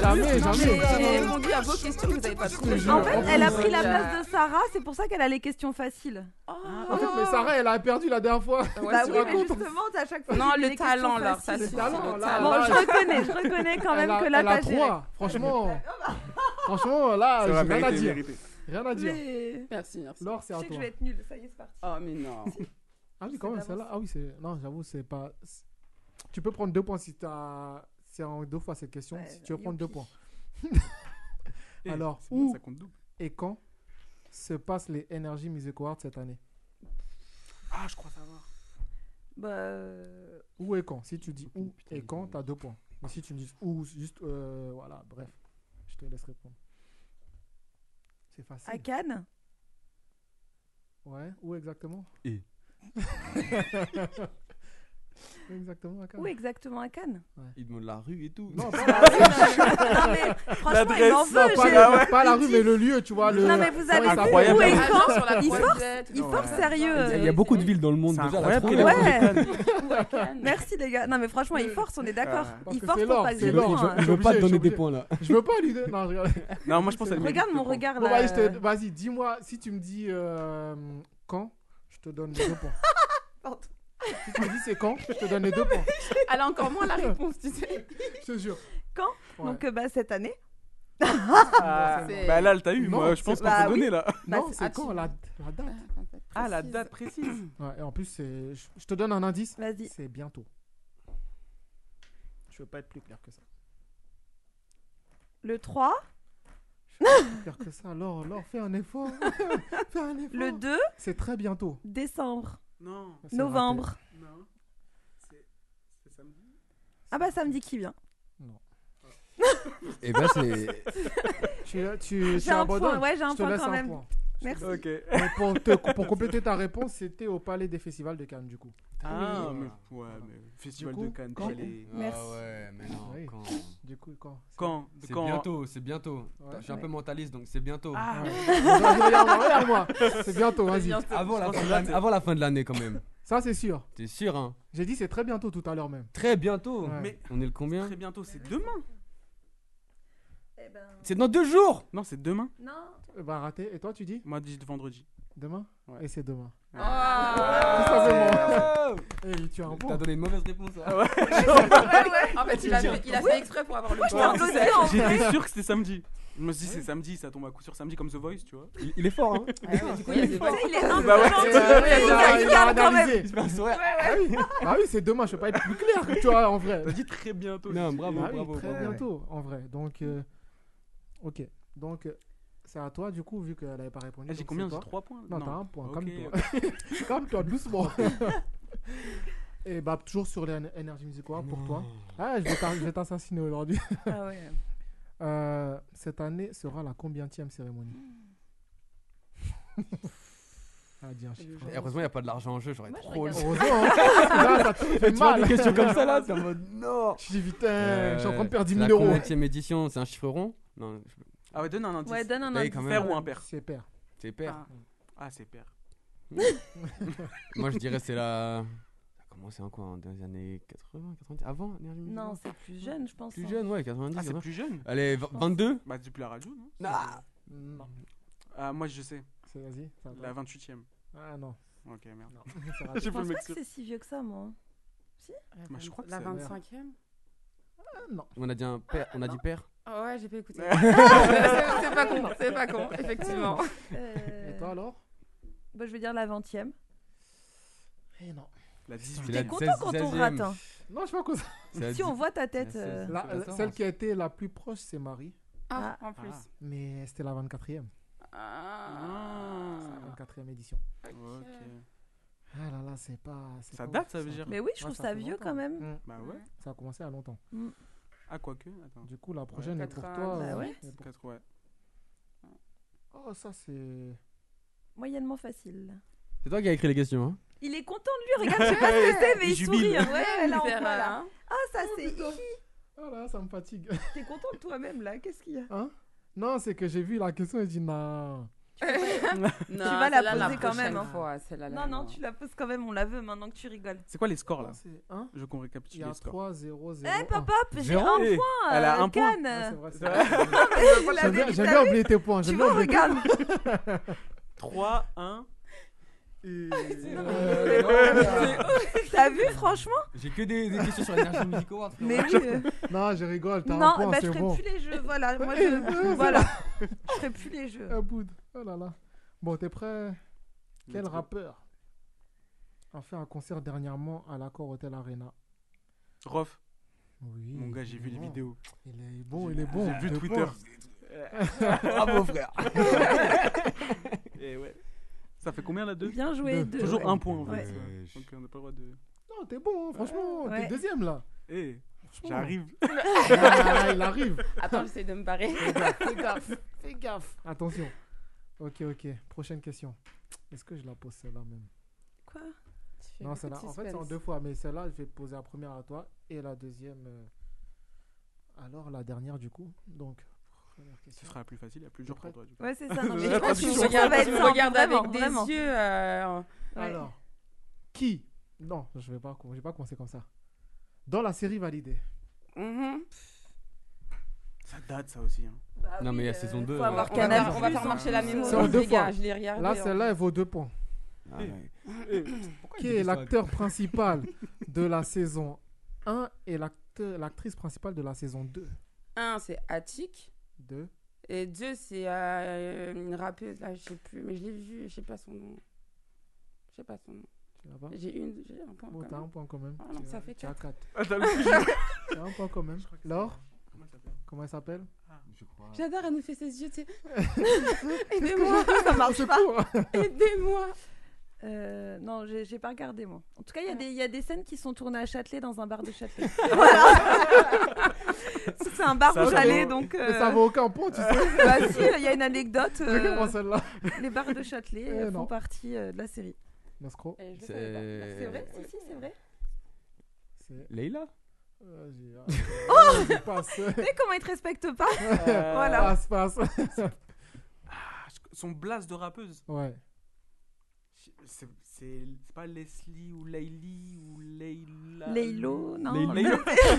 Jamais, jamais.
J'ai répondu à vos questions, vous avez pas trouvé.
jure,
En
en
fait, elle a
plus,
pris la
euh,
place de Sarah, c'est pour ça qu'elle a les questions faciles.
En fait, mais Sarah, elle a perdu la dernière fois.
bah
Tu
oui, mais
racontes.
justement, à chaque fois.
Non,
j'ai
le
des
talent,
questions
alors, ça
faciles.
suffit, le talent.
Bon, je reconnais, je reconnais quand même
Elle a-
que là,
elle a
t'as géré.
trois, franchement. franchement, là,
Ça
j'ai
va,
rien à
vérité,
dire.
vérité.
Rien à dire.
Merci, merci.
Laure, c'est à
Je sais que je
toi.
vais être nulle, ça y est, c'est parti.
Oh, mais non.
Ah oui, quand même, celle-là. Ah oui, c'est. Non, j'avoue, c'est pas. c'est- Tu peux prendre deux points si t'as. C'est en deux fois cette question. si tu veux prendre deux points. Alors,
c'est bien,
où
ça compte double.
et quand se passent les Energy Music Awards cette année
Ah, je crois savoir.
Bah. euh,
Où et quand Si tu dis où et quand, t'as deux points. Mais si tu me dis où, juste. euh, voilà, bref. Je te laisse répondre. C'est facile.
À Cannes
Ouais, où exactement
Et.
*laughs* Où exactement à Cannes
Où exactement
*laughs*
à Cannes
Il demande la rue et tout.
Non, pas *laughs* la rue.
Non, mais franchement, il en veut.
Bah, pas,
j'ai-
la, pas la rue, mais le lieu, tu vois. Le, Ah
Non, mais vous avez
comment il
vu
s'appelle
où et
Incroyable.
quand Il force, il force sérieux.
Il y a beaucoup de villes dans le monde déjà. la Thaïlande,
Ouais. *laughs* Merci les gars. Non mais franchement, il force, on est d'accord.
Parce
Il
que
force
c'est
pour
l'or,
pas
c'est
zéro.
l'or.
je-
hein.
*laughs*
je veux pas te donner
Obligé, je suis
des
obligé.
points, là.
Je veux pas lui donner. Non, je regarde.
Non, moi, je pense à lui.
Regarde mon regard
Bon,
là.
vas-y, je te- vas-y, dis-moi, si tu me dis euh, quand, je te donne les deux
*laughs*
points. Si tu me dis c'est quand, je te donne les deux points.
Elle a encore moins la réponse, tu sais.
Je te jure.
Quand
Ouais.
Donc euh, bah cette année.
Ah,
C'est-
Bah là, elle t'a eu,
Non,
moi, je pense
c'est-
qu'on
bah
s'est
oui.
donné là.
Non,
Bah,
c'est
ah,
quand
tu-
la, la date
Ah, la date précise.
Ouais, Et en plus, c'est- je je te donne un indice.
Vas-y.
C'est
*laughs*
bientôt. Je veux pas être plus clair que ça.
Le 3,
Plus clair que ça. Alors, alors, fais un
*laughs*
effort. fais un effort.
le 2
C'est très bientôt.
décembre,
Non.
C'est
novembre.
Non. C'est c'est samedi.
Ah bah samedi qui vient.
Et ben c'est.
Tu, tu, tu
J'ai un
Eh ben,
abandonnes. *laughs*
point, ouais, j'ai un
Je te
point
laisse
quand
un
même.
point. Je
Merci.
Ok.
Mais pour, te- pour compléter ta réponse, c'était au Palais des Festivals de Cannes, du coup.
Ah, mais, ouais,
Voilà.
mais
Du
festival
coup,
de Cannes,
quand-
Calais.
Ah
Oui. Du coup, quand
Quand
C'est
quand-
bientôt, c'est bientôt.
Ouais.
Je suis un peu mentaliste donc c'est bientôt.
Ah.
Regarde-moi,
*laughs*
c'est bientôt,
C'est
vas-y.
bientôt. Avant la fin de l'année- avant la fin de l'année quand même.
Ça, c'est sûr.
T'es sûr hein
J'ai dit c'est très bientôt tout à l'heure même.
Très bientôt.
Ouais.
Mais-
On est le combien
Très bientôt, c'est demain.
C'est dans deux jours.
Non, c'est demain.
Eh ben, Non.
Bah, raté. Et toi, tu dis
Moi, dis vendredi.
Demain Et c'est demain.
Ah.
Tout simplement. Et tu as un point.
T'as donné une mauvaise réponse. hein.
Ah ouais.
En fait, il a fait- il a fait exprès pour avoir le point.
Oh, Ouais,
en
c'est ça,
fait.
J'étais sûr que c'était samedi. Je me suis dit, c'est samedi, ça tombe à coup sûr samedi comme The Voice, tu vois.
Il, est fort, hein.
du coup, il est fort.
Il est humble,
Bah ouais.
Ah
gentil,
Ouais, ouais,
mais
il
il
a-
regarde
il a
quand même.
analysé. Ah oui, Bah oui, c'est demain, je peux pas être plus clair, tu vois, en vrai.
T'as dit très bientôt.
Non,
j'ai dit.
bravo,
Bah oui,
bravo,
très
bravo.
bientôt, en vrai. Donc, euh, ok. Donc, euh, c'est à toi, du coup, vu qu'elle avait pas répondu.
Ah, j'ai
donc
combien
c'est
J'ai
toi.
trois points
Non,
Non.
t'as un point,
Ok,
calme-toi.
ok.
calme-toi, doucement. *laughs* Et bah, toujours sur les énergies musicales pour toi. Ah, je vais t'as- je vais t'assassiner aujourd'hui. *laughs*
Ah ouais.
Euh, cette année sera la combienième cérémonie
Hmm.
*laughs* Ah, dis un chiffre.
Et heureusement, il n'y a pas de l'argent en jeu, j'aurais trop le *laughs*
Heureusement, hein. Oh, Là, ça te fait
Tu vois,
mal.
des questions comme ça, là, t'es en
*laughs*
mode non.
Je dis, putain, je suis en train de perdre 10 000
Euh, la
euros.
combienième édition, c'est un chiffre rond Non, je-
Ah ouais, donne un indice.
Ouais, donne un
Allez,
indice.
quand même.
Père ou impair
C'est père.
c'est père.
Ah, c'est père.
Moi, je dirais c'est la. Ça a commencé en quoi en- Dans les années 80, 90 Avant l'énergie musicale
Non, c'est plus jeune, je pense.
Plus
hein.
jeune, ouais, 90.
Ah, c'est
80.
plus jeune
Allez, v- 22
Bah, c'est plus la radio, non
Ah.
Non.
Ah, moi, je sais.
C'est- Vas-y. ça va.
La 28ème.
Ah non.
Ok, merde.
*laughs* ça va.
Je
J'ai plus le
pense pas
mec.
que c'est si vieux que ça, moi. hein. Si
Bah, je crois que
La
c'est-
25ème
On a dit un père, on a dit père.
Ah ouais, j'ai pas écouté. c'est c'est pas con, c'est pas con, effectivement.
Et toi alors
Euh, Bah, je vais dire la 20ème.
Eh non.
La
C'est la
18ème.
T'es content quand on
16e.
rate. hein.
Non, je sais pas quoi ça.
C'est la
Si on
dix-
voit ta tête.
la
euh,
seize-
La-
la quatorze.
celle qui a été la plus proche, c'est Marie.
Ah, en plus.
Mais c'était la 24e.
Ah.
C'est la 24e édition.
Ok.
Ah là là, c'est pas. c'est
Ça
pas
date,
ouf,
ça veut dire
Mais oui, je
Ouais,
trouve
ça
ça
fait
vieux
longtemps.
quand même.
Mm.
Bah ouais.
Ça a commencé à longtemps.
Ah, quoique. Attends.
Du coup, la prochaine est pour
80,
toi.
bah
euh,
ouais.
et pour-
Quatre, ouais.
Oh, ça c'est.
Moyennement facile.
C'est toi qui as écrit les questions, hein
Il est content de lui, *laughs* regarde, je sais pas ce que c'est, mais
Il
il,
jubile.
sourit. hein. Ouais, là, on
Faire,
voit, là.
hein.
Ah, ça, c'est
putain.
hihi.
Oh là, ça me fatigue. *laughs*
T'es content de toi-même, là Qu'est-ce qu'il y a
Hein Non, c'est que j'ai vu la question et j'ai dit non.
Non,
vas la
celle-là,
poser quand
prochaine
même, hein.
fois, celle-là,
Non,
là,
non, tu la poses quand même, on la veut maintenant que tu rigoles.
C'est quoi les scores là
Ah, c'est- hein
Je veux qu'on
Il y
récapitule
a
les scores.
3, 0, 0.
Eh, papa, j'ai un
Zéro. Eh,
point
elle a
euh,
un point.
Cannes.
Ah, c'est vrai, c'est
Euh,
vrai.
*laughs* Je l'avais
J'aime bien-
dit,
J'aime
t'as
bien
vu
oublier tes points.
Tu
J'aime bien
vois,
oublier tes
*laughs* regarde.
3, 1. *laughs* Ah,
T'as vu, franchement
J'ai que des, des questions sur l'énergie musicale.
*laughs*
frérot.
Mais oui. euh,
points. Non, je rigole, t'as un
Non,
point,
bah, je
c'est
ferai
bon.
plus les jeux. Voilà, moi,
Eh, euh,
je.
c'est
Voilà. Je ferai plus les jeux.
Un bout. Oh là là. Bon, t'es prêt Quel rappeur a fait un concert dernièrement à l'Accor Hotel Arena
Rof.
Oui.
Mon gars, j'ai vu les
évidemment.
vidéos.
Il est bon, il est bon.
J'ai vu
deux
Twitter.
points.
*laughs*
Bravo, frère.
Et Eh ouais. Ça fait combien là 2
Bien
Deux.
joué, deux.
Toujours
ouais.
un point en fait.
Ouais.
ouais. Donc on n'a pas le droit de.
Non, t'es bon, hein, franchement.
Ouais.
T'es deuxième
*laughs*
là.
Eh, j'arrive.
Ah, il arrive.
Attends, j'essaie de me *laughs* barrer.
Fais gaffe. Fais gaffe. Attention. Ok, ok. Prochaine question. Est-ce que je la pose celle-là même
Quoi
Non, celle-là. En fait, c'est en deux fois, mais celle-là, je vais te poser la première à toi et la deuxième. euh, Alors, la dernière, du coup. Donc, première
Ce
question.
sera la plus facile, la plus dure pour toi du coup.
Ouais, c'est ça. Non, mais
La
je pense que
traduction.
ça va être
Ah, tu
simple,
regardes
vraiment,
avec des
vraiment.
yeux. euh,
Ouais.
Alors, qui Non, je vais pas, je vais pas commencer comme ça. Dans la série validée.
mhm.
Ça date ça aussi. Hein.
Non, mais il y a saison euh, 2.
faut avoir
Bah euh, On va
Canal+,
faire- on va faire
hein.
marcher la
C'est en
mémoire,
deux
les gars,
fois.
je l'ai regardé.
Là,
hein.
celle-là, elle vaut deux points. Qui est l'acteur principal de la saison 1 et l'acteur- l'actrice principale de la saison 2
Un, c'est Attic.
2
Et deux, c'est euh, une rappeuse, là, je sais plus, mais je l'ai vue, je sais pas son nom. Je sais pas son nom.
Tu l'as pas
J'ai une, j'ai un point.
Bon,
quand
t'as
même.
un point quand même.
Ah, donc
Tu
ça
as-
fait
tu as quatre.
Attends,
T'as un point quand même. Laure, comment elle s'appelle
J'adore, elle nous fait ses yeux, tu sais.
Mais moi, ça marche pas.
Aidez-moi
Euh, non, j'ai j'ai pas regardé moi. En tout cas, il y, a des- il y a des scènes qui sont tournées à Châtelet dans un bar de Châtelet. voilà. C'est un bar
Ça,
au
ça
chalet,
vaut-
donc. euh,
Mais ça vaut aucun point, tu sais.
*laughs* bah si, il y a une anecdote. euh,
Regarde-moi celle-là.
Les bars de Châtelet
Eh
euh,
non.
font partie euh, de la série.
Mascro.
Eh, je le
C'est-
savais pas. C'est vrai, si, si, c'est vrai.
Leïla
Euh, j'ai-
Oh
j'ai pas assez.
Tu sais comment ils te respectent pas
Euh,
Voilà.
Passe, passe.
Ah, Son blast de rappeuse.
Ouais.
C'est c'est- c'est pas Leslie ou Layli ou Leila.
Leilo, non.
Leilo. *laughs*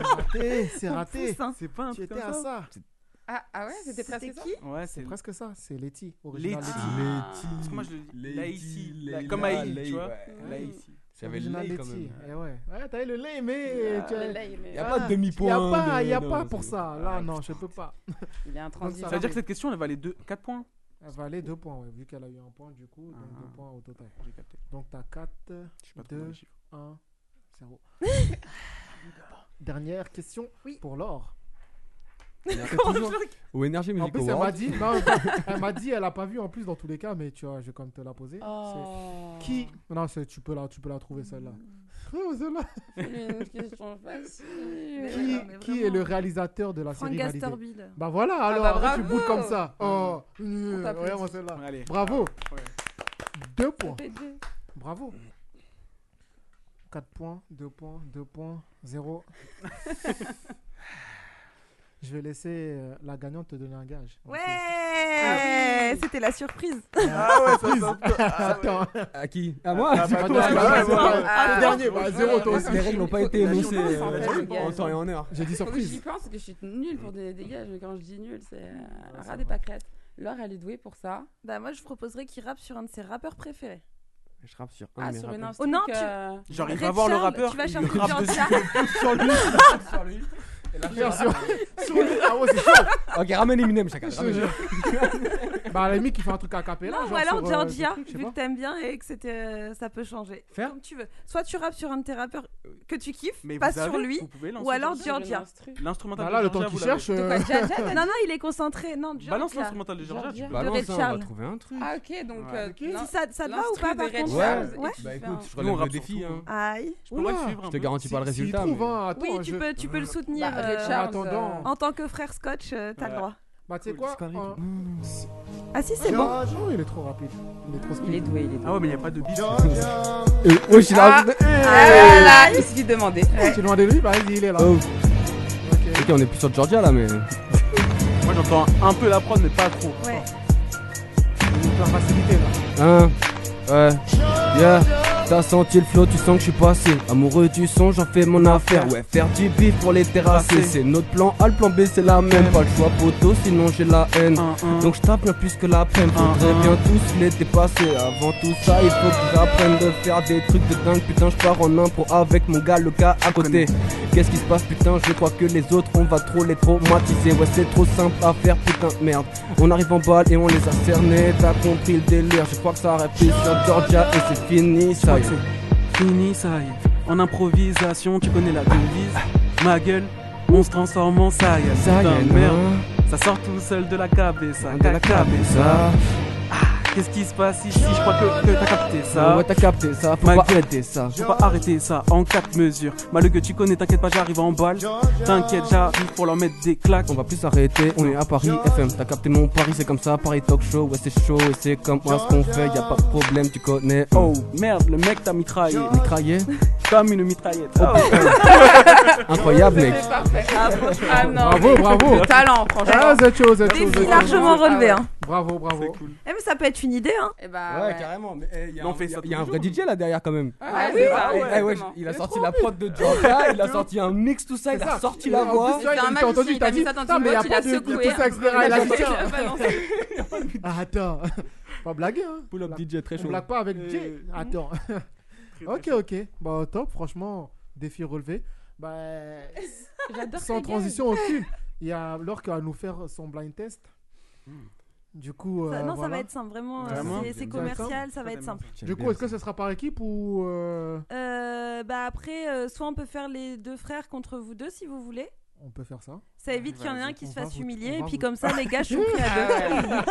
raté, c'est
On
raté.
pousse, hein. C'est pas un
Tu
truc
étais
comme
à
ça.
ça.
Ah, ah ouais, c'était presque
*laughs*
ça
Ouais,
c'est
c'est-
presque ça. C'est Letty.
Letty.
Original
Parce que moi je le dis. Laïci. La- Comme Aïe, tu vois. Laïci.
Original
lait, quand
Letty.
euh,
même.
Eh ouais. Ouais, t'as eu le lait, mais.
Ah,
tu as-
le lait, mais-
Ah,
Y a pas de
demi-point
Y a pas,
de- Ah,
y a
non,
pas
c'est
pour
bon.
ça. Là, non, je peux pas.
Il est
Donc,
intransif.
Ça veut dire que cette question elle valait 4 points.
Elle va aller 2 points, ouais, vu qu'elle a eu un point du coup, donc 2 points au total.
J'ai capté.
Donc t'as 4,
pas trop dans
2,
les chiffres.
1, 0. *laughs* Dernière question pour Laure. C'est toujours-
Au Energy
En
Music
plus, elle m'a
Award.
dit, non, elle m'a dit, elle a pas vu en plus dans tous les cas, mais tu vois, je vais quand même te la poser. C'est-
Oh. Mm.
Qui Non, c'est- tu peux la, tu peux la trouver celle-là. Oh, celle-là.
Une question facile.
*laughs*
Qui, qui est le réalisateur de la
Frank
série Validé
Gastorville.
Bah voilà,
Ah
alors
bah
arrête, tu
bravo. Mm.
boules comme ça. Oh,
On t'applaudit.
regarde-moi celle-là.
Allez.
Bravo.
Ouais.
Deux points.
fait deux.
Bravo. 4 points, 2 points, 2 points,
*laughs*
0. Je vais laisser euh, la gagnante te donner un gage.
Ouais C'était la surprise.
Ah ouais, ça Surprise. sent- ah ouais. Attends.
À qui À moi
Ah, bah,
C'est
non,
toi,
bah,
c'est
bah,
toi,
ouais,
c'est
ouais,
toi.
ouais. Ah, le dernier, bah, zéro, toi aussi.
Les règles n'ont pas été
Faut que
énoncées
je pense,
euh,
en fait, les gars.
en temps et en heure.
J'ai dit
Faut que
surprise.
J'y pense parce que je suis nulle pour des dégâts. Quand je dis nulle, c'est euh, un rat des pâquerettes. Laure, elle est douée pour ça.
Bah moi je proposerais qu'il rappe sur un de ses rappeurs préférés.
Je rappe sur
Ah,
un de mes
sur une
rappeurs.
instru-
Oh, non,
Donc, euh,
tu...
J'arrive
Red
à voir le
Charles,
rappeur,
Tu vas
il
chercher
rappe
Georgia.
*laughs*
dessus. Sur lui. Sur lui. Et là,
Bien
je- *laughs*
sûr. Sur lui. Ah ouais, c'est chaud.
Ok, ramène Eminem chacun.
Je
ramène.
te jure. bah, à la limite, il fait un truc à capella.
Non,
genre
ou alors
sur, euh,
Georgia,
je sais
vu
pas.
que t'aimes bien et que c'était, euh, ça peut changer. Comme tu veux. Soit tu rappes sur un de tes rappeurs que tu kiffes,
Mais
pas
vous avez-
sur lui,
vous pouvez lancer
ou alors
Georgia.
Georgia.
L'instrumental
Bah là,
de
le temps
Georgia,
qu'il
vous l'avez.
cherche, De quoi, euh, Georgia, t'as dit
Non, non, il est concentré. Non, Georgia.
Balance l'instrumental de Georgia, tu
De
balances,
Red
hein, on va
Charles.
trouver un truc.
Ah, ok, donc.
Ouais.
euh,
Ok. Si
l'in-
ça- ça te va ou
l'instru
pas,
de
par
Red
contre,
Charles,
Ouais.
et
Ouais.
tu
Bah
fais
écoute,
un-
je
Nous, on
relève le
rappe
défi.
surtout.
hein.
Aïe.
Je pourrais te suivre un Je te peu. garantis pas le
Si- s'il
résultat,
trouve hein.
mais-
un, attends,
Oui, tu
je-
peux, tu peux le soutenir.
Bah, Red
euh,
Charles,
en
euh,
En tant que frère scotch, euh, t'as le droit.
Bah, tu sais quoi euh,
Ah si, c'est
George-
bon.
Non, il est trop rapide. Il est trop speed.
Il est doué, il est doué.
Ah ouais, mais il n'y a pas de beat.
Et- oh, je suis là.
Ah là, il suffit de demander.
Tu es loin de lui Bah, vas-y, il est là.
Oh. Ok, on est plus sur Georgia là, mais.
Moi j'entends un peu la prod, mais pas trop.
Ouais.
Il peut en faciliter, là.
Hein Ouais. Yeah. T'as senti le flow, tu sens que je suis passé. Amoureux du son, j'en fais mon affaire. Ouais, faire du bif pour les terrasser. C'est notre plan A, le plan B, c'est la même. Pas le choix, poteau, sinon j'ai la haine. Donc je tape bien plus que la peine. Faudrait bien tous l'été passé. Avant tout ça, il faut que j'apprenne de faire des trucs de dingue. Putain, je pars en impro avec mon gars, le gars à côté. Qu'est-ce qui se passe, putain Je crois que les autres, on va trop les traumatiser. Ouais, c'est trop simple à faire, putain, merde. On arrive en balle et on les a cernés. T'as compris le délire, je crois que ça répète sur Georgia et c'est fini, ça y est.
Fini, ça y est. En improvisation, tu connais la devise. Ma gueule, on se transforme en ça y est.
Ça y
Putain,
est, non.
ben, merde. Ça sort tout seul de la cabeza.
hein. De la cabeza.
Ah, Qu'est-ce qui se passe ici Je crois que, que t'as capté ça.
Ouais, t'as capté ça, faut
Ma
pas
gueule.
arrêter ça.
Faut pas arrêter ça en quatre mesures. Malgré que tu connais, t'inquiète pas, j'arrive en balle. T'inquiète, j'arrive pour leur mettre des claques.
On va plus s'arrêter, on est à Paris FM. T'as capté mon pari, c'est comme ça, Paris Talk Show. Ouais, c'est chaud et c'est comme moi ce qu'on fait, y a pas de problème, tu connais.
Oh merde, le mec t'a mitraillé.
Mitraillé
Comme une mitraillette. Oh.
Incroyable, mec.
Parfait. Ah non.
Bravo, bravo.
*laughs* Le talent, franchement.
Ah, cette chose, cette
Défi
chose. cette
largement
chose. Ah
relevé, hein.
Bravo, bravo.
Eh, mais ça peut être une idée, hein.
Eh bah,
Ah
Ouais, carrément. Mais eh, y a
Non,
un-
on fait
y
ça
a- y a un
tous les
vrai DJ là derrière quand même.
Ah,
Eh,
oui, bah,
eh,
ouais,
eh, ouais,
exactement.
il a sorti la prod de
*laughs*
Georgia, il a sorti un mix, tout ça, il a
ça.
sorti la
En
voix.
plus, tu vois,
C'est un
il t'a entendu,
magicien,
il
il a
t'a
mis
dit.
ça dans
Putain,
une
mais y a
boîte, il
pas
a
de. Il
secoué. hein.
y a tout ça, etc. Il
Ah,
a dit
Il a
tiens.
balancé.
Ah, Attends. *laughs* Pas blaguer, hein.
Pull-up
On
DJ, très
on
chaud.
blague pas avec DJ.
Euh,
Attends. *laughs* Ok, ok. Bah, top, franchement, défi relevé. Bah,
*laughs*
J'adore
sans
ta gueule.
transition aussi. Il y a Laure qui va nous faire son blind test. Du coup.
Ça-
euh,
non, ça
voilà.
va être simple, vraiment. euh,
Vraiment
c'est- C'est
J'aime bien.
commercial, ça va être
*laughs*
simple.
Du coup, est-ce que ce sera par équipe ou. euh,
Euh, bah après, euh, soit on peut faire les deux frères contre vous deux si vous voulez.
On peut faire ça.
Ça évite qu'il y en ait un
Vas-y,
qui
on
se
va
fasse
vous-
humilier
on
et
va
puis
*laughs* vous-
comme ça les gars je suis pris à
Ah
deux.
ouais.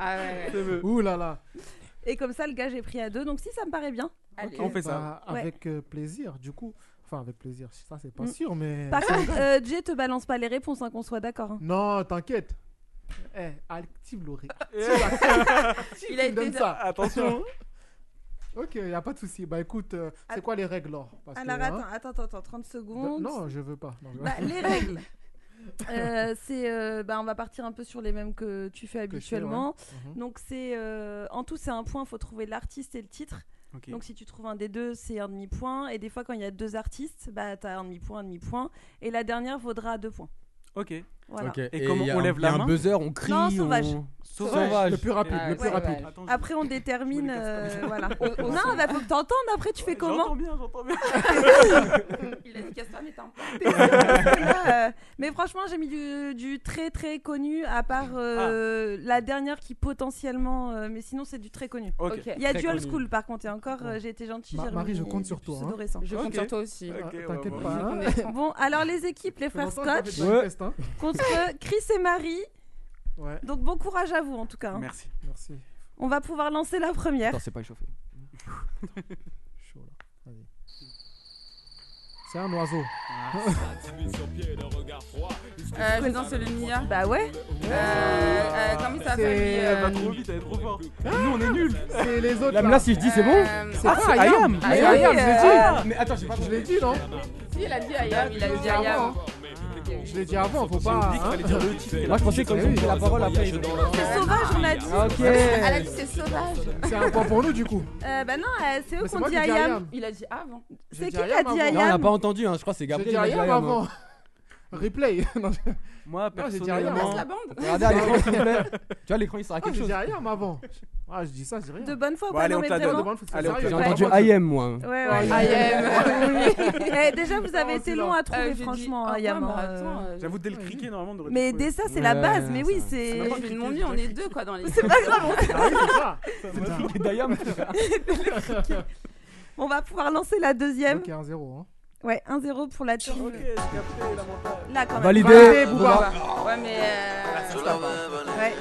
Ah ouais.
Ouh là là.
Et comme ça, le gage est pris à deux. Donc si, ça me paraît bien.
Ok, bah,
Ouais.
Avec euh, plaisir, du coup. Enfin, avec plaisir, ça c'est pas
Mm.
sûr, mais.
Par contre, euh, Jay, te balance pas les réponses, hein, qu'on soit d'accord. hein.
Non, t'inquiète. Eh, active l'oreille.
Il a été
donne
de-
ça.
*laughs* Attention.
ok, y a pas de souci. Bah écoute, euh, c'est quoi les règles là Parce que,
Alors
hein, Bah,
attends, attends, attends, attends, 30 secondes.
Non, je veux pas. Non, je- *laughs*
Bah, les règles. Euh, c'est, euh, bah, on va partir un peu sur les mêmes que tu fais
fais, ouais.
habituellement.
Mhm.
Donc c'est, euh, en tout c'est un point. Faut trouver l'artiste et le titre.
Ok.
Donc si tu trouves un des deux, c'est un demi point. Et des fois quand il y a deux artistes, bah t'as un demi point, un demi point. Et la dernière vaudra deux points.
Ok.
Voilà.
Ok, Et et comment y a on un- lève y a la un main
buzzer, on crie,
Non, sauvage.
on- Sauvage. Sauvage. Le plus rapide, le plus
Ouais.
rapide.
Attends, je- Après, on détermine. euh, voilà.
*laughs*
non, bah, faut que t'entendes. Après, tu fais comment J'entends
bien, j'entends bien.
Il a dit Castor n'était un
*laughs* euh, mais franchement, j'ai mis du, du très très connu, à part euh,
Ah.
la dernière qui potentiellement. euh, mais sinon, c'est du très connu.
Ok.
Il y a
Très
du old
connu.
school par contre, et encore, euh, j'ai été gentille.
Ma-
j'ai
Marie,
remis
je
du-
compte
du
sur toi, hein. *laughs*
pseudo-récent.
Je compte Ok. sur toi aussi. Ok, ouais, Ah, T'inquiète bon. pas, hein.
Bon, alors les équipes, les frères
longtemps que t'as
Scott,
fait de la test, hein.
contre Chris et Marie.
Ouais.
Donc bon courage à vous en tout cas. hein.
Merci.
Merci.
On va pouvoir lancer la première.
Attends, c'est pas échauffé.
C'est un oiseau.
Euh, je danse le Mia.
Bah ouais.
Euh, euh, comment il s'appelle lui,
C'est-
euh,
Elle va trop vite, elle est trop forte. Nous, on est nuls.
C'est les autres.
Là, mais là, si je dis c'est bon
C'est pas I am.
I
I
am,
am,
je l'ai
euh,
dit.
ah.
Mais attends, j'ai pas
Je l'ai dit, non
Si, il a dit Ayam, il a dit Ayam.
Je l'ai dit avant, faut pas. hein.
Moi, je pensais que quand ils ont pris la parole après, ils ont
C'est sauvage, on a dit.
Ok.
Elle a dit c'est sauvage.
C'est un point pour nous, du coup.
Euh, bah non, euh, c'est eux
Mais c'est
qu'on
moi
dit
qui dis I
Ayam.
am.
Il a dit avant.
C'est qui qui
dit I
a
am avant.
dit
Non, on n'a
Ayam
pas entendu, hein. je crois que c'est
J'ai
Gabriel. il
dit
a dit
rien
Ayam,
avant.
hein.
Replay. *laughs* Non, je-
Moi,
Non, j'ai dit
personnellement-
rien.
Passe la bande.
Regardez à l'écran, s'il vous plaît. Tu vois, l'écran, il sert à
Ah,
quelque
j'ai
chose.
dit rien avant. Ah, je dis ça, c'est rien.
De bonne foi, Bon, pas, allez, non, on te mais la donne.
De
vraiment.
bonne foi, c'est
Allez, on
sérieux.
te la
J'ai
Ouais.
entendu
Ouais.
I am, moi.
Ouais, ouais.
Ah,
Ayam.
Ayam.
Eh, déjà, vous avez été long à trouver, franchement, Ayam. euh,
J'avoue, dès le criquet, normalement, on devrait
Mais
le
dès
trouver.
ça, c'est la base. Mais oui, c'est.
Je fais de mon mieux, on est deux quoi dans les.
C'est pas grave.
Ah
C'est le criquet d'Ayam.
On va pouvoir lancer la deuxième.
Ok, 1-0. Hein.
Ouais, 1-0 pour la team. Là, quand même.
Validé. Validé, Booba.
Ouais, mais. euh,
Ouais.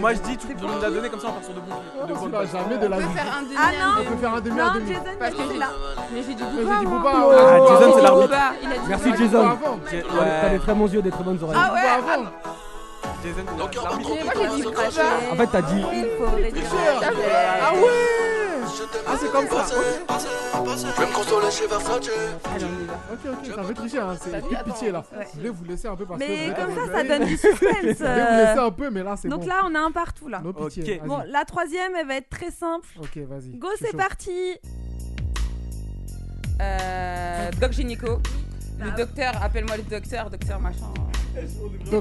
Moi, je dis, tu peux me la donner comme ça, on part sur deux bons. deux bons-
va jamais de la vie.
faire un demi,
Ah
un
non
demi.
On peut faire un demi un demi.
Parce que j'ai Mais j'ai dit Booba.
dit
moi.
Booba.
Ah,
Oh,
Jason, c'est
oh,
l'arbitre.
Booba, il a dit
Merci,
Booba.
Jason.
Avant.
T'as t'as des très bons yeux, des très bonnes oreilles.
Ah ouais
Avant.
Jason, il a-
Mais moi j'ai dit Booba.
En fait, t'as dit.
Il faut réduire.
Ah
ouais Ah, c'est comme ça.
Je vais me consoler chez Versace.
Ok, ok, ça fait tricher, hein. c'est plus pitié là.
Ouais.
Je voulais vous laisser un peu parce que.
Mais
vous
comme
avez-
ça, ça
*laughs*
donne du
Je
suspense.
voulais vous
euh.
laisser un peu, mais là c'est bon.
Donc là, on a un partout là.
No pitié.
Bon,
vas-y.
la troisième, elle va être très simple.
Ok, vas-y.
Go,
je suis
c'est
chaud.
parti.
Euh, Doc Gynéco. Le docteur, appelle-moi le docteur, docteur machin.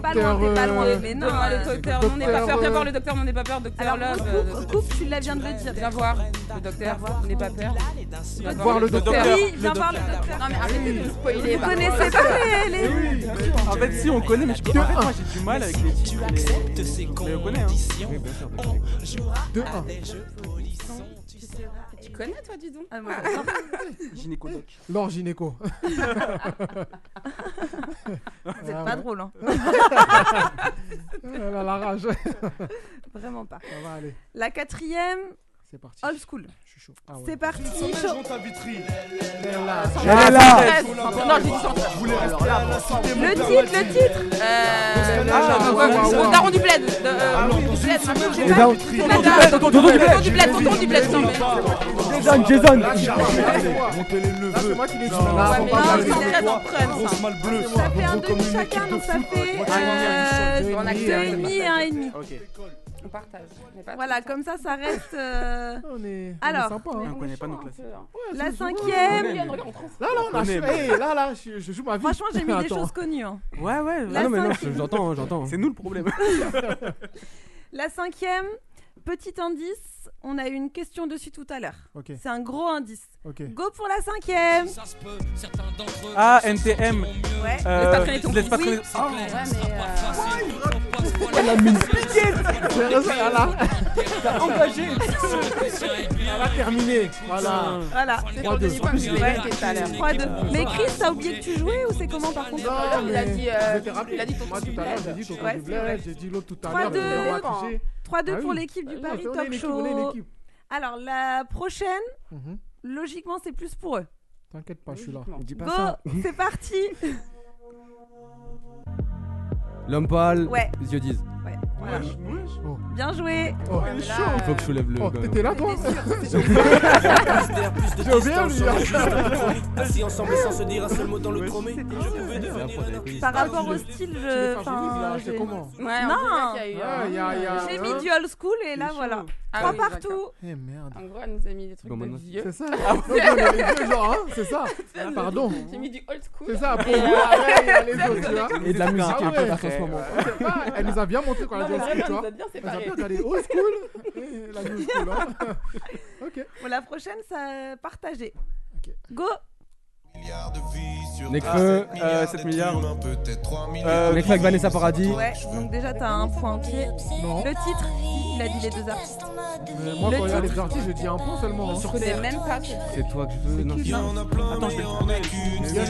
Pas loin, t'es pas loin.
euh,
Mais non.
Donne-moi le
euh,
docteur, non, on n'est pas peur, viens
euh,
voir le docteur, non, on n'est pas peur, docteur
Alors,
Love. euh,
coupe, coupe, tu la viens de le dire.
Viens voir le docteur, on n'est pas peur. Viens
Voir le docteur.
Oui, viens voir le docteur. Ah
Non, mais arrêtez de me spoiler.
Vous
là.
connaissez *laughs* pas les- les.
En fait, si on connaît, mais je comprends pas, moi, j'ai du mal avec les titres. Tu ces conditions.
Deux,
*laughs*
un.
Tu connais, toi, dis donc
Ah, moi, j'adore.
Gynécologue.
Laure Gynéco.
Vous êtes
Ah,
pas drôle, hein.
*laughs* Elle a la rage.
Vraiment pas.
Ça va aller.
La quatrième,
C'est parti.
old school.
Ah ouais.
C'est parti. chaud.
Bella.
Non, j'ai dit sans stress.
Le titre, le titre.
Euh,
Ah, ouais, ouais, ouais.
Le daron du bled. de- euh, du bled, machin, je sais pas.
darons-
Tonton
Tonton
du bled, tonton du bled, tonton du bled, tonton du bled, non, mais-
Jason, Jason.
Là, c'est moi qui l'ai dit.
Ouais, mais non, sans
Là,
stress, sans prenne, ça.
Ça fait un demi chacun, donc ça fait euh,
On
deux et demi,
accepte.
un et demi.
On partage. On est pas
Voilà, comme ça, ça reste. euh,
on est
Alors,
sympa. hein.
On connaît pas nos classes.
La
trop-
cinquième.
Là, là, on a.
connaît, mais-
Hey, là, là, je, je joue ma vie.
Franchement,
*laughs*
j'ai mis des
Attends.
choses connues. hein.
Ouais, ouais.
La
Ah non, mais non,
cinquième.
j'entends, hein, j'entends.
C'est nous le problème.
La cinquième, petit indice. On a eu une question dessus tout à l'heure.
Ok.
C'est un gros indice.
Ok. *laughs*
Go pour la cinquième.
Ah, NTM.
Ouais.
Euh,
Laisse pas traîner ton
Laisse pas
cou.
traîner.
Oh, ouais, mais, euh,
J'ai raison, là, là. T'as engagé. Elle a terminé. Voilà.
Voilà.
C'est pour le demi-point que je l'ai
Ouais.
marqué tout à l'heure.
3-2. Mais Chris, t'as oublié que tu jouais ou c'est comment par contre
Non,
Il a
mais
dit,
je
euh,
vais te rappeler.
il a dit ton
Moi,
petit
tout à l'heure, j'ai
bled.
dit ton
Ouais,
coup du
c'est vrai.
bled, j'ai dit l'autre tout à l'heure.
3-2.
mais on va tricher.
3-2
Ah
pour
oui.
l'équipe du
Ah,
Paris
on est une
Talk
équipe, on est une
Show.
équipe.
Alors, la prochaine,
Mhm.
logiquement, c'est plus pour eux.
T'inquiète pas, je suis là.
Dis
Go, *laughs* c'est parti
L'homme pâle,
Ouais.
les yeux disent.
Ouais, voilà. Bien joué
Oh,
il est chaud. Il faut que je soulève le-
Oh, t'étais là, toi *laughs* J'ai oublié, lui.
Assis ensemble sans se dire un seul mot dans le chromé. Je pouvais devenir un artiste.
Par
Ah,
rapport au style, je. Euh, Enfin, j'ai-
comment
Ouais, on
non
dirait qu'il y a eu
Ouais,
un-
il y a- il y a-
J'ai
hein.
mis du old school et là,
chaud.
voilà.
Ah
Trois
oui,
partout
Eh merde.
En gros, elle nous a mis des trucs
Bon,
de
maintenant-
vieux.
C'est ça. Ah ouais, non, mais les vieux, genre, hein, c'est ça.
Elle nous a
Pardon.
dit- J'ai mis du old school.
C'est ça, pour
Et,
vous,
euh,
après, il y a les autres, tu vois.
Et de la musique,
Ah
un peu
ouais.
dark en ce moment.
Ok, ah, Elle nous a bien montré quand
Non,
elle
mais
a dit
vraiment,
tu vois.
elle nous a bien
Elle nous a
séparés.
bien regardé old school et la new school. hein. Ok.
Bon, la prochaine, ça partagé. Go
Nekfeu.
Euh, 7 milliards.
Euh, Nekfeu avec Vanessa Paradis.
Ouais, donc déjà t'as un point entier. Le titre, il a dit les deux artistes.
Mais Moi,
Le
quand il y a
titre.
les artistes, je dis un point seulement. hein.
Je connais même pas. ce-
C'est toi que je veux. Non,
Il y en
a
Attends, je vais Il y en a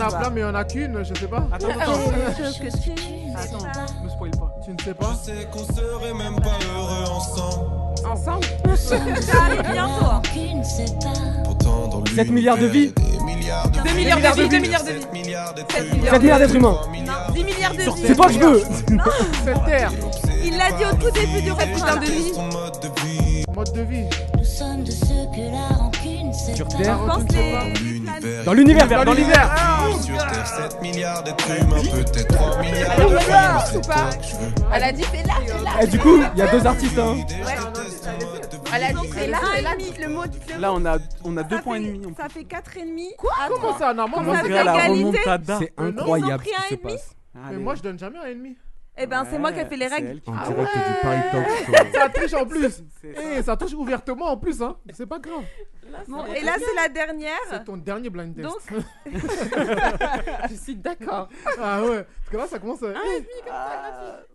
plein, mais il y en a qu'une, je sais pas.
Attends, attends. Quelque chose que tu- Attends.
Ne spoil pas.
Tu ne sais pas
Je sais qu'on serait même pas heureux ensemble.
Ensemble
Ça arrive bientôt. hein.
7 milliards de vies.
2 milliards de vies, 2 milliards de vies.
7 milliards d'êtres humains.
10 milliards de vies.
C'est toi que je veux.
Cette terre.
Il l'a dit au tout début du refrain. de vie.
Mode de vie.
Nous sommes de ceux que la rancune sépare.
Sur
Ah
Terre.
Je pense les-
Dans l'univers, dans l'univers.
Sur Terre, 7 milliards d'êtres humains, peut-être 3 milliards
Alors,
de
on va voir,
vies.
ou pas Elle a dit c'est là, c'est là.
Et du coup, il y a deux artistes. Hein.
Elle a dit c'est là, c'est là.
Ah, dites le mot, dites le mot.
Là, on a, on a 2 points et demi.
Ça fait 4 et demi.
Comment ça Non, moi,
Comment
moi,
c'est
c'est
la
égalité.
remontada
C'est
Euh, non,
incroyable
ils ont
ce
pris
qui se
un ennemi.
passe.
Mais moi, je donne jamais un ennemi.
Eh ben, c'est moi qui ai fait les règles.
Ah.
En direct du Paris Talk Show.
*laughs* Ça triche en plus. Et Eh, ça touche ouvertement en plus, hein. C'est pas grave.
Bon, et là, c'est la dernière.
C'est ton dernier blind test.
Donc-
*laughs*
Je suis d'accord.
Ah ouais. Parce que là, ça commence à. Eh,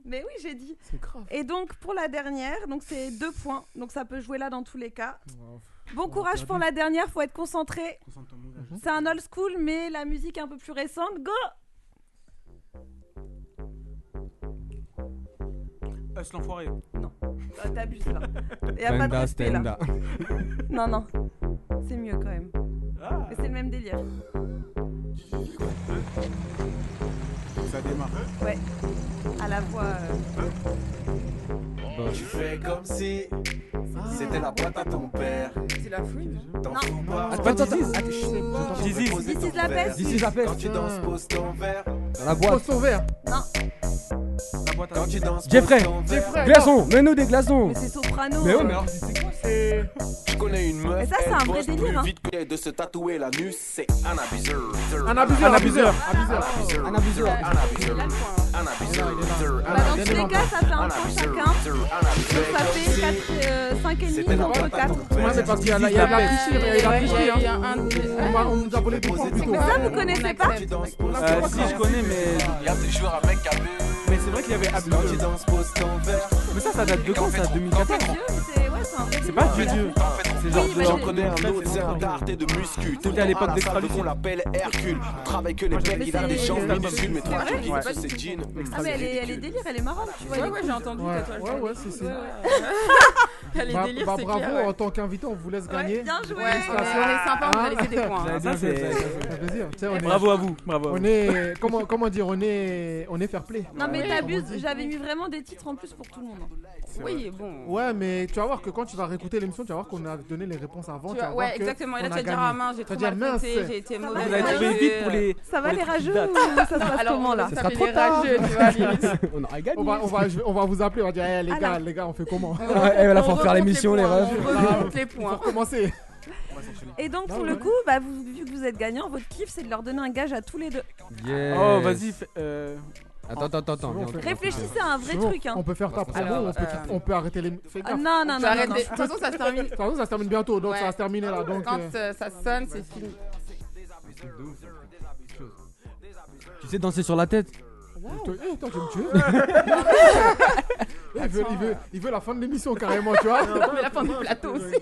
Mais oui, j'ai dit.
C'est grave.
Et donc, pour la dernière, donc c'est 2 points. Donc, ça peut jouer là dans tous les cas. Bon
On a
courage
perdu.
pour la dernière, faut être concentré.
Mhm.
C'est un old school, mais la musique est un peu plus récente. Go
Us Eh, l'enfoiré.
Non, Euh, t'abuses là. Y a pas de
Stenda,
respect là.
Stenda.
*laughs* Non, non, c'est mieux quand même. Mais c'est le même délire.
Ça démarre.
Ouais, à la voix. euh.
Tu fais comme si c'était la boîte à ton père.
C'est la fouine.
T'en fous pas.
Attends, attends, attends.
Dizzy.
This is la peste.
This is la peste.
Quand tu danses, pose ton verre.
Dans la boîte.
Poisson vert.
Non,
Quand tu danses, pose
Jeffrey.
ton verre.
Jeffrey.
Glaçons, mets-nous des glaçons.
*laughs* mais c'est soprano.
Mais ouais,
euh.
mais alors,
C'est.
Je connais une meuf.
Mais ça, c'est
elle
un vrai
bosse
délire,
plus
hein.
vite que de se tatouer la nuque. C'est un abuseur.
Un abuseur, abuseur. abuseur.
abuseur.
Un abuseur.
Ah,
Un abuseur. Un abuseur. Un
Ah,
Bah, dans tous
abuseur.
les cas, ça fait
Un
un point
abuseur.
chacun.
Un
Donc,
abuseur.
ça fait 5 et
C'était
demi
la
contre
boîte à
4.
ton père.
Ouais, mais parce qu'il y a la- il y a de la tricherie, il y a de la tricherie, hein. On m'a- On nous a volé des points plutôt.
Mais ça, vous connaissez pas
Tu danses, pose ton
Euh,
verre.
si, je connais, mais.
Il y a toujours un mec qui abuse.
Mais c'est vrai qu'il y avait
Quand tu
Abdul.
danses, pose ton verre.
Mais ça, ça date de quand Ça 2014
Dieu, c'est ouais, c'est un vrai
C'est
délire.
pas Dieu Dieu. C'est genre
Oui,
de
bah,
J'en
j'ai-
connais un autre, c'est un
tard.
tarté de muscu. Tout
C'était à l'époque
la salle,
d'Extralucide.
On l'appelle Hercule. On travaille que les mecs, il a
c'est-
des
c'est
jambes
vrai,
minuscules, mais
c'est
toi,
vrai,
tu
ouais.
dis que c'est jean.
Ah, mais elle est, elle est délire, elle est marrante, tu vois.
Ouais,
elle est
ouais,
cool.
j'ai entendu
Ouais,
ta toile.
ouais, ouais, c'est
Ouais,
ça. *laughs*
ouais. Les
Bah,
délires,
bah,
c'est
bravo,
clair. ouais.
en tant qu'invité, on vous laisse gagner.
Ouais, bien joué.
Ouais, on est- on est sympa, on vous a laissé des points.
Ah, ça, c'est-
Ça fait plaisir. Tu sais, on est-
Bravo à vous. Bravo à
On
vous.
est. Comment, comment dire On est. On est fair play.
Non, mais
Ouais, comme on
t'abuses,
dit.
j'avais mis vraiment des titres en plus pour tout le monde.
Oui, bon.
Ouais, mais tu vas voir que quand tu vas réécouter l'émission, tu vas voir qu'on a donné les réponses avant.
Tu
tu vas
vois,
voir
ouais,
que
exactement. Et là,
euh, on a
tu vas dire,
gagné.
ah mince, j'ai
Tu vas
trop
dire,
mal
mince.
compté, j'ai été
va,
mauvaise.
Vous avez trouvé
Je-
vite pour les.
Ça va
pour
les
trucs qui
rageux
datent.
ou ça se passe
Alors,
comment là
ça
Ça
fait
sera trop
les
tard.
rageux, tu vois,
*laughs*
limite.
On aura gagné. Ah
On va, on, va, je vais- on va vous appeler, on va dire, Eh, les
Ah,
gars, les gars, on fait comment
Ouais, ouais, là,
On
faut refaire
remonte
l'émission, les
points,
refs.
On remonte
*laughs*
les points.
Pour commencer.
Et donc, pour le coup, bah, vous, vu que vous êtes gagnant, votre kiff c'est de leur donner un gage à tous les deux.
Yes.
Oh, vas-y. fais- euh,
Attends, attends, attends, attends.
Sinon, on
viens,
fait-
on fait-
Réfléchissez à un vrai
C'est bon,
truc. Hein.
On peut faire tape, c'est
Alors,
bon, on peut,
euh,
quitter- on peut arrêter les. Fais
Ah,
gaffe.
non, non, non,
Tu
non.
arrêtes
non.
des- De toute façon, ça se termine.
De toute façon, ça se termine bientôt, donc
Ouais.
ça va se terminer là. Donc,
Quand
euh,
euh, ça sonne, c'est fini.
Tu sais danser sur la tête
toi- eh, toi,
*laughs*
tu veux me tuer Eh, il, veut, il, veut, il veut la fin de l'émission carrément, tu vois.
Mais la fin du plateau aussi.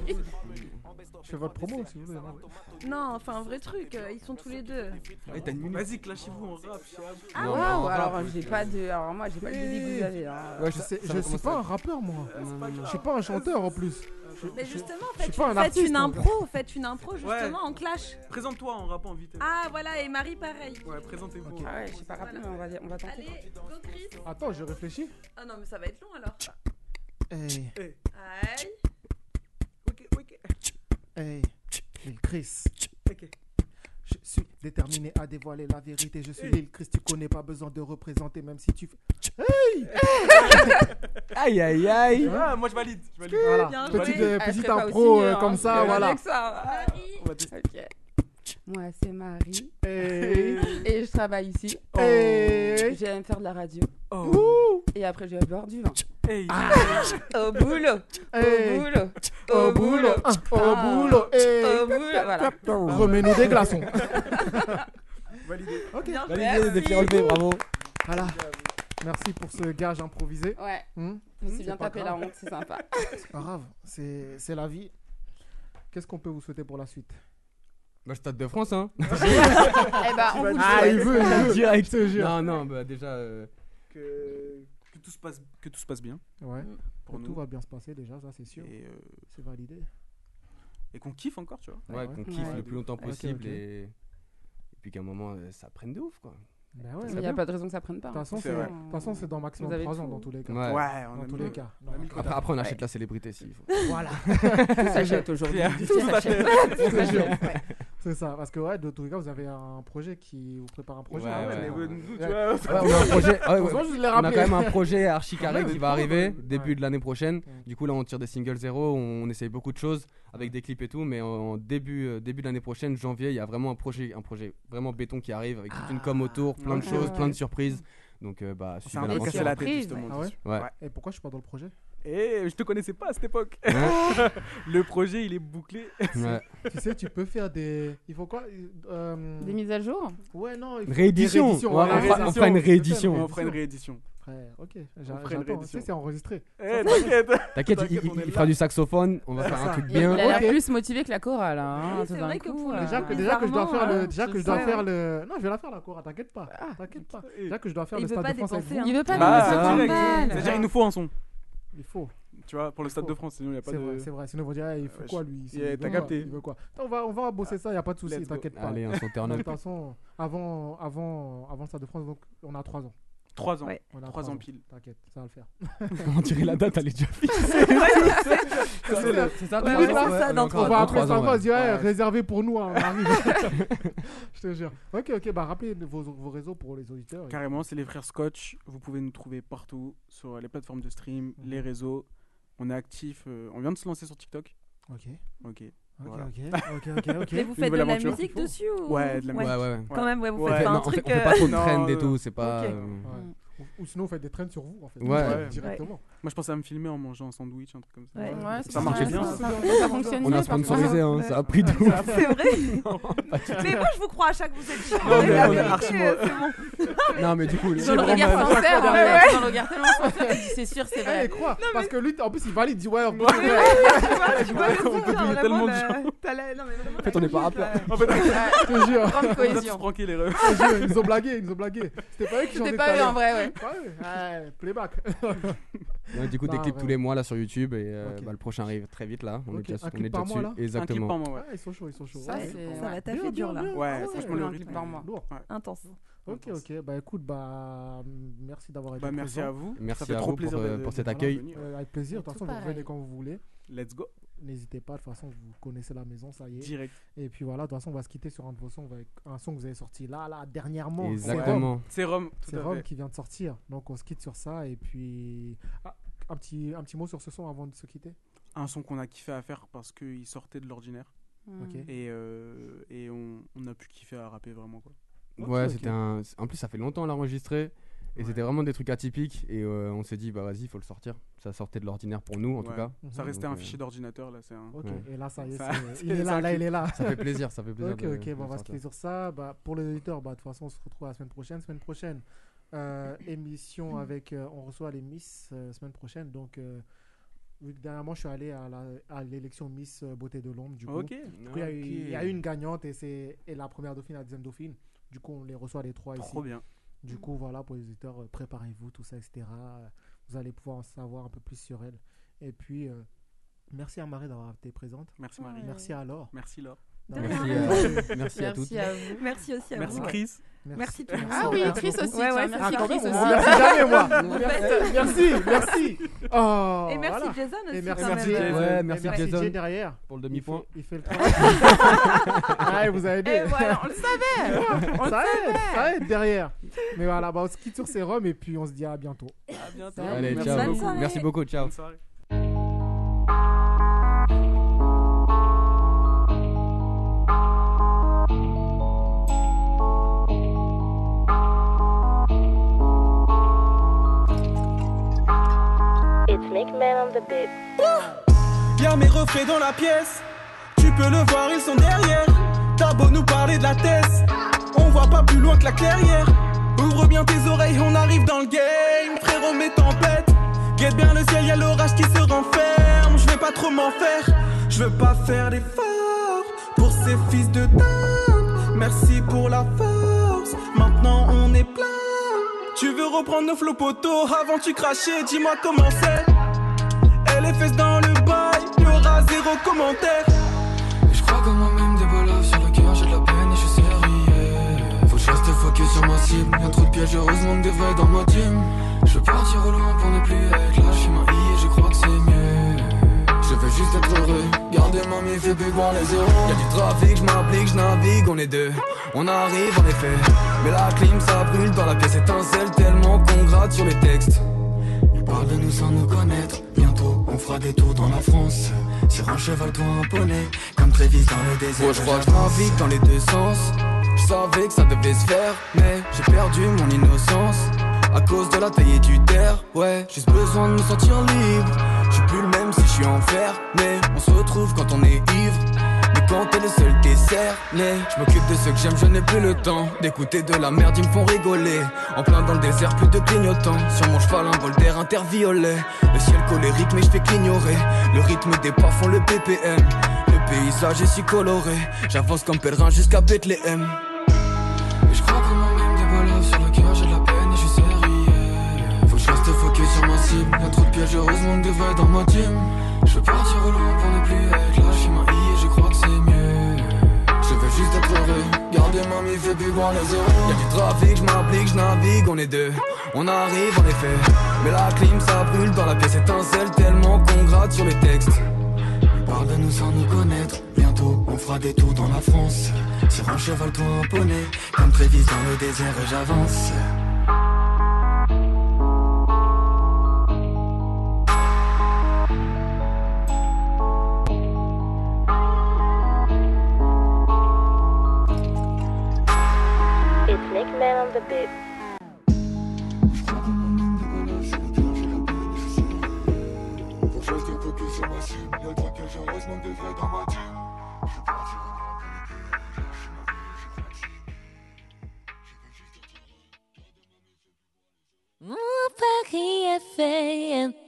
Je fais votre promo si vous voulez. non, ouais.
Non, enfin, un vrai truc, euh, ils sont tous les deux.
Vas-y, clashez-vous en rap.
Ah,
Non,
ouais,
non,
ouais,
rap,
alors
oui.
j'ai pas de. Alors moi, j'ai pas le débit que vous avez. hein.
Ouais, je sais- je suis pas un rappeur, moi. Je suis pas un chanteur en plus. Je-
Mais
je-
justement,
je suis
faites,
pas un
faites
artiste,
une
moi.
impro, faites une impro justement en clash.
Présente-toi en rappant vite.
Ah voilà, et Marie pareil.
Ouais, présentez-vous.
Ah ouais, je sais pas rappeler, mais on va, dire- on va tenter.
Allez, go Chris.
Attends, je réfléchis.
Ah non, mais ça va être long alors. ça.
Hey,
Aïe.
hey, Lil Chris. Je suis déterminé à dévoiler la vérité. Je suis
Hey.
Lil Chris, tu connais pas besoin de représenter, même si tu. fais- Hey!
Aïe aïe aïe
Hein
Ah, moi je valide. Je valide.
Voilà,
Bien
petite,
joué.
euh,
Ah, je
petite
serais pas
impro
aussi
euh,
nulle,
comme
hein,
ça,
parce que
voilà.
Avec ça. Ok. Moi, c'est Marie.
Hey.
Et je travaille ici.
Hey.
J'aime faire de la radio.
oh,
Et après, je vais boire du vin.
Ah.
Au boulot.
Hey.
Au boulot.
Au boulot, hein, au boulot, hey.
Au boulot. Voilà.
Remets-nous des
*laughs*
glaçons.
Validé.
Ok.
Bien
Validé, fait. le défi relevé, bravo.
Voilà. Merci pour ce gage improvisé.
Ouais.
Hmm
Je me suis bien
C'est pas
tapé la
grave.
honte, c'est sympa.
C'est pas grave, c'est c'est la vie. Qu'est-ce qu'on peut vous souhaiter pour la suite
Bah, Stade de France, hein
Eh ben, on vous le
Ah,
souhaite.
il veut, il
*laughs*
veut
Direct, je te jure.
Non, non, bah déjà. euh,
Que, que tout se passe, que tout se passe bien.
Ouais.
Pour
Que
nous.
Tout va bien se passer déjà, ça c'est sûr.
Et, euh,
C'est validé.
et qu'on kiffe encore, tu vois.
Ouais, qu'on kiffe le plus longtemps
Ah, ok,
possible
ok.
et. Et puis qu'à un moment, euh, ça prenne de ouf, quoi.
Bah ouais,
Il
c'est
y a
bien.
pas de raison que ça prenne pas,
De toute
hein.
façon,
C'est
c'est- de
vrai.
toute façon, c'est dans maximum
Vous avez
3 ans
tout.
dans tous les cas.
Ouais. Ouais, on
dans
a
tous
mis-
les cas.
on a mis le quota. Après- après, on achète la célébrité, s'il faut.
Voilà.
hein.
Tout s'achète aujourd'hui. Tout
Je te
s'achète.
jure.
Tout
*laughs*
s'achète.
Ouais. C'est ça, parce que ouais, de tous les cas, vous avez un projet qui vous prépare un projet.
Ouais,
Ah
hein,
ouais,
tu vois.
ouais, nous,
tu
Ouais.
vois.
Ouais,
Ouais, on a un projet. ah ouais, ouais.
Heureusement, je vous l'ai
On a
rappelé.
quand même un projet archi carré
Ouais,
qui va
ouais.
arriver début de l'année prochaine. Du coup, là, on tire des singles zéro. On essaye beaucoup de choses avec des clips et tout. Mais en- en début, euh, début de l'année prochaine, janvier, il y a vraiment un projet, un projet vraiment béton qui arrive avec toute une com autour, plein de
Ouais.
choses,
Ouais.
plein de surprises. Donc, euh, bah,
C'est
suivez
un peu
l'aventure.
cassé la tête, justement.
*laughs* Ah ouais
dessus.
Ouais.
Et pourquoi je suis pas dans le projet
Et je te connaissais pas à cette époque.
Hein
le projet, il est bouclé.
*laughs* Ouais.
Tu sais, tu peux faire des. Il faut quoi euh,
Des mises à jour
Ouais, non. il faut-
Réédition.
des
Ouais, on fera- on fera une réédition.
On fera une réédition.
Frère, ok.
On
j'a-
fera une
J'attends. Tu
réédition.
sais, c'est enregistré.
*laughs*
Eh, t'inquiète.
T'inquiète, il, il- il fera du saxophone. On va faire un truc
Il a
bien.
l'air
Ok.
plus motivé que la chorale. Hein, tout d'un coup, euh,
Déjà que, déjà que je dois
bizarrement,
faire le.
hein,
Déjà que
c'est
je dois
ça,
faire
ouais.
le. Non, je vais la faire la cour, t'inquiète pas. T'inquiète pas. Déjà que je dois faire
Il
le
veut
stade
pas
de France avec
dépenser,
vous.
hein. Il veut pas
Ah,
Bah,
dépenser
c'est
30
direct.
balles.
C'est-à-dire, il nous faut un son.
Il faut.
Tu vois, pour le Stade de France, sinon il n'y a pas
C'est
de.
vrai, c'est vrai. Sinon, vous direz, il fait quoi lui c'est-
Yeah,
il
t'as
veut
capté.
quoi Il veut quoi Attends, on, va, on va bosser ça, il n'y a pas de souci,
Let's go.
t'inquiète pas.
Allez, un son turn
De
up.
toute façon, avant, avant, avant le Stade de France, donc, on a 3 ans.
3 ans.
Ouais.
Trois
On a
ans
trois ans.
pile.
T'inquiète, ça va le faire.
On dirait la date, elle est déjà fixée.
C'est ça,
C'est ça,
on
trois
va appeler
ans, ouais,
Ah ça dans
on est encore
trois ans. On
dans
va appeler
trois
ça
ans,
encore, on se dit,
ouais.
ouais,
Ouais.
réservé pour nous, hein, on arrive. Je te jure. Ok, ok, bah rappelez vos, vos réseaux pour les auditeurs.
Carrément, c'est les frères Scotch. Vous pouvez nous trouver partout sur les plateformes de stream,
Mhm.
les réseaux. On est actif. euh, on vient de se lancer sur TikTok.
Ok.
Ok.
Ok,
Voilà.
ok, ok, ok, ok.
Mais vous faites de
Nouvelle
la
aventure.
musique dessus ou-
Ouais, de la
Ouais.
musique.
Ouais, ouais, ouais. Quand même, ouais, vous faites
pas un
Non,
truc, on fait pas euh, trop de trends et tout, c'est pas,
ok.
euh,
Ou, ou sinon, vous faites des trains sur vous, en fait.
Ouais. Ouais.
Directement.
Moi, je pensais à me filmer en mangeant un sandwich, un truc comme ça.
Ouais. Ouais, c'est
ça
pas
marchait
mal,
bien.
ça. Ça Ça fonctionne
On a sponsorisé, hein, ça a pris de ouf.
C'est vrai.
Pas du tout.
mais moi, je vous crois à chaque fois que vous êtes
Non, mais
la
on est
vérité,
archi-
euh, c'est bon.
Non, mais du coup,
Ils
c'est
ont le
vraiment-
regard sincère.
Ouais,
hein,
ouais.
Ils ont le regard tellement sincère. ils disent, C'est sûr, c'est
Eh,
vrai.
il croit, parce que lui, en plus, il valide, il dit, ouais, on peut
Mais ouais, tu vois, tu vois, le
On peut
sourire,
oublier
vraiment,
tellement de
le-
gens.
t'as la- non, mais vraiment,
En fait, on n'est pas rappeur. En fait,
Ouais.
je te jure.
Grande cohésion.
Tranquille, les
Je te jure, Ils nous ont blagué, ils nous ont blagué. C'était pas eux qui
C'était
chantaient
pas
tout à
eux,
l'heure.
en vrai, ouais.
Ouais, playback.
Ouais, du coup, des
Non,
clips tous
vraiment.
les mois là sur YouTube et euh,
Bah, Ok.
bah, le prochain arrive très vite là. On
Ok,
est déjà,
un
on
clip
est
par
déjà
mois,
dessus.
là
Exactement.
Ah, ils sont chauds, ils sont chauds.
Ça,
Ouais.
c'est- ça va
Bien,
taper
bien,
dur, là.
bien.
Ouais,
Ah
franchement, le
un
rythme
clip
est
par mois. Lourd.
Intense.
Ok, ok. Bah écoute, bah merci d'avoir été
Bah, merci
présent.
à vous.
Merci
ça fait
à
trop
vous
plaisir
pour, euh,
de-
pour
de-
cet
de
accueil.
venir.
Euh, avec plaisir, de toute
Tout
façon, vous
pareil.
revenez quand vous voulez.
Let's go.
N'hésitez pas, de toute façon, vous connaissez la maison, ça y est.
Direct.
Et puis voilà, de toute façon, on va se quitter sur un de vos sons, avec un son que vous avez sorti là, là, dernièrement.
Exactement.
C'est Rome, tout
C'est
à
Rome
fait.
qui vient de sortir. Donc on se quitte sur ça. Et puis, ah, un, petit, un petit mot sur ce son avant de se quitter
Un son qu'on a kiffé à faire parce qu'il sortait de l'ordinaire.
Mm.
Mm.
Ok.
Et, euh, et on, on a pu kiffer à rapper vraiment. Quoi.
Ouais, c'était un. En plus, ça fait longtemps à l'enregistrer. Et c'était vraiment des trucs atypiques. Et euh, on s'est dit, bah vas-y, il faut le sortir. Ça sortait de l'ordinaire pour nous en tout
Ouais.
cas.
Ça restait
Donc,
un
euh,
fichier d'ordinateur là. c'est Un...
Mhm. Ok,
Ouais.
et là, ça y est,
Ça-
*laughs*
c'est-
c'est-
il est
c'est
là,
un
là, il
clip.
est là.
Ça
*laughs*
fait plaisir, ça fait plaisir
Ok,
de-
ok,
de
bon, on va
sortir.
se quitter sur ça. Bah, pour les auditeurs, bah, de toute façon, on se retrouve la semaine prochaine. Semaine prochaine,
Mm.
euh, émission avec. euh, on reçoit les Miss euh, semaine prochaine. Donc, euh, Vu que dernièrement, je suis allé à la- à l'élection Miss euh, Beauté de l'Ombre. Du coup,
Ok.
Du coup, il y a eu-
Ok.
il y, a eu une gagnante et c'est et la première dauphine, la deuxième dauphine. Du coup, on les reçoit les trois ici.
Trop bien.
Du coup, voilà, pour les auditeurs, euh, préparez-vous, tout ça, etc. Euh, Vous allez pouvoir en savoir un peu plus sur elle. Et puis, euh, merci à Marie d'avoir été présente.
Merci, Marie. Ouais.
Merci à Laure.
Merci, Laure.
D'avoir
Merci
été
à-
euh,
*laughs* présente.
merci à Merci toutes. à
vous. Merci aussi à vous. Merci tout le monde.
beaucoup.
Ah oui,
Merci
Chris
beaucoup.
aussi, tiens, merci
Ah, quand
Chris
même, on
aussi.
vous remercie jamais, moi.
*laughs* En fait.
Merci, merci. Oh,
Et merci
voilà.
Jason
Et
aussi,
merci,
quand même.
Jay.
Ouais,
Et
merci
Jay
Jason.
derrière.
Pour le demi-point.
Il fait le travail. *laughs* ah, il vous avez dit.
Et voilà, on le savait. Eh, On le
ça aide,
savait.
ça aide derrière. Mais voilà, bah, on se quitte sur sérum et puis on se dit à bientôt.
À bientôt.
Allez, ciao. Merci beaucoup. Merci beaucoup, ciao.
It's Nick Man on the beat.
Y'a mes reflets dans la pièce. Tu peux le voir, ils sont derrière. T'as beau nous parler de la thèse. On voit pas plus loin que la clairière. Ouvre bien tes oreilles, on arrive dans le game. Frérot, mes tempêtes. Guette bien le ciel, y'a l'orage qui se renferme. Je vais pas trop m'en faire. Je veux pas faire d'efforts pour ces fils de dame. Merci pour la force. Maintenant, on est plein. Tu veux reprendre nos flots poteaux avant tu cracher. Dis-moi comment c'est. Elle est fesses dans le bail, y'aura zéro commentaire.
Je crois qu'en moi-même des balafres sur le cœur, j'ai de la peine et je suis sérieux. Faut que je reste focus sur ma cible, y'a trop de pièges, heureusement que des vrais dans ma team. Je veux partir au loin pour ne plus être là, je suis ma I et je crois que c'est mieux. Je veux juste être heureux, garder ma mif et puis voir les zéros.
Y'a du trafic, je m'applique, je navigue, on est deux. On arrive en effet. Mais la clim, ça brûle dans la pièce étincelle tellement qu'on gratte sur les textes.
Ils parlent de nous sans nous connaître, bientôt on fera des tours dans la France. Sur un cheval, toi un poney, comme Trévis dans le désert.
Moi je crois que je navigue dans les deux sens. Je savais que ça devait se faire, mais j'ai perdu mon innocence. À cause de la taille et du terre, ouais, juste besoin de me sentir libre. Je suis plus le même si je suis en fer, mais on se retrouve quand on est ivre. Mais quand t'es le seul dessert, je m'occupe de ceux que j'aime, je n'ai plus le temps d'écouter de la merde, ils me font rigoler. En plein dans le désert, plus de clignotants. Sur mon cheval, un bol d'air interviolet. Le ciel colérique, mais je fais qu'ignorer. Le rythme des pas font le BPM. Le paysage est si coloré. J'avance comme pèlerin jusqu'à Bethléem.
Et je crois qu'en moi-même des balafres sur le cœur, j'ai de la peine et je suis sérieux. Faut que je reste focus sur ma cible, y'a trop de pièges, heureusement que des vrais dans ma team. Je veux partir au loin pour ne plus être là, je suis ma I et je crois que c'est mieux. Je veux juste être heureux, garder ma mif et puis voir les zéros.
Y'a du trafic, je m'applique, je navigue, on est deux. On arrive en effet. Mais la clim, ça brûle dans la pièce étincelle tellement qu'on gratte sur les textes.
Ils parlent de nous sans nous connaître, bientôt on fera des tours dans la France. Sur un cheval, toi un poney, comme Trévis dans le désert et j'avance.
It's Nick Man on the beat.
Faut que je reste focus sur ma cible, y'a trop de pièges, heureusement que des vrais dans ma team.
Mon Paris est fait.